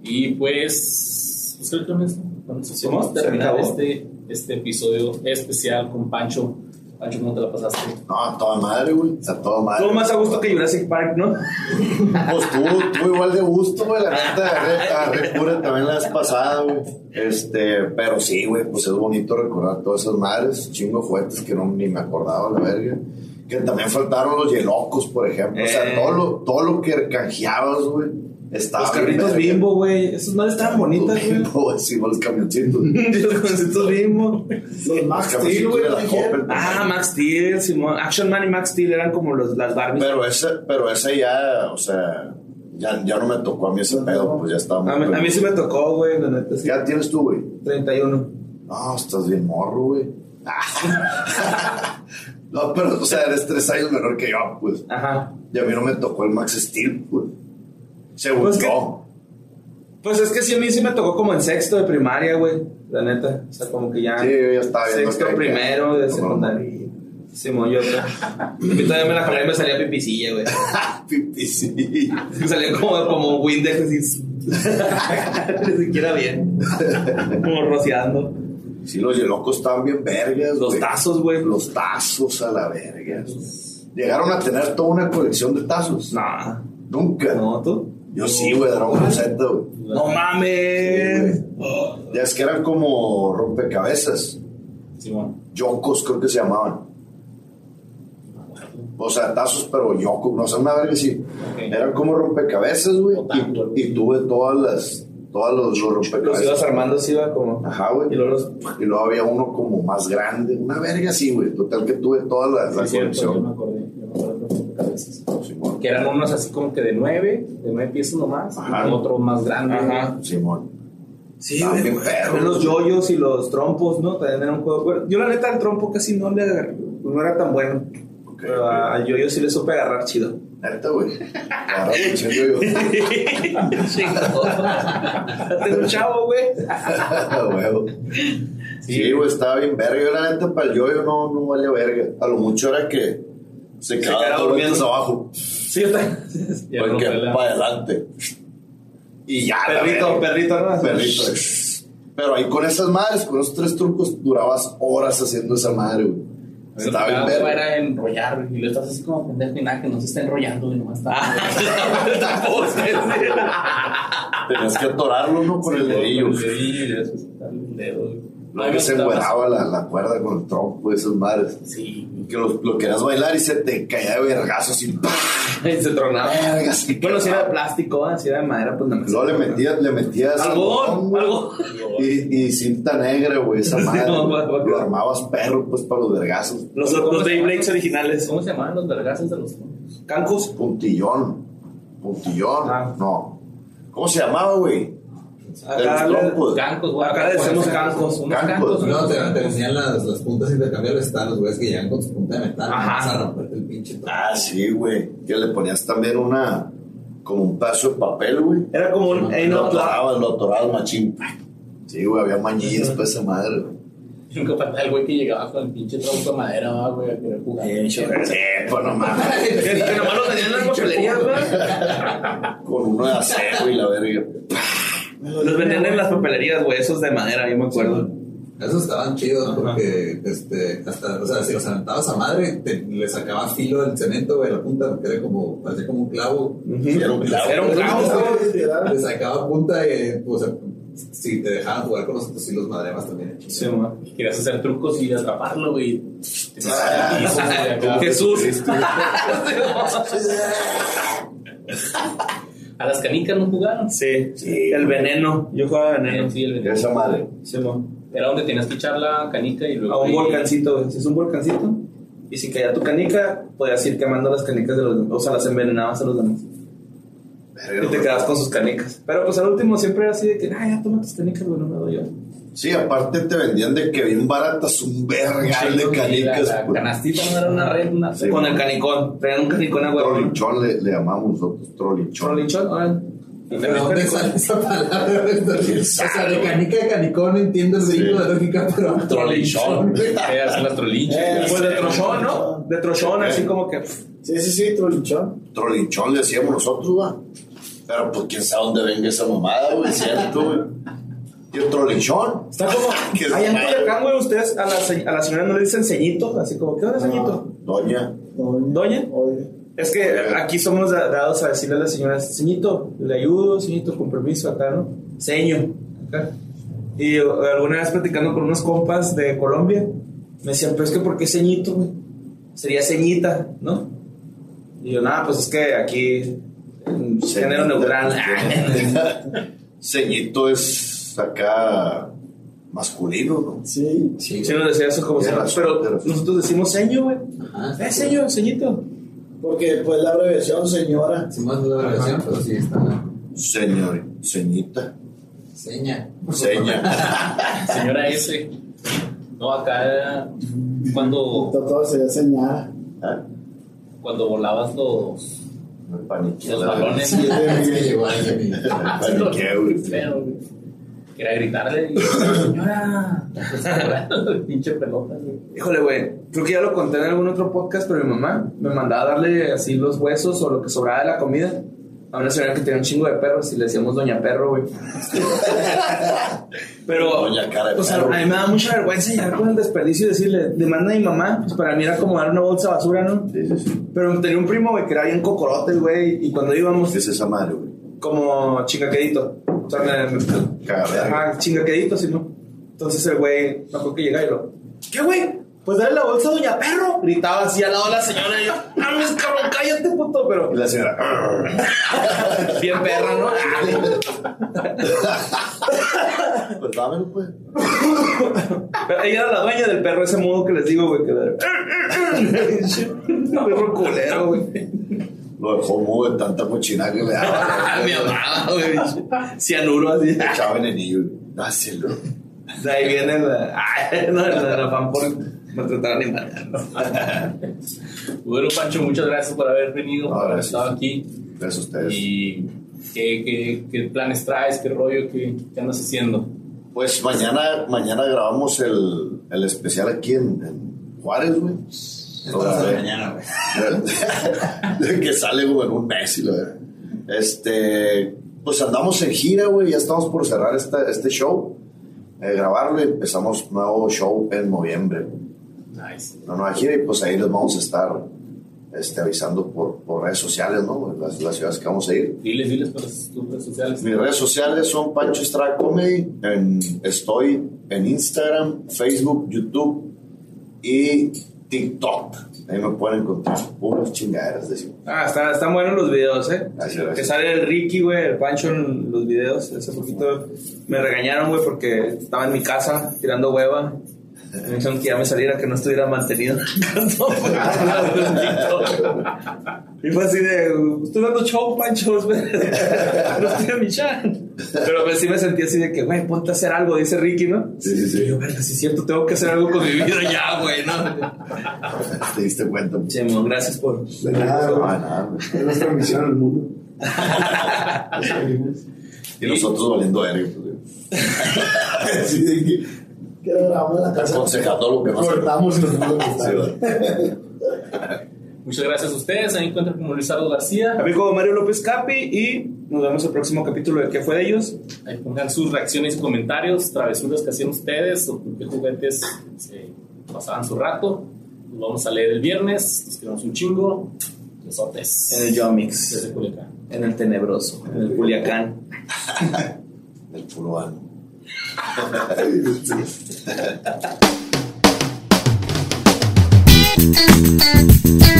G: Y pues, pues creo que con eso, con eso
E: Sí,
G: podemos
E: se
G: terminar
E: acabó.
G: este, este episodio especial con Pancho. Pancho, ¿cómo te la pasaste?
D: No, a toda madre, güey. A toda madre.
E: Todo más a gusto que Jurassic Park, ¿no?
D: Pues tú, tú igual de gusto, güey. La neta agarré, agarré cura también la vez pasada, güey. Este, pero sí, güey, pues es bonito recordar todas esas madres, chingo de juguetes que no ni me acordaba, la verga. Que también faltaron los yelocos, por ejemplo. O sea,
E: Eh.
D: todo lo, todo lo que canjeabas, güey. Estaba
E: Los
D: bien
E: carritos
D: verga.
E: bimbo, Ah, güey. Esos madres estaban bonitas, güey.
D: Bimbo, güey, sí, los camioncitos.
E: Los conceptos mismo.
J: Los Max Steel, güey,
D: Los
J: los dijeron.
D: Hopper.
E: Ah, Max Steel, Simón. Action Man y Max Steel eran como los, las Barbies.
D: Pero esa, pero esa ya, o sea, ya, ya no me tocó a mí ese pedo, pues ya estaba muy
E: A mí, a mí sí me tocó, güey, la neta. Sí.
D: ¿Qué edad tienes tú, güey?
E: 31.
D: No, estás bien morro, güey. no, pero, o sea, eres tres años menor que yo, pues.
E: Ajá.
D: Y a mí no me tocó el Max Steel, pues. Según
E: Pues que-
D: yo.
E: Pues es que sí, a mí sí me tocó como en sexto de primaria, güey. La neta. O sea, como que ya.
D: Sí, yo ya estaba viendo
E: Sexto,
D: que hay que-
E: primero de
D: No, no,
E: secundaria. Simón, yo. A mí todavía me la jalé y me salía pipicilla, güey.
D: Ah, Pipi, sí.
E: Me salía como, como Windex, así. Ni siquiera bien. Como rociando.
D: Sí, los yelocos estaban bien vergas.
E: Los
D: güey.
E: tazos, güey.
D: Los tazos a la verga. Llegaron a tener toda una colección de tazos.
E: Nah.
D: Nunca.
E: ¿No, tú?
D: Yo sí, güey, Dragon Ball Z, güey.
E: No mames. Oh.
D: Sí, Ya es que eran como rompecabezas.
G: Simón.
D: Yokos creo que se llamaban. O sea, tazos, pero yokos, no sé, una verga sí.
G: Ok.
D: Eran como rompecabezas, güey.
G: Otaku.
D: Y, y tuve todas las, todos los, los
E: Los ibas
D: rompecabezas.
E: armando, sí, iba como.
D: Ajá, güey.
E: Y luego los.
D: Y luego había uno como más grande, una verga así, güey. Total que tuve toda la, la
G: Sí, cierto, yo
D: colección.
G: me acordé. Yo me acuerdo de los cabezas.
D: Simón.
G: Que eran unos así como que de nueve, de nueve piezas nomás,
D: Ajá.
G: y otro más grande.
E: Ajá.
D: Simón.
E: Sí,
D: Ah,
E: güey.
D: qué perro.
E: También los yoyos y los trompos, ¿no? También era un juego. bueno, yo, la neta, el trompo casi no le agarré. No era tan bueno.
D: Ok,
E: Pero a- al yoyo sí le supe agarrar chido.
D: Neta, güey. Ahora me echando yo.
E: Tengo un chavo, güey.
D: Ah, huevo. Sí, güey, estaba bien verga. Yo, la neta, para el yoyo no, no valía verga. A lo mucho era que se quedaba
E: quedaba
D: dos vueltas
E: durmiendo.
D: abajo.
E: Sí, yo también.
G: Y el
D: Porque
G: rompe la-
D: para adelante. Y ya, Ah, la
E: Perrito,
D: verga.
E: perrito, ¿no?
D: perrito. Pero ahí con esas madres, con esos tres trucos, durabas horas haciendo esa madre, güey.
G: O sea,
D: Estaba bien
G: lo que daba
D: verga.
G: era enrollar, y lo estás así como pendejo y nada, que no se está enrollando y nomás está.
E: Tampoco, sí, sí.
D: Tenías que atorarlo, ¿no? Con el dedillo.
G: Con el dedillo, y después quitarle un dedo.
D: Luego que se encueraba la, la cuerda con el tronco de esas madres.
G: Sí,
D: Que lo, lo querías bailar y se te caía de vergazo así. ¡pah!
E: Y se tronaba.
D: Verga, sí,
E: Bueno, si era de
D: cabrón.
E: plástico, ¿eh? si era de madera, pues nada más.
D: Luego le metías, le metías
E: Algodón,
D: güey,
E: algodón.
D: Y, y cinta negra, güey, esa madre.
E: no,
D: güey.
E: va, va,
D: lo
E: va.
D: armabas perro, pues, para los vergazos.
E: Los, los Beyblades originales.
G: ¿Cómo se llamaban los vergazos de los
E: Cancos.
D: Puntillón. Puntillón.
E: Ah.
D: No. ¿Cómo se llamaba, güey? De los
E: Acá le-
D: trompos.
G: cancos? güey.
E: Acá le decimos
G: Unos
E: cancos,
G: Unos
D: cancos,
G: cancos.
D: ¿no?
G: unos
C: No, te, te
G: cancos.
C: venían las, las puntas intercambiables, estaban los güeyes que llegan con su punta de metal.
E: Ajá.
C: Vas a romperte el pinche tronco.
D: Ah, sí, güey. Que le ponías también una. Como un pedazo de papel, güey.
E: Era como un. eh,
D: Lo
E: no, la-
D: atorabas, lo atorabas, machín. Sí, güey, había mañillas, pues, esa madre, güey.
G: Nunca faltaba el güey que llegaba con el pinche tronco de madera, va, güey, a querer jugar.
D: Pinche Recepo, pues, no mames.
E: Que nomás lo tenían en la papelería,
D: Con uno de acero y la verga.
E: Los vendían en las papelerías, güey, esos de madera, yo me acuerdo.
C: Esos estaban chidos porque, este, hasta, o sea, si los aventabas a madre, te, le sacaba filo del cemento, güey, la punta, porque era como, parecía como un clavo.
D: Era un clavo.
E: Era un clavo, güey.
C: Le sacaba punta y, o sea, si te dejaban jugar con nosotros, sí los madreabas también.
G: Sí, mamá. Querías hacer trucos y atraparlo, güey. Te sacaba el piso, güey, acá.
E: Jesús.
G: A las canicas no jugaron.
E: Sí. El veneno. Yo jugaba veneno.
G: Sí, el veneno.
D: Esa madre.
E: Sí, mo.
G: Era donde tenías que echar la canica y luego.
E: A un
G: ahí-
E: volcancito, güey. Si es un volcancito. Y si caía tu canica, podías ir quemando las canicas de los demás. O sea, las envenenabas a los demás. Y te quedabas con sus canicas. Pero pues al último siempre era así de que, ah, ya toma tus canicas, güey, no me doy yo.
D: Sí, aparte te vendían de que bien baratas un vergal de canicas.
G: La, la
D: güey.
G: canastita no era una red, una.
D: Sí,
E: con
D: mo.
E: el canicón. Traían un canicón a huevo.
D: Trolichón le, le llamamos nosotros, trolichón.
E: Trolichón, órale. Y
C: ¿De
E: también
C: dónde
E: canicón.
C: sale esa palabra? O sea, de canica a canicón entiendo el ritmo de lógica, pero.
G: Trolichón. Era hacer las trolinchas.
E: Pues de trochón, ¿no? De trochón, así como que. pff,
I: Sí, sí, sí, trolichón.
D: Trolichón le decíamos nosotros, va. Pero pues quién sabe dónde venga esa mamada, güey, ¿cierto, güey? Y el trolichón.
E: Está como.
D: Qué
E: Allá en
D: mamada.
E: Culiacán, güey, ustedes a la, se- a la señora no le dicen ceñito, así como, ¿qué onda, ceñito?
D: Doña.
E: Doña.
I: Oye.
E: Es que aquí somos da- dados a decirle a la señora, ceñito, le ayudo, ceñito, con permiso, acá, ¿no? Ceño, acá. Y eh, alguna vez platicando con unos compas de Colombia, me decían, pero es que ¿por qué ceñito, güey? Sería ceñita, ¿no? Y yo, nada, pues es que aquí, en género neutral.
D: Ceñito es acá masculino, ¿no?
I: Sí.
C: Sí,
E: Si nos decía eso como
D: Ya
E: ceño,
D: las
E: pero
D: fronteras.
E: nosotros decimos ceño, güey.
C: Ajá.
E: Eh, ceño, ceñito.
I: Porque pues la abreviación, señora.
C: Sin más la relación, pero sí está.
D: Señor, ceñita,
C: Seña.
D: seña.
G: Señora S. No, acá era cuando,
I: Todo sería señora.
D: Ah,
G: cuando volabas los,
D: Me paniqué.
G: los
D: la verdad.
G: balones.
C: Es que llegó alguien.
D: Me paniqué, güey.
G: Feo, güey. Era gritarle. y, Señora. Pinche pelota, güey.
E: Híjole, güey, creo que ya lo conté en algún otro podcast, pero mi mamá me mandaba a darle así los huesos o lo que sobraba de la comida a una señora que tenía un chingo de perros y le decíamos Doña Perro, güey. pero,
D: Doña Cara de
E: o sea,
D: Perro.
E: a mí me da mucha vergüenza llegar con el desperdicio y decirle, le manda a mi mamá, pues para mí era como dar una bolsa de basura, ¿no?
D: Sí, sí, sí.
E: Pero tenía un primo, güey, que era bien cocorote, güey, y cuando íbamos,
D: ¿Qué es esa madre, güey?
E: como chingaquedito. O sea, me, me-
D: Cagada.
E: Ajá, chingaquedito, sí, ¿no? Entonces el güey, me acuerdo que llega y lo, ¿qué güey? Pues dale la bolsa a Doña Perro. Gritaba así al lado de la señora y yo, no mames, cabrón, cállate, puto, pero
D: Y la señora. "Arr".
E: bien perra, ¿no?
D: Pues dámelo, pues.
E: Pero ella era la dueña del perro, ese modo que les digo, güey, que era. perro culero, güey.
D: Lo dejó mudo de tanta cochina que le daba.
E: Mi amaba, güey. Cianuro así.
D: Echaba venenillo. güey. Dáselo.
E: De ahí viene la. Ay, no, la, la fan por maltratar animales.
G: Bueno, Pancho, muchas gracias por haber venido,
D: No,
G: por haber
D: gracias.
G: estado aquí.
D: Gracias a ustedes.
G: ¿Y qué, qué, qué planes traes? ¿Qué rollo? ¿Qué, qué andas haciendo?
D: Pues mañana, mañana grabamos el, el especial aquí en, en Juárez, güey.
C: Estamos a la mañana, güey.
D: De que sale como en un mes y la verdad. Este, pues andamos en gira, güey. Ya estamos por cerrar esta, este show, eh, grabarlo y empezamos nuevo show en noviembre.
G: Nice.
D: Una nueva gira y pues ahí les vamos a estar este, avisando por, por redes sociales, ¿no? Las, las ciudades que vamos a ir.
G: Diles, diles por las- tus redes sociales.
D: Mis redes sociales son Pancho Estrada Comedy. En- estoy en Instagram, Facebook, YouTube y TikTok. Ahí me pueden encontrar. Puras chingaderas, decimos.
E: Ah, está- están buenos los videos, ¿eh?
D: Gracias,
E: Que
D: gracias.
E: sale el Ricky, güey, el Pancho en los videos. Hace poquito me regañaron, güey, porque estaba en mi casa tirando hueva. Me dijeron que ya me saliera, que no estuviera mantenido. pues, y fue así de, estoy dando show, Pancho. espera, no estoy en mi chan. Pero pues, sí me sentí así de que, güey, ponte a hacer algo, dice Ricky, ¿no?
D: Sí, sí,
E: Y
D: sí.
E: yo, verga, sí es cierto, tengo que hacer algo con mi vida ya, güey, ¿no?
D: Te diste cuenta.
E: Che, mon, gracias por...
I: De nada,
D: No,
I: güey.
D: Ah, nada, güey.
I: Es nuestra misión en el mundo.
D: Y nosotros valiendo verga. pues, güey.
I: Sí, de que
H: que grabamos en la casa.
I: Aconsejando lo que no se-
H: Cortamos y nos vamos a
I: Sí,
H: gustar.
I: güey.
G: Muchas gracias a ustedes. Ahí encuentran como Luisardo García.
E: A mí como Mario López Capi y nos vemos el próximo capítulo de ¿Qué fue de ellos?
G: Ahí pongan sus reacciones y comentarios, travesuras que hacían ustedes o con qué juguetes se pasaban su rato. Los vamos a leer el viernes. Los queremos un chingo. Besotes.
E: En el Yomix,
G: Desde Culiacán.
E: en el Tenebroso, en el Culiacán.
I: El puro ano.
K: Thank you.